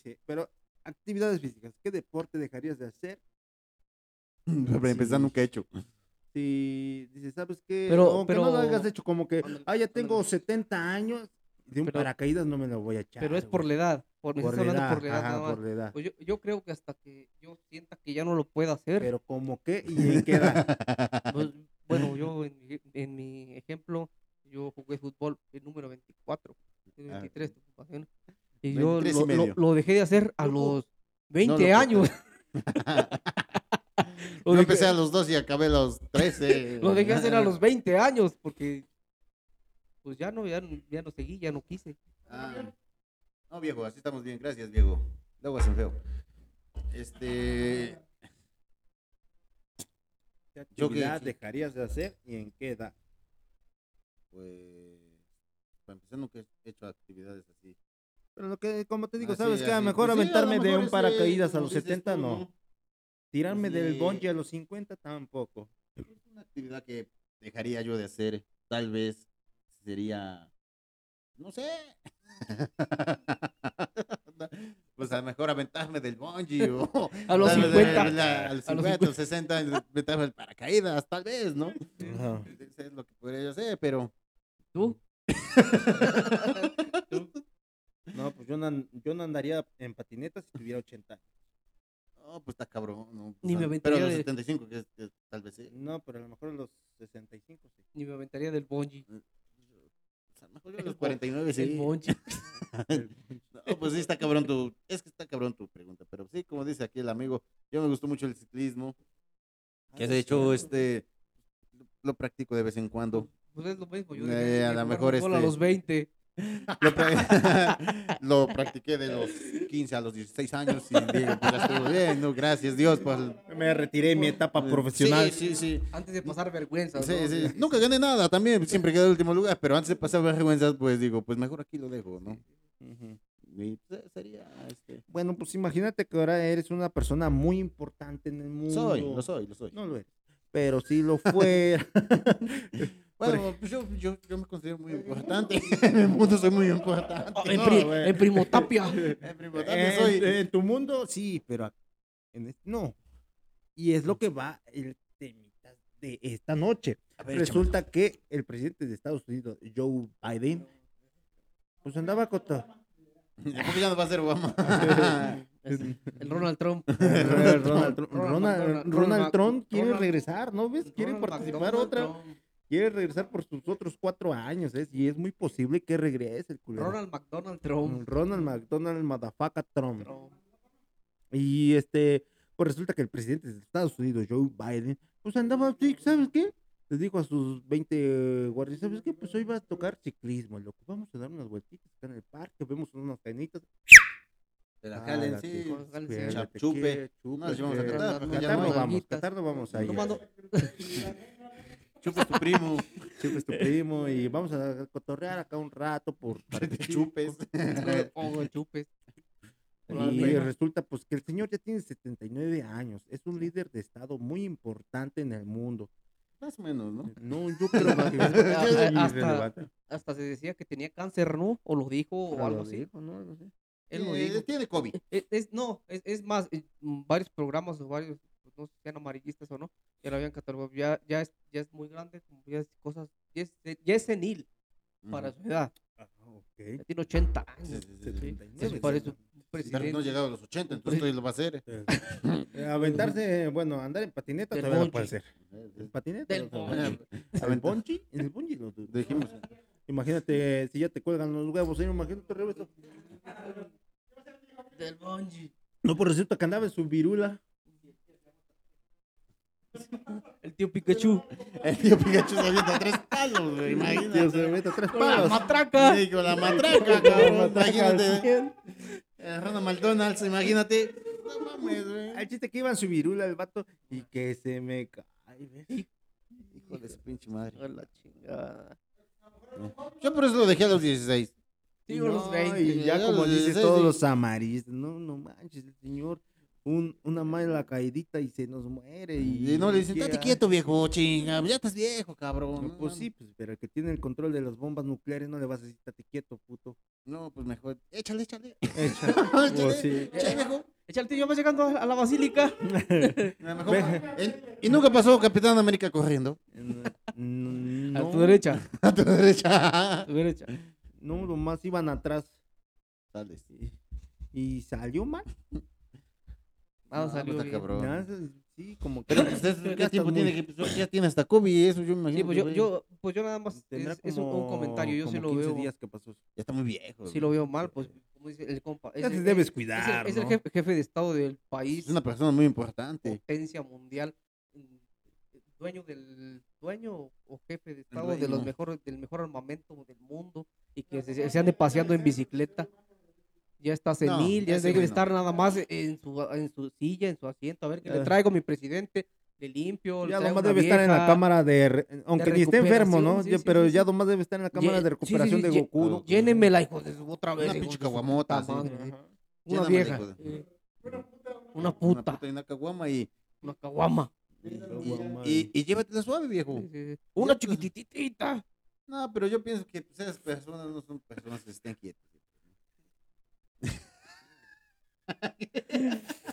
Speaker 1: Sí, Pero actividades físicas, ¿qué deporte dejarías de hacer?
Speaker 4: Para empezar, nunca he hecho.
Speaker 1: Si dices, ¿sabes qué?
Speaker 3: Pero-
Speaker 1: Aunque no lo
Speaker 3: pero-
Speaker 1: hayas hecho como que,
Speaker 3: Ándale,
Speaker 1: ah, ya tengo
Speaker 3: ándale.
Speaker 1: 70 años, de un
Speaker 3: Pero-
Speaker 1: paracaídas no me lo voy a echar.
Speaker 3: Pero es por la
Speaker 1: güey.
Speaker 3: edad. Por, me
Speaker 1: Por
Speaker 3: estás
Speaker 1: la
Speaker 3: hablando
Speaker 1: edad,
Speaker 3: por la edad
Speaker 1: ajá,
Speaker 3: nada más.
Speaker 1: por la edad.
Speaker 3: Pues yo, yo creo que hasta que yo sienta que ya no lo pueda hacer,
Speaker 1: Pero como qué y en qué edad.
Speaker 3: Pues, bueno, yo en mi, en mi ejemplo, yo jugué fútbol el número 24, el
Speaker 4: Ah.
Speaker 3: 23, tu papá, ¿no? y yo
Speaker 4: 23 y
Speaker 3: lo, lo-
Speaker 4: medio.
Speaker 3: lo dejé de hacer a
Speaker 4: No,
Speaker 3: los 20
Speaker 4: no,
Speaker 3: años. lo,
Speaker 4: Yo
Speaker 3: dejé,
Speaker 4: empecé a los 2 y acabé a los 13.
Speaker 3: lo dejé hacer a los 20 años porque pues ya no, ya, no- ya no seguí, ya no quise.
Speaker 4: Ah. No, viejo, así estamos bien. Gracias, viejo. Luego hacen feo. Este.
Speaker 1: ¿Qué
Speaker 4: Yo que-
Speaker 1: actividad dejarías de hacer y en qué edad?
Speaker 4: Pues. Para empezar, nunca he hecho actividades así.
Speaker 1: Pero lo que, como te digo,
Speaker 4: Así,
Speaker 1: ¿sabes qué? A lo
Speaker 4: así.
Speaker 1: mejor
Speaker 4: Pues sí, a lo
Speaker 1: aventarme de
Speaker 4: mejor
Speaker 1: un
Speaker 4: ese,
Speaker 1: paracaídas a
Speaker 4: como
Speaker 1: los
Speaker 4: dices
Speaker 1: 70,
Speaker 4: tú,
Speaker 1: no. Tirarme del
Speaker 4: Sí.
Speaker 1: bungee a los 50, tampoco.
Speaker 4: Una actividad que dejaría yo de hacer, tal vez, sería. No sé. pues a lo mejor aventarme del bungee o.
Speaker 3: A los
Speaker 4: tal vez,
Speaker 3: 50.
Speaker 4: eh, la- a los
Speaker 3: a los
Speaker 4: 50, 60 años, aventarme el paracaídas, tal vez, ¿no?
Speaker 1: Ajá.
Speaker 4: Eso es lo que podría yo hacer, pero.
Speaker 3: ¿Tú?
Speaker 1: No, pues yo no, an- yo no andaría en patineta si tuviera 80.
Speaker 4: No, pues está cabrón. No,
Speaker 3: Ni
Speaker 4: O sea,
Speaker 3: me
Speaker 4: Pero a
Speaker 3: aventaría de-
Speaker 4: los 75, que, es- que tal vez sí.
Speaker 1: No, pero a lo mejor a los 65, sí.
Speaker 3: Ni me aventaría del bungee.
Speaker 4: O sea, mejor yo a
Speaker 3: El
Speaker 4: los
Speaker 3: bo-
Speaker 4: 49
Speaker 3: El
Speaker 4: sí.
Speaker 3: bungee.
Speaker 4: No, pues sí está cabrón tu... Es que está cabrón tu pregunta, pero sí, como dice aquí el amigo, yo me gustó mucho el ciclismo. Ah, Que de hecho, este... Lo practico de vez en cuando.
Speaker 3: Pues es lo mismo. Yo
Speaker 4: Eh,
Speaker 3: dejé de
Speaker 4: a lo
Speaker 3: jugar
Speaker 4: mejor
Speaker 3: fútbol a
Speaker 4: este-
Speaker 3: los 20.
Speaker 4: Lo, pra- lo practiqué de los 15 a los 16 años y digo, pues, ya estuvo bien, ¿no? Gracias Dios por...
Speaker 1: Me retiré de mi etapa profesional.
Speaker 4: Sí, sí, sí.
Speaker 3: Antes de pasar vergüenza.
Speaker 4: Sí, sí. Nunca gané nada también, siempre quedé en último lugar, pero antes de pasar vergüenzas, pues digo, pues mejor aquí lo dejo, ¿no?
Speaker 1: Ujú.
Speaker 4: Y, pues, sería este.
Speaker 1: Bueno, pues imagínate que ahora eres una persona muy importante en el mundo.
Speaker 4: Soy, lo soy, lo soy.
Speaker 1: No lo eres. Pero si lo fuera.
Speaker 4: bueno, pues, yo, yo, yo me considero muy importante. en el mundo soy muy importante.
Speaker 3: en,
Speaker 4: No,
Speaker 3: pri-
Speaker 4: güey.
Speaker 3: en Primo Tapia.
Speaker 4: En primo, también soy.
Speaker 1: Eh, en, en tu mundo, sí, pero ac- en este- no. Y es lo que va el temita de esta noche.
Speaker 3: Pues,
Speaker 1: Resulta que el presidente de Estados Unidos, Joe Biden, pues andaba con to-
Speaker 4: ¿Por qué ya no va a ser Obama?
Speaker 3: El Ronald Trump.
Speaker 1: Ronald, Trump- Ronald-
Speaker 3: Ronald-
Speaker 1: Ronald
Speaker 3: Ronald-
Speaker 1: Trump quiere
Speaker 3: Ronald-
Speaker 1: regresar, ¿no ves? Quiere
Speaker 3: Ronald
Speaker 1: participar
Speaker 3: McDonald
Speaker 1: otra.
Speaker 3: Trump.
Speaker 1: Quiere regresar por sus otros cuatro años, ¿eh? Y es muy posible que regrese el culero.
Speaker 3: Ronald McDonald Trump.
Speaker 1: Mm, Ronald McDonald Madafaca Trump.
Speaker 3: Trump.
Speaker 1: Y este, pues resulta que el presidente de Estados Unidos, Joe Biden, pues andaba así, ¿sabes qué? Les dijo a sus 20 guardias, ¿sabes qué? Pues hoy va a tocar ciclismo, loco. Vamos a dar unas vueltitas acá en el parque, vemos unas canitas.
Speaker 4: Te la
Speaker 1: Ah,
Speaker 4: jalen,
Speaker 1: la
Speaker 4: sí.
Speaker 1: que-
Speaker 3: Jálate,
Speaker 1: Espérate, ¿qué?
Speaker 4: Chupe.
Speaker 1: Chupe,
Speaker 4: No, nos llevamos a
Speaker 1: ¿qué?
Speaker 4: Qatar,
Speaker 1: Qatar
Speaker 4: ya
Speaker 1: no
Speaker 4: no hay
Speaker 1: vamos,
Speaker 3: manguitas.
Speaker 1: Qatar no vamos a ir.
Speaker 3: Tomando-
Speaker 4: Chupa es tu primo.
Speaker 1: Chupe es tu primo y vamos a cotorrear acá un rato por...
Speaker 4: para que chupes.
Speaker 3: Oh, el chupes.
Speaker 1: Y resulta pues que el señor ya tiene 79 años, es un líder de Estado muy importante en el mundo.
Speaker 4: Más o menos, ¿no?
Speaker 1: No, yo creo que
Speaker 3: Hasta-
Speaker 1: es irrelevante.
Speaker 3: Hasta se decía que tenía cáncer, ¿no? O lo dijo o
Speaker 1: Pero
Speaker 3: algo
Speaker 1: Ah, lo
Speaker 3: así.
Speaker 1: dijo, ¿no? No sé.
Speaker 3: Él lo
Speaker 4: Eh,
Speaker 3: dijo.
Speaker 4: tiene COVID.
Speaker 3: Es, es- no, es, es más, eh, mm, varios programas o varios, pues, no sé si sean amarillistas o no, ya lo habían catalogado. Ya, ya, es, ya es muy grande, como ya es cosas, ya es, ya es senil para
Speaker 4: Ujú.
Speaker 3: su edad.
Speaker 1: Ah, ok.
Speaker 3: Ya tiene 80
Speaker 4: Sí,
Speaker 3: años.
Speaker 4: sí, sí, sí.
Speaker 1: 79.
Speaker 3: Eso parece un
Speaker 4: No
Speaker 3: presidente.
Speaker 4: llegaba a los 80, entonces todavía lo va a hacer.
Speaker 1: Eh, Aventarse, bueno, andar en patineta
Speaker 3: Del
Speaker 1: todavía no
Speaker 3: bungee.
Speaker 1: puede ser.
Speaker 4: Eh,
Speaker 1: ¿En patineta?
Speaker 3: Del
Speaker 1: no, no,
Speaker 3: bungee.
Speaker 1: no. ¿En el bungee? En el bungee pues, lo dudo.
Speaker 4: Dijimos,
Speaker 1: Imagínate si ya te cuelgan los huevos, ¿eh? imagínate al revés.
Speaker 3: Del bungee.
Speaker 1: No, por resulta que andaba en su virula.
Speaker 3: El tío Pikachu.
Speaker 4: el "Eh, tío Pikachu saliendo a tres palos, güey,
Speaker 1: Dios,
Speaker 4: imagínate.
Speaker 1: se mete tres
Speaker 3: eh. Con la
Speaker 1: palos.
Speaker 3: matraca.
Speaker 4: Sí, con la matraca, cabrón, imagínate. Eh, Ronald McDonald's, imagínate. No mames, güey.
Speaker 1: El chiste que iba en su virula el vato y que se me cae. ¿ves?
Speaker 4: Hijo de su pinche madre.
Speaker 3: A la chingada.
Speaker 4: Yo por eso lo dejé a los 16.
Speaker 3: Sí, yo los
Speaker 1: No,
Speaker 3: 20.
Speaker 1: y ya
Speaker 4: ya
Speaker 1: como
Speaker 4: los
Speaker 1: dicen
Speaker 4: 16,
Speaker 1: todos
Speaker 4: sí.
Speaker 1: los amarillistas, no, no manches, el señor, un, una mala caidita y se nos muere. Y,
Speaker 4: Y no le dicen, estate
Speaker 1: llega".
Speaker 4: quieto, viejo, chinga. Ya estás viejo, cabrón.
Speaker 1: No, pues sí, pues, pero el que tiene el control de las bombas nucleares no le vas a decir, estate quieto, puto.
Speaker 4: No, pues mejor. Échale, échale.
Speaker 1: Echa.
Speaker 4: Échale,
Speaker 1: sí.
Speaker 4: échale, viejo.
Speaker 3: Echa el tío, vamos llegando a la basílica.
Speaker 4: A lo mejor- Eh, Y nunca pasó Capitán América corriendo.
Speaker 1: No,
Speaker 3: A tu
Speaker 1: no,
Speaker 3: derecha.
Speaker 4: A tu
Speaker 3: A
Speaker 4: derecha.
Speaker 3: tu derecha.
Speaker 1: no, nomás iban atrás
Speaker 4: Dale.
Speaker 1: y, y salió mal.
Speaker 3: Nada
Speaker 4: No,
Speaker 3: salió
Speaker 4: está
Speaker 3: bien.
Speaker 4: cabrón.
Speaker 1: Nada, sí, como que
Speaker 4: Pero pues, es-
Speaker 1: Ya
Speaker 4: ¿qué
Speaker 1: estás
Speaker 4: tiempo
Speaker 1: muy-
Speaker 4: tiene que pues, ya tiene hasta COVID eso yo me imagino.
Speaker 3: Sí, pues
Speaker 4: que,
Speaker 3: yo,
Speaker 4: güey,
Speaker 3: yo, pues yo nada más
Speaker 1: tendrá
Speaker 3: es, es un, un
Speaker 1: como-
Speaker 3: comentario, yo sí
Speaker 1: como
Speaker 3: lo
Speaker 1: 15
Speaker 3: veo,
Speaker 1: días que pasó.
Speaker 4: ya está muy viejo.
Speaker 3: sí lo veo mal, pues como dice el compa, es,
Speaker 1: Ya te
Speaker 3: el-
Speaker 1: debes
Speaker 3: es
Speaker 1: cuidar,
Speaker 3: el, es el
Speaker 1: ¿no?
Speaker 3: jefe, jefe de estado del país,
Speaker 4: Es una persona muy importante.
Speaker 3: potencia mundial, mm, dueño del dueño o- o jefe de estado de
Speaker 4: dueño.
Speaker 3: los mejores del mejor armamento del mundo y que se, se ande paseando en bicicleta. Ya está senil, ya
Speaker 4: ese
Speaker 3: debe
Speaker 4: güey no.
Speaker 3: estar nada más en su en su silla, en su asiento, a ver que le
Speaker 1: Ah.
Speaker 3: traigo a mi presidente, le limpio, le
Speaker 1: Ya
Speaker 3: traigo
Speaker 1: nomás
Speaker 3: una
Speaker 1: debe estar en la
Speaker 3: vieja.
Speaker 1: cámara de. re- Aunque ni esté enfermo,
Speaker 3: recuperación,
Speaker 1: ¿no?
Speaker 3: sí,
Speaker 1: Ya-
Speaker 3: sí,
Speaker 1: pero
Speaker 3: sí,
Speaker 1: ya
Speaker 3: sí.
Speaker 1: nomás debe estar en la cámara
Speaker 3: Ye-
Speaker 1: de
Speaker 3: sí, sí,
Speaker 1: recuperación
Speaker 3: sí,
Speaker 1: de
Speaker 3: ye-
Speaker 1: Goku. ¿no?
Speaker 4: Goku.
Speaker 3: Llénemela, hijo de su otra vez.
Speaker 4: Una
Speaker 3: hijo
Speaker 4: pinche
Speaker 3: de su
Speaker 4: caguamota,
Speaker 3: puta
Speaker 4: sí.
Speaker 3: madre.
Speaker 1: Ajá.
Speaker 3: Una
Speaker 4: Llénamela,
Speaker 3: vieja.
Speaker 4: hijo de-
Speaker 3: eh, Una puta.
Speaker 4: Una puta y una caguama y,
Speaker 3: Una caguama.
Speaker 1: Caguama,
Speaker 4: y, y llévatela suave, viejo.
Speaker 3: Una
Speaker 4: pues.
Speaker 3: chiquititita.
Speaker 4: No, pero yo pienso que pues, esas personas no son personas que estén quietas. bueno,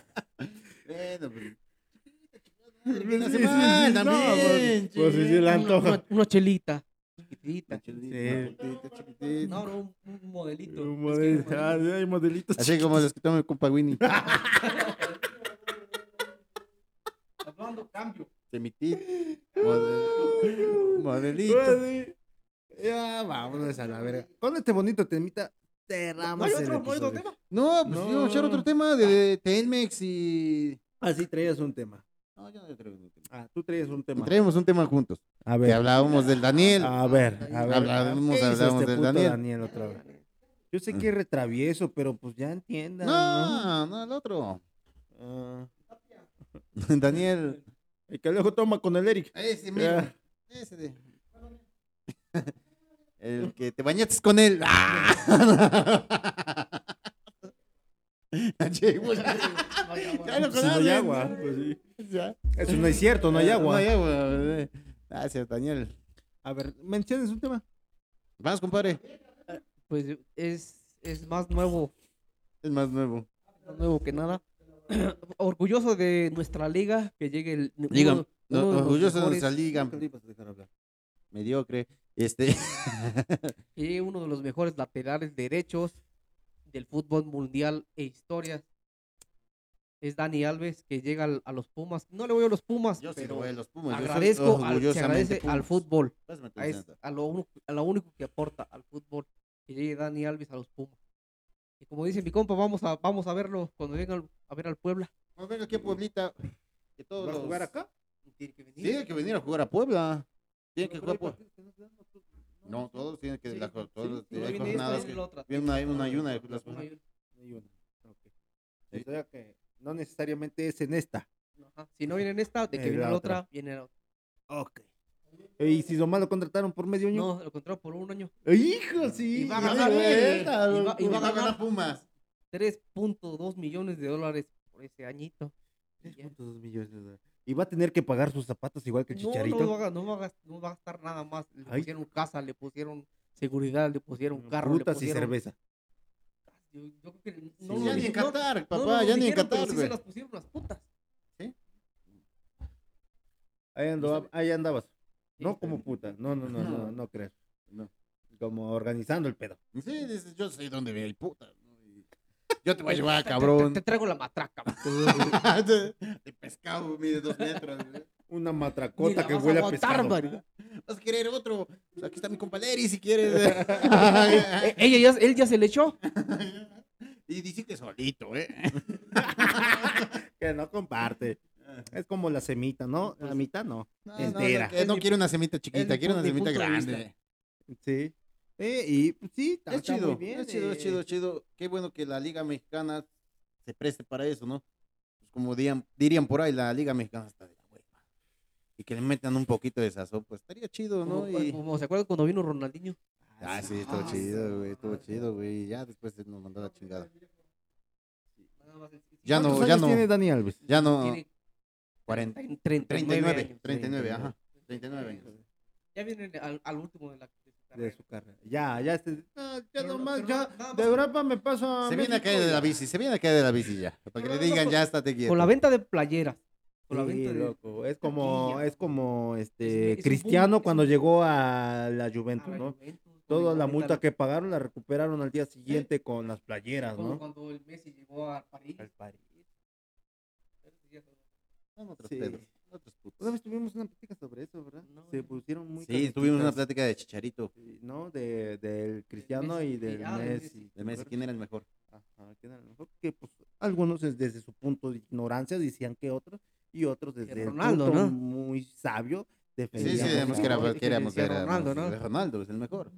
Speaker 4: pues, pero...
Speaker 1: Sí,
Speaker 4: Hace
Speaker 1: sí, sí,
Speaker 4: mal
Speaker 1: sí, no,
Speaker 4: también,
Speaker 1: pues- pues sí, sí, la
Speaker 3: Una,
Speaker 1: antoja.
Speaker 3: una- una chelita. Chiquitita.
Speaker 4: Una chelita,
Speaker 1: Sí.
Speaker 4: una puntita, chiquitita.
Speaker 3: No, no, un, un modelito.
Speaker 1: Un
Speaker 3: Es que
Speaker 1: model- ah,
Speaker 3: era modelito.
Speaker 1: sí, hay modelitos.
Speaker 4: Así como los que toma mi compa Winnie.
Speaker 1: Ah,
Speaker 3: Hablando cambio.
Speaker 4: Semitit. model- Modelito.
Speaker 1: Ay, pues, Ya, vámonos a la verga. Con este bonito temita,
Speaker 3: No
Speaker 1: cerramos
Speaker 3: hay
Speaker 1: el
Speaker 3: otro, no hay otro
Speaker 1: episodio.
Speaker 3: tema.
Speaker 4: No, pues
Speaker 1: No.
Speaker 4: yo voy a echar otro tema de, de Telmex y.
Speaker 1: Ah, sí, traías un tema.
Speaker 4: No, yo no traigo ningún tema.
Speaker 1: Ah, tú traías un tema.
Speaker 4: Traemos un tema juntos.
Speaker 1: A
Speaker 4: Que
Speaker 1: ver, Ah,
Speaker 4: hablábamos del Daniel.
Speaker 1: a ver, a ver.
Speaker 4: Hablábamos-
Speaker 1: ¿Qué hizo
Speaker 4: hablábamos
Speaker 1: este
Speaker 4: del
Speaker 1: puto
Speaker 4: Daniel.
Speaker 1: Daniel otra vez? Yo sé que es retravieso, pero pues ya entiendan. ¿no?
Speaker 4: no, no, el otro.
Speaker 1: Ah,
Speaker 4: Daniel.
Speaker 1: el que luego toma con el Eric.
Speaker 4: Ese
Speaker 1: Ya.
Speaker 4: Ese de. El que te bañaste con él. ¡Ah! Che, güey. Ya lo
Speaker 1: Pues si no hay
Speaker 4: conoces.
Speaker 1: agua. pues sí.
Speaker 4: Ya.
Speaker 1: Eso no es cierto, no
Speaker 3: Eh,
Speaker 1: hay
Speaker 4: No
Speaker 1: agua.
Speaker 4: hay agua.
Speaker 3: Ah,
Speaker 4: Gracias, Daniel.
Speaker 1: A ver, menciones un tema.
Speaker 4: Vamos, compadre.
Speaker 3: Pues es, es más nuevo,
Speaker 4: Es más nuevo.
Speaker 3: más nuevo que nada. Orgulloso de nuestra liga, que llegue el.
Speaker 4: Liga,
Speaker 3: uno-
Speaker 4: no,
Speaker 3: uno de los
Speaker 4: orgulloso de
Speaker 3: mejores-
Speaker 4: nuestra liga. Mediocre. Este.
Speaker 3: y uno de los mejores laterales derechos del fútbol mundial e historia. Es Dani Alves que llega al- a los Pumas. No le voy a los Pumas,
Speaker 4: Yo sí le
Speaker 3: pero
Speaker 4: voy a los Pumas. yo soy
Speaker 3: agradezco al, se
Speaker 4: orgullosamente
Speaker 3: agradece al
Speaker 4: Pumas.
Speaker 3: fútbol.
Speaker 4: Pásame tu
Speaker 3: A, es-
Speaker 4: licencia.
Speaker 3: a lo, uni- a lo único que aporta al fútbol. Que llegue Dani Alves a los Pumas. Y como dice mi compa, vamos a, vamos a verlo cuando venga al- a ver al Puebla.
Speaker 4: Pues venga aquí a Pueblita. Que todos
Speaker 1: ¿Va a
Speaker 4: los-
Speaker 1: jugar acá?
Speaker 3: Tiene que venir.
Speaker 4: Tiene que venir a jugar a Puebla. Tiene que jugar a Puebla. No, todos tienen que.
Speaker 3: Sí,
Speaker 4: la-
Speaker 3: sí,
Speaker 4: todos,
Speaker 3: sí,
Speaker 4: hay
Speaker 3: viene
Speaker 4: jornadas
Speaker 3: esta,
Speaker 4: que-
Speaker 3: viene la otra.
Speaker 4: viene una, una y una. de las-
Speaker 3: Una y una.
Speaker 1: Hay una. Ok. O sea que no necesariamente es en esta.
Speaker 3: Ajá. Si no viene en esta, de
Speaker 1: Eh,
Speaker 3: que viene
Speaker 1: la
Speaker 3: la
Speaker 1: otra.
Speaker 3: otra, viene la otra.
Speaker 1: Ok. Y si nomás lo contrataron por medio año.
Speaker 3: No, lo contrario por un año.
Speaker 1: ¡Hijo, sí!
Speaker 3: Y va a
Speaker 1: Ya
Speaker 3: ganar,
Speaker 1: me
Speaker 3: güey.
Speaker 1: cuenta,
Speaker 3: Y va-
Speaker 1: loco.
Speaker 3: y va a ganar.
Speaker 4: Pumas.
Speaker 3: 3.2 millones de dólares por ese añito. Y ya.
Speaker 1: 3.2 millones de dólares. y va a tener que pagar sus zapatos igual que el
Speaker 3: No,
Speaker 1: chicharito.
Speaker 3: No, va a- no, va a, gas- no va a gastar nada más. Le
Speaker 1: Ay.
Speaker 3: pusieron casa, le pusieron seguridad, le pusieron carro.
Speaker 1: Frutas
Speaker 3: le pusieron...
Speaker 1: y cerveza.
Speaker 3: Yo, yo creo que no
Speaker 1: Sí,
Speaker 3: nos
Speaker 4: ya ni
Speaker 3: di-
Speaker 4: en
Speaker 3: no-
Speaker 4: Qatar,
Speaker 3: no
Speaker 4: papá,
Speaker 3: nos
Speaker 4: ya ni en
Speaker 3: dijeron, pero
Speaker 4: Qatar,
Speaker 3: sí
Speaker 4: güey.
Speaker 3: se las pusieron las putas.
Speaker 1: Ahí, andaba- ahí andabas.
Speaker 3: Sí,
Speaker 1: No como puta. No, no, no, no, no creas.
Speaker 4: No.
Speaker 1: Como organizando el pedo.
Speaker 4: Sí, dices, yo sé dónde ve el puta. ¿no? Y Yo te voy a llevar,
Speaker 3: Te- te-
Speaker 4: cabrón.
Speaker 3: Te, traigo la matraca. güey.
Speaker 4: de, de pescado, mide dos metros. güey.
Speaker 1: Una
Speaker 3: Ni la
Speaker 1: matracota que
Speaker 3: vas a
Speaker 1: huele a
Speaker 3: aguantar,
Speaker 1: pescado.
Speaker 3: man.
Speaker 4: Vas a querer otro. Pues aquí está mi compa Leri, si quieres.
Speaker 3: Eh, ella ya- él ya se le echó.
Speaker 4: y dice que solito, ¿eh?
Speaker 1: Que no comparte. Es como la semita, ¿no? La mitad no.
Speaker 4: No,
Speaker 1: Entera.
Speaker 4: No, no, que no quiere una semita chiquita,
Speaker 3: es
Speaker 4: quiere una
Speaker 3: mi punto
Speaker 4: semita
Speaker 3: de
Speaker 4: grande.
Speaker 3: vista.
Speaker 1: Sí. Eh, y pues, sí, está,
Speaker 4: Es
Speaker 1: está
Speaker 4: chido,
Speaker 1: muy bien,
Speaker 4: es chido, es
Speaker 1: eh.
Speaker 4: chido, es chido. Qué bueno que la Liga Mexicana se preste para eso, ¿no? Pues como dirían, dirían por ahí, la Liga Mexicana está de la hueva. Y que le metan un poquito de sazón, pues estaría chido, ¿no?
Speaker 3: Como,
Speaker 4: Y-
Speaker 3: como- se acuerdan cuando vino Ronaldinho.
Speaker 4: Ah, sí, estuvo chido, güey, estuvo chido, güey. y Ya después nos mandó la chingada. Ya no,
Speaker 1: ¿Cuántos
Speaker 4: ya
Speaker 1: años
Speaker 4: no,
Speaker 1: tiene Dani Alves?
Speaker 4: ya no.
Speaker 3: Tiene
Speaker 4: 40,
Speaker 3: 39,
Speaker 4: 39,
Speaker 3: años.
Speaker 4: 39, ajá. 39 años.
Speaker 3: Ya viene al, al último de la. de su
Speaker 1: De
Speaker 3: carrera.
Speaker 1: su carrera. Ya, ya. este- ah, ya
Speaker 3: Pero no-
Speaker 1: nomás,
Speaker 3: pero
Speaker 1: ya.
Speaker 3: no- nada
Speaker 1: de
Speaker 3: más-
Speaker 1: Europa me paso a.
Speaker 4: Se viene a
Speaker 1: México
Speaker 4: caer de
Speaker 1: y-
Speaker 4: la bici, se viene a caer de la bici ya. Para que le digan, ya estate quieto.
Speaker 3: Con la venta de playeras. Con la
Speaker 1: Sí,
Speaker 3: venta de.
Speaker 1: loco. Es como,
Speaker 3: taquilla.
Speaker 1: es como
Speaker 3: un
Speaker 1: este
Speaker 3: boom,
Speaker 1: Cristiano
Speaker 3: es
Speaker 1: cuando
Speaker 3: un-
Speaker 1: llegó a la
Speaker 3: a
Speaker 1: Juventus,
Speaker 3: la
Speaker 1: ¿no?
Speaker 3: Juventus, con
Speaker 1: Toda
Speaker 3: el-
Speaker 1: la
Speaker 3: con
Speaker 1: multa
Speaker 3: el-
Speaker 1: que pagaron la recuperaron al día siguiente con las playeras,
Speaker 3: como
Speaker 1: ¿no?
Speaker 3: Cuando el Messi llegó a París.
Speaker 1: Al París.
Speaker 4: Son otros
Speaker 1: Sí.
Speaker 4: pedos, otros putos.
Speaker 1: Una vez tuvimos una plática sobre eso, ¿verdad?
Speaker 3: No,
Speaker 1: Se
Speaker 3: no.
Speaker 1: pusieron muy
Speaker 4: Sí, tuvimos una
Speaker 1: calentitas,
Speaker 4: plática de Chicharito,
Speaker 1: sí, ¿no? De, del Cristiano
Speaker 3: Messi.
Speaker 1: y del
Speaker 3: Ah, del
Speaker 1: Messi.
Speaker 4: de Messi, ¿quién era el mejor?
Speaker 1: Ajá, ¿quién era el mejor? Que pues, algunos es- desde su punto de ignorancia decían que otros y otros desde el
Speaker 3: Ronaldo,
Speaker 1: punto
Speaker 3: ¿no?
Speaker 1: muy sabio
Speaker 4: Sí, sí,
Speaker 1: defendían.
Speaker 4: digamos que
Speaker 1: a-
Speaker 4: era,
Speaker 3: sí,
Speaker 4: que éramos
Speaker 3: decía
Speaker 4: ver a
Speaker 3: Ronaldo, ¿no?
Speaker 4: Ronaldo es el mejor.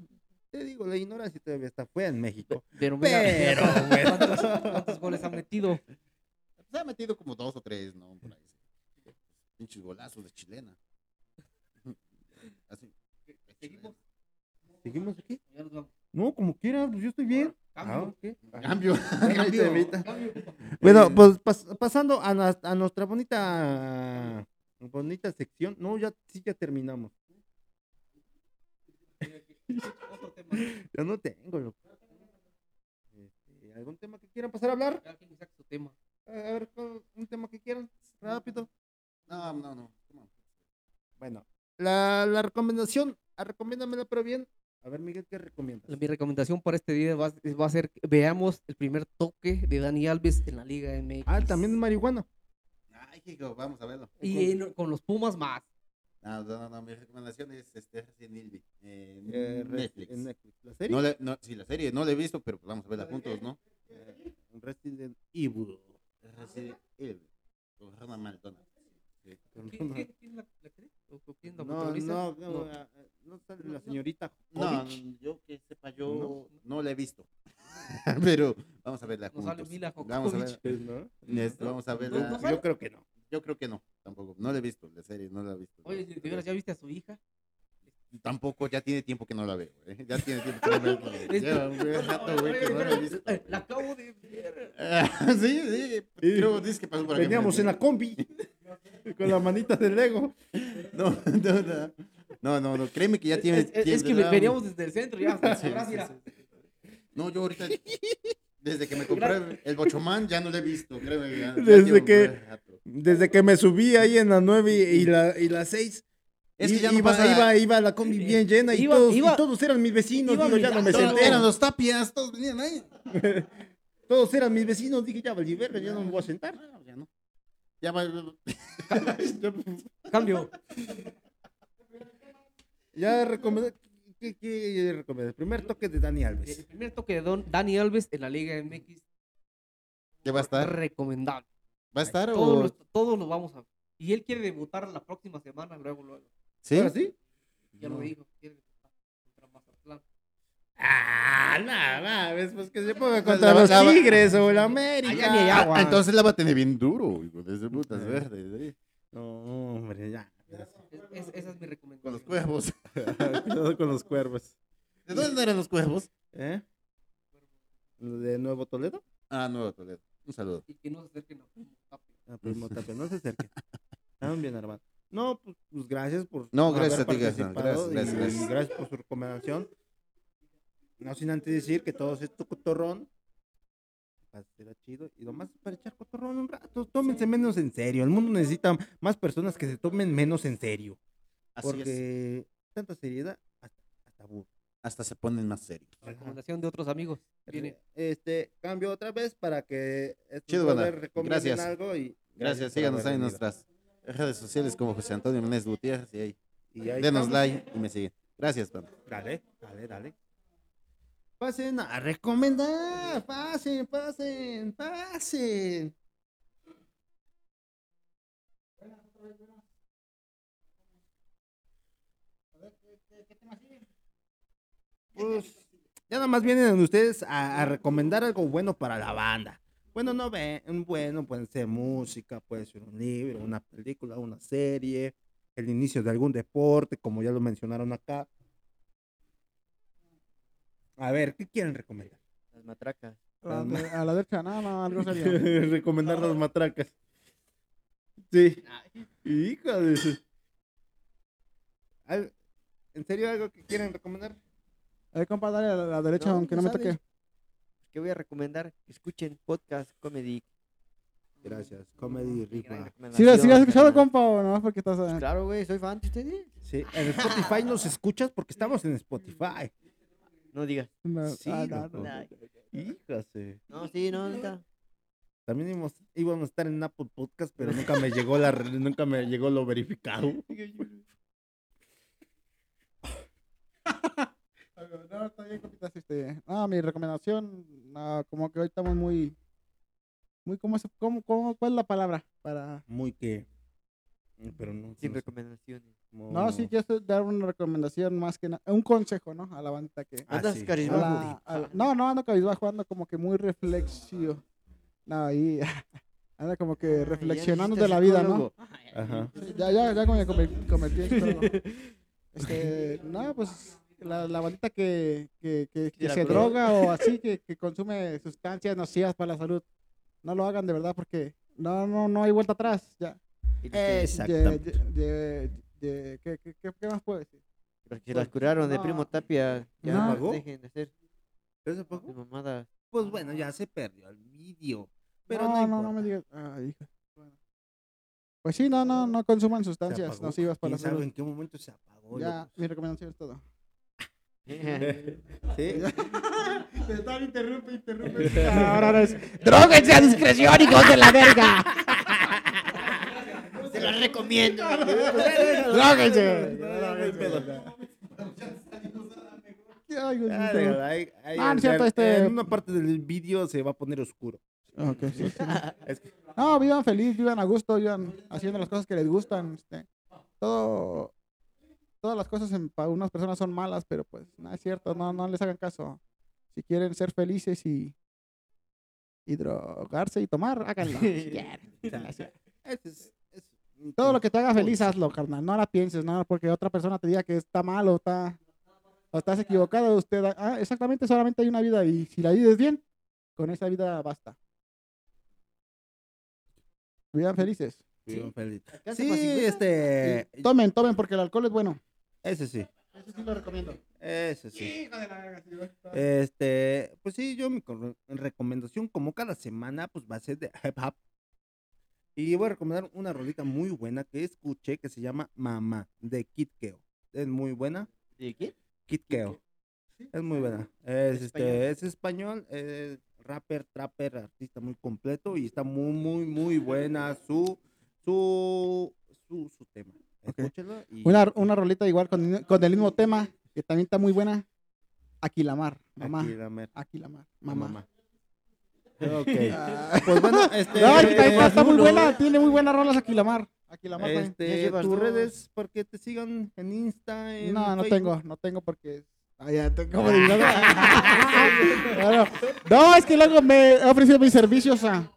Speaker 1: Te digo, la ignorancia todavía está fuera en México.
Speaker 3: Pero, mira,
Speaker 1: Pero,
Speaker 3: mira ¿cuántos, cuántos goles ha metido?
Speaker 4: Se ha metido como dos o tres, ¿no? Por ahí. sí. Pinches golazos de chilena. Así.
Speaker 3: Seguimos.
Speaker 1: ¿Seguimos aquí?
Speaker 3: Ya nos vamos.
Speaker 1: No, como quiera, pues yo estoy bien.
Speaker 3: Cambio.
Speaker 1: Ah, ok.
Speaker 4: Cambio.
Speaker 1: Cambio.
Speaker 4: Ah,
Speaker 3: Cambio.
Speaker 1: Bueno, pues pas- pasando a, nas- a nuestra bonita bonita sección. No, ya sí ya terminamos.
Speaker 3: Otro tema.
Speaker 1: Ya no tengo, loco. Este, ¿Algún tema que quieran pasar a hablar?
Speaker 3: Cada quien saca su tema.
Speaker 1: A ver, ¿cuál- un tema que quieran, rápido.
Speaker 4: No, no, no. Come on.
Speaker 1: Bueno, la, la recomendación, ah, recomiéndamela, pero bien. A ver, Miguel, ¿qué recomiendas?
Speaker 3: Mi recomendación para este día va, va a ser que veamos el primer toque de Dani Alves en la Liga MX.
Speaker 1: Ah, también marihuana.
Speaker 4: Ay, hijo, vamos a verlo.
Speaker 3: Y en- con los Pumas más.
Speaker 4: No, no, no, no, mi recomendación es este Resident Evil. eh,
Speaker 1: Eh, re-
Speaker 4: Netflix.
Speaker 1: en Netflix. ¿La serie?
Speaker 4: No le- no, sí, la serie no la he visto, pero pues vamos a verla juntos, ¿no?
Speaker 1: Eh, Resident Evil.
Speaker 4: Resident Evil. Con Ronald McDonald. Sí.
Speaker 3: ¿Quién, quién- quién la, la cree? ¿O- o quién la
Speaker 1: No, no,
Speaker 3: protagoniza?
Speaker 1: no,
Speaker 3: No.
Speaker 1: eh, no sale
Speaker 4: No,
Speaker 1: la
Speaker 4: no.
Speaker 1: señorita.
Speaker 4: No, yo que sepa, yo no, la he visto. Pero vamos a verla
Speaker 3: No
Speaker 4: juntos.
Speaker 3: sale Mila
Speaker 4: vamos a ver,
Speaker 3: Jokovic.
Speaker 1: Pues, ¿no?
Speaker 4: este, vamos a verla.
Speaker 3: no
Speaker 1: Yo
Speaker 3: sale.
Speaker 1: creo que no.
Speaker 4: Yo creo que no, tampoco. No la he visto, la serie no la he visto.
Speaker 3: Oye, ¿de veras ya viste a su hija?
Speaker 4: Tampoco, ya tiene tiempo que no la veo. ¿eh? Ya tiene tiempo que no la veo.
Speaker 3: Este-
Speaker 4: Lleva un buen rato, güey, que no la he visto.
Speaker 3: Eh, La acabo de ver.
Speaker 4: Ah, sí, sí. Creo, dice que pasó por acá.
Speaker 1: Veníamos en la combi con la manita del Lego.
Speaker 4: No, no, no. No, no, no, créeme que ya tiene.
Speaker 3: es, es-
Speaker 4: tiene-
Speaker 3: es que
Speaker 4: ¿verdad?
Speaker 3: veníamos desde el centro, ya hasta
Speaker 4: Sí,
Speaker 3: atrás,
Speaker 4: sí,
Speaker 3: mira.
Speaker 4: No, yo ahorita. Desde que me compré el Bochomán ya no lo he visto, créeme. ya- ya
Speaker 1: Desde
Speaker 4: llevo un
Speaker 1: que-
Speaker 4: buen rato.
Speaker 1: Desde que me subí ahí en la 9 y la, y la 6.
Speaker 4: Es que
Speaker 1: i-
Speaker 4: ya no
Speaker 1: iba,
Speaker 4: pasa-
Speaker 1: iba, iba la combi bien llena y,
Speaker 3: Iba-
Speaker 1: todos, y
Speaker 3: iba-
Speaker 1: todos eran mis vecinos.
Speaker 3: iba
Speaker 1: digo, ya no me
Speaker 3: mirando.
Speaker 1: senté.
Speaker 4: Eran los tapias, todos venían ahí.
Speaker 1: Todos eran mis vecinos. Dije, ya valí verga, ya no me voy a sentar.
Speaker 4: Ah, ya no. Ya va.
Speaker 3: Cambio.
Speaker 1: Ya recomendé. ¿Qué, qué recomendé? Primer toque de Dani
Speaker 3: El
Speaker 1: Alves.
Speaker 3: primer toque de Don, Dani Alves en la Liga MX
Speaker 4: ¿Qué va a estar?
Speaker 3: recomendable.
Speaker 4: ¿Va a estar
Speaker 3: Todos
Speaker 4: o.?
Speaker 3: lo, todos lo vamos a ver. Y él quiere debutar la próxima semana, luego, luego.
Speaker 4: ¿Sí?
Speaker 1: ¿Ahora sí?
Speaker 3: Ya lo dijo. Quiere debutar contra Mazatlán.
Speaker 1: Ah, nada, ves, pues que se ponga
Speaker 4: La-
Speaker 1: contra los
Speaker 4: la-
Speaker 1: Tigres o el América.
Speaker 3: Allá ni hay agua.
Speaker 4: Ah, entonces la va a tener bien duro, hijo de esas putas verdes. ¿eh?
Speaker 1: No, hombre, ya.
Speaker 3: Es- es- esa es mi recomendación.
Speaker 4: Con los cuervos.
Speaker 1: Cuidado con los cuervos.
Speaker 4: ¿De dónde eran los cuervos?
Speaker 1: ¿Eh? ¿De Nuevo Toledo?
Speaker 4: Ah, Nuevo Toledo. Un saludo.
Speaker 3: Y que no se acerquen a Primo Tapia.
Speaker 1: pues, Ah, primo Tapia, no se acerque. Ah, armaron, bien armaron. No, pues, pues, gracias por.
Speaker 4: No,
Speaker 1: haber
Speaker 4: gracias a ti, Gastón.
Speaker 1: participado
Speaker 4: Gracias,
Speaker 1: y-
Speaker 4: gracias,
Speaker 1: y gracias por su recomendación. No sin antes decir que todo esto cotorrón. Era chido. Y lo más es para echar cotorrón un rato. Tómense menos en serio. El mundo necesita más personas que se tomen menos en serio.
Speaker 4: Así es.
Speaker 1: porque tanta seriedad hasta, hasta aburre.
Speaker 4: Hasta se ponen más serios.
Speaker 3: Recomendación de otros amigos. Viene.
Speaker 1: Este, cambio otra vez para que estos
Speaker 4: Chido, banda.
Speaker 1: brothers recomienden
Speaker 4: Gracias.
Speaker 1: algo y
Speaker 4: Gracias,
Speaker 1: por
Speaker 4: síganos
Speaker 1: haber
Speaker 4: ahí en
Speaker 1: venido.
Speaker 4: nuestras redes sociales como José Antonio Menéndez Gutiérrez y ahí.
Speaker 1: Y ahí
Speaker 4: Denos
Speaker 1: estamos.
Speaker 4: like y me siguen. Gracias, banda.
Speaker 1: Dale, dale, dale. Pasen a recomendar. Pasen, pasen, pasen. Pues ya nada más vienen ustedes a, a recomendar algo bueno para la banda. Bueno, no ven, bueno, puede ser música, puede ser un libro, una película, una serie, el inicio de algún deporte, como ya lo mencionaron acá. A ver, ¿qué quieren recomendar?
Speaker 6: Las matracas.
Speaker 2: A la- a la derecha, nada, no, algo serio.
Speaker 1: recomendar las matracas. Sí. Hija de su- Al- ¿En serio algo que quieren recomendar?
Speaker 2: Eh, compa, dale a la, a la derecha,
Speaker 6: No,
Speaker 2: aunque no
Speaker 6: ya
Speaker 2: me
Speaker 6: sabes.
Speaker 2: toque.
Speaker 6: ¿Qué voy a recomendar? Que escuchen podcast, comedy.
Speaker 1: Gracias, Comedy
Speaker 6: Gran
Speaker 1: Rigma.
Speaker 2: ¿Sí,
Speaker 6: recomendación,
Speaker 2: sí has escuchado,
Speaker 6: carnal.
Speaker 2: compa, o no? Porque estás...
Speaker 6: Pues
Speaker 2: eh,
Speaker 6: Claro, güey, soy fan de ustedes.
Speaker 1: Sí, en Spotify nos escuchas porque estamos en Spotify.
Speaker 6: No digas.
Speaker 2: no,
Speaker 1: Sí,
Speaker 2: ah, no,
Speaker 1: loco.
Speaker 2: no.
Speaker 6: Ay,
Speaker 1: Híjase.
Speaker 6: No, sí, no, neta.
Speaker 1: También íbamos, íbamos a estar en Apple Podcast, pero nunca me llegó la re- nunca me llegó lo verificado.
Speaker 2: No, está bien, compitas, este, No, mi recomendación, no, como que hoy estamos muy, muy, ¿cómo, se- cómo, cómo, ¿cuál es la palabra? Para,
Speaker 1: Muy que. Pero no.
Speaker 6: Sin
Speaker 1: no sé
Speaker 6: recomendaciones.
Speaker 2: Eh,
Speaker 1: cómo-
Speaker 2: no, sí, quiero dar una recomendación más que nada, un consejo, ¿no? A la bandita que...
Speaker 1: Ah,
Speaker 6: Andas
Speaker 1: sí.
Speaker 2: a
Speaker 6: carismático.
Speaker 2: la- a la- no, no, ando cabizbajo, ando como que muy reflexio. No, ahí, anda como que reflexionando de la vida, ¿no?
Speaker 1: Ajá.
Speaker 2: Ya, ya, ya me conver- convertí en psicólogo. Este, no, pues la, la bandita que, que, que- que
Speaker 6: la
Speaker 2: se
Speaker 6: cruda.
Speaker 2: droga o así, que, que consume sustancias nocivas para la salud, no lo hagan de verdad porque no, no, no hay vuelta atrás. Ya. Eh,
Speaker 1: Exactamente.
Speaker 2: Ye- ye- ye- ye- ¿qué, qué- qué- qué más puedo decir?
Speaker 6: Porque se las curaron de
Speaker 2: No.
Speaker 6: primo Tapia. Ya
Speaker 2: No.
Speaker 6: no,
Speaker 1: ¿Pagó?
Speaker 6: dejen de hacer
Speaker 1: ¿Eso poco?
Speaker 6: de mamadas.
Speaker 1: Pues bueno, ya se perdió el vídeo. Pero no,
Speaker 2: no, no, no me digas. Ay, hijo. Bueno. Pues sí, no, no, no consuman sustancias
Speaker 1: apagó.
Speaker 2: nocivas para la
Speaker 1: ¿Quién sabe
Speaker 2: salud.
Speaker 1: en qué momento se apagó?
Speaker 2: Ya, mi recomendación es todo.
Speaker 1: loco? Sí.
Speaker 2: Ahora eres. ¡Dróguense a discreción, hijos de la verga!
Speaker 6: Se las recomiendo.
Speaker 2: ¡Dróguense! Ay, Dios
Speaker 1: Ya,
Speaker 2: mío.
Speaker 1: déjala, ahí- ahí
Speaker 2: Ah, no
Speaker 1: en-
Speaker 2: es cierto,
Speaker 1: en-
Speaker 2: este-
Speaker 1: En una parte del vídeo se va a poner oscuro.
Speaker 2: Ah, Ok, sí, sí. No, vivan feliz, vivan a gusto, vivan haciendo las cosas que les gustan. este, Todo, todas las cosas en- para unas personas son malas, pero pues no es cierto, no, no les hagan caso. Si quieren ser felices y, y drogarse y tomar, háganlo. si quieren.
Speaker 1: Ese es- es mi
Speaker 2: Todo lo que te haga
Speaker 1: consejo.
Speaker 2: feliz, hazlo, carnal. No la pienses, nada, porque otra persona te diga que está mal o está, o estás equivocado. Usted, ah, exactamente, solamente hay una vida y si la vives bien, con esa vida basta. Vivan felices.
Speaker 1: Bien feliz.
Speaker 6: Alcanza para
Speaker 1: Sí,
Speaker 6: 50.
Speaker 1: este.
Speaker 2: Tomen, tomen, porque el alcohol es bueno.
Speaker 1: Ese sí.
Speaker 2: Eso sí lo recomiendo.
Speaker 1: Ese sí. Este, pues sí, yo mi corre- recomendación, como cada semana, pues va a ser de hip hop. Y voy a recomendar una rolita muy buena que escuché que se llama Mamá, de Kid Keo. Es muy buena.
Speaker 6: ¿De qué?
Speaker 1: Kid Keo. Es muy buena. Es, este, es español, es rapper, trapper, artista muy completo y está muy, muy, muy buena su, su, su, su tema. Escúchelo y
Speaker 2: Una, una rolita igual con, con el mismo tema, que también está muy buena. Aquilamar, mamá.
Speaker 1: Aquí la mer-
Speaker 2: Aquilamar, mamá.
Speaker 1: mamá. Ok.
Speaker 2: Ah.
Speaker 1: Pues bueno, este.
Speaker 2: No, aquí también
Speaker 1: eh,
Speaker 2: está muy
Speaker 1: Rulo,
Speaker 2: buena, tiene muy buenas rolas Aquilamar. Aquilamar también.
Speaker 6: Ya
Speaker 1: Este,
Speaker 6: llevas
Speaker 1: tus
Speaker 6: dos.
Speaker 1: redes, para que te sigan en Insta. En
Speaker 2: No, no
Speaker 1: Facebook?
Speaker 2: tengo, no tengo porque. Ah, ya, tengo como adivinado. Bueno, no, es que luego me he ofrecido mis servicios a.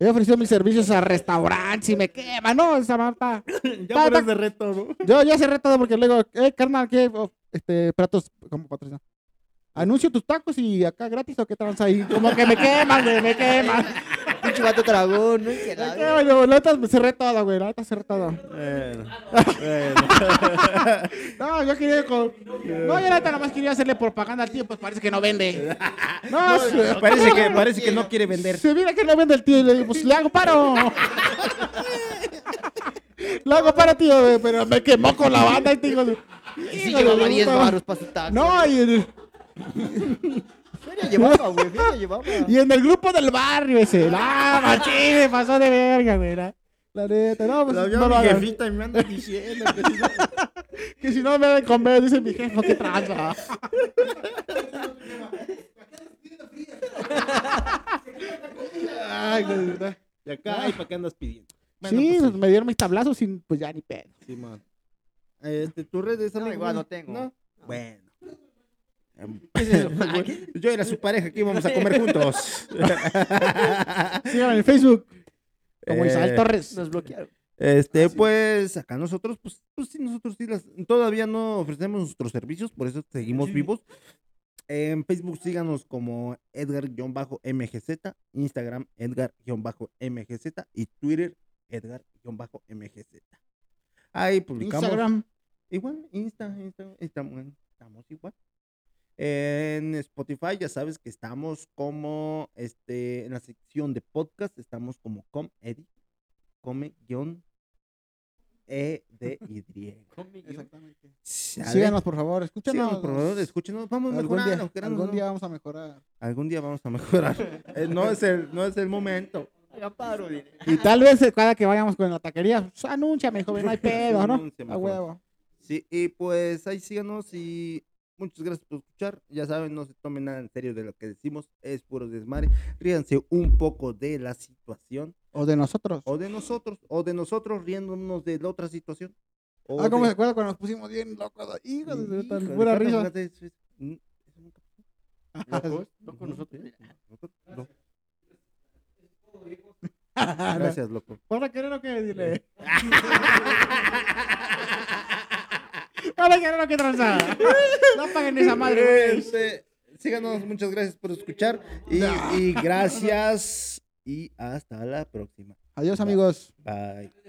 Speaker 2: He ofrecido mis servicios a restaurantes y me quema, ¿no? Esa marta.
Speaker 1: Ya fueras de reto, ¿no?
Speaker 2: Yo ya cerré todo porque luego, eh, carnal, ¿qué? Oh, este, platos, como patrocina. Anuncio tus tacos y acá gratis o qué tranza ahí. Como que me queman, güey, me queman.
Speaker 6: Pinche vato dragón, ¿no? Que la-
Speaker 2: Ay, no, la neta me cerré toda, güey. La neta cerré toda.
Speaker 7: Bueno, bueno.
Speaker 2: No, yo quería. con- No, yo la neta nomás quería hacerle propaganda al tío, pues parece que no vende. No, se-
Speaker 1: Parece que, parece que no quiere vender.
Speaker 2: se mira que no vende el tío y le digo, pues le hago paro. Le hago paro, tío, güey, pero me quemó con la banda y te digo.
Speaker 6: Y sí llevaba 10 baros para su taxi.
Speaker 2: No, y en, el-
Speaker 6: Feria llevaba, güey. Feria llevaba.
Speaker 2: y en el grupo del barrio ese. Ah, machín, me pasó de verga, güey. La, la neta, no, pues.
Speaker 4: La vio
Speaker 2: no lo
Speaker 4: mi
Speaker 2: hagan.
Speaker 4: jefita y me anda diciendo que si no-
Speaker 2: Que si no me deben comer, dice mi jefe, qué tranza.
Speaker 4: Ay, güey, ¿verdad? Y acá, ay, ¿para qué andas pidiendo? Bueno,
Speaker 2: sí,
Speaker 4: pues,
Speaker 2: pues, me dieron mis tablazos y pues ya ni pedo.
Speaker 4: Simón. Este, tu red es
Speaker 6: No,
Speaker 4: amigo,
Speaker 6: igual
Speaker 4: güey?
Speaker 6: no tengo.
Speaker 1: Bueno. Yo era su pareja que íbamos a comer juntos.
Speaker 2: Síganme en Facebook. Como
Speaker 1: Eh,
Speaker 2: Isabel Torres.
Speaker 6: Nos bloquearon.
Speaker 1: Este, pues, acá nosotros, pues, pues sí, nosotros sí las- todavía no ofrecemos nuestros servicios, por eso seguimos vivos. En Facebook síganos como Edgar-MGZ, Instagram Edgar-MGZ y Twitter Edgar-MGZ. Ahí publicamos.
Speaker 2: Instagram.
Speaker 1: Igual, Insta, Insta, estamos, estamos igual. En Spotify ya sabes que estamos como, este, en la sección de podcast estamos como com edit, come guión e d y
Speaker 2: Exactamente.
Speaker 1: Sale.
Speaker 2: Síganos, por favor. Escúchanos.
Speaker 1: Síganos, por favor, escúchenos, vamos
Speaker 2: Algún
Speaker 1: mejorando,
Speaker 2: día,
Speaker 1: queramos,
Speaker 2: algún
Speaker 1: ¿no?
Speaker 2: día vamos a mejorar.
Speaker 1: Algún día vamos a mejorar. Eh, no es el, no es el momento.
Speaker 6: Haga paro, dile.
Speaker 2: Y tal vez eh, cada que vayamos con la taquería, pues, anúnciame, joven, no hay pedo, ¿no?
Speaker 1: Anúnciame,
Speaker 2: A
Speaker 1: joven.
Speaker 2: huevo.
Speaker 1: Sí, y pues ahí síganos y muchas gracias por escuchar. Ya saben, no se tomen nada en serio de lo que decimos, es puro desmadre. Ríanse un poco de la situación
Speaker 2: O de nosotros.
Speaker 1: o de nosotros, o de nosotros riéndonos de la otra situación. o
Speaker 2: ah, ¿cómo se
Speaker 1: de-
Speaker 2: acuerda cuando nos pusimos bien locos? Hijo de tan
Speaker 1: Híjole,
Speaker 2: pura
Speaker 1: ¿cuántas
Speaker 2: risa. Ah,
Speaker 1: veces es- es-
Speaker 2: Locos,
Speaker 1: Ujú, sí, locos, no.
Speaker 2: Ah,
Speaker 1: Gracias, loco.
Speaker 2: ¿Para querer o qué? Dile. ¿Para querer o qué tranza? No paguen esa madre, güey.
Speaker 1: Este, síganos, muchas gracias por escuchar. Y, y gracias. Y hasta la próxima.
Speaker 2: Adiós, amigos.
Speaker 1: Bye.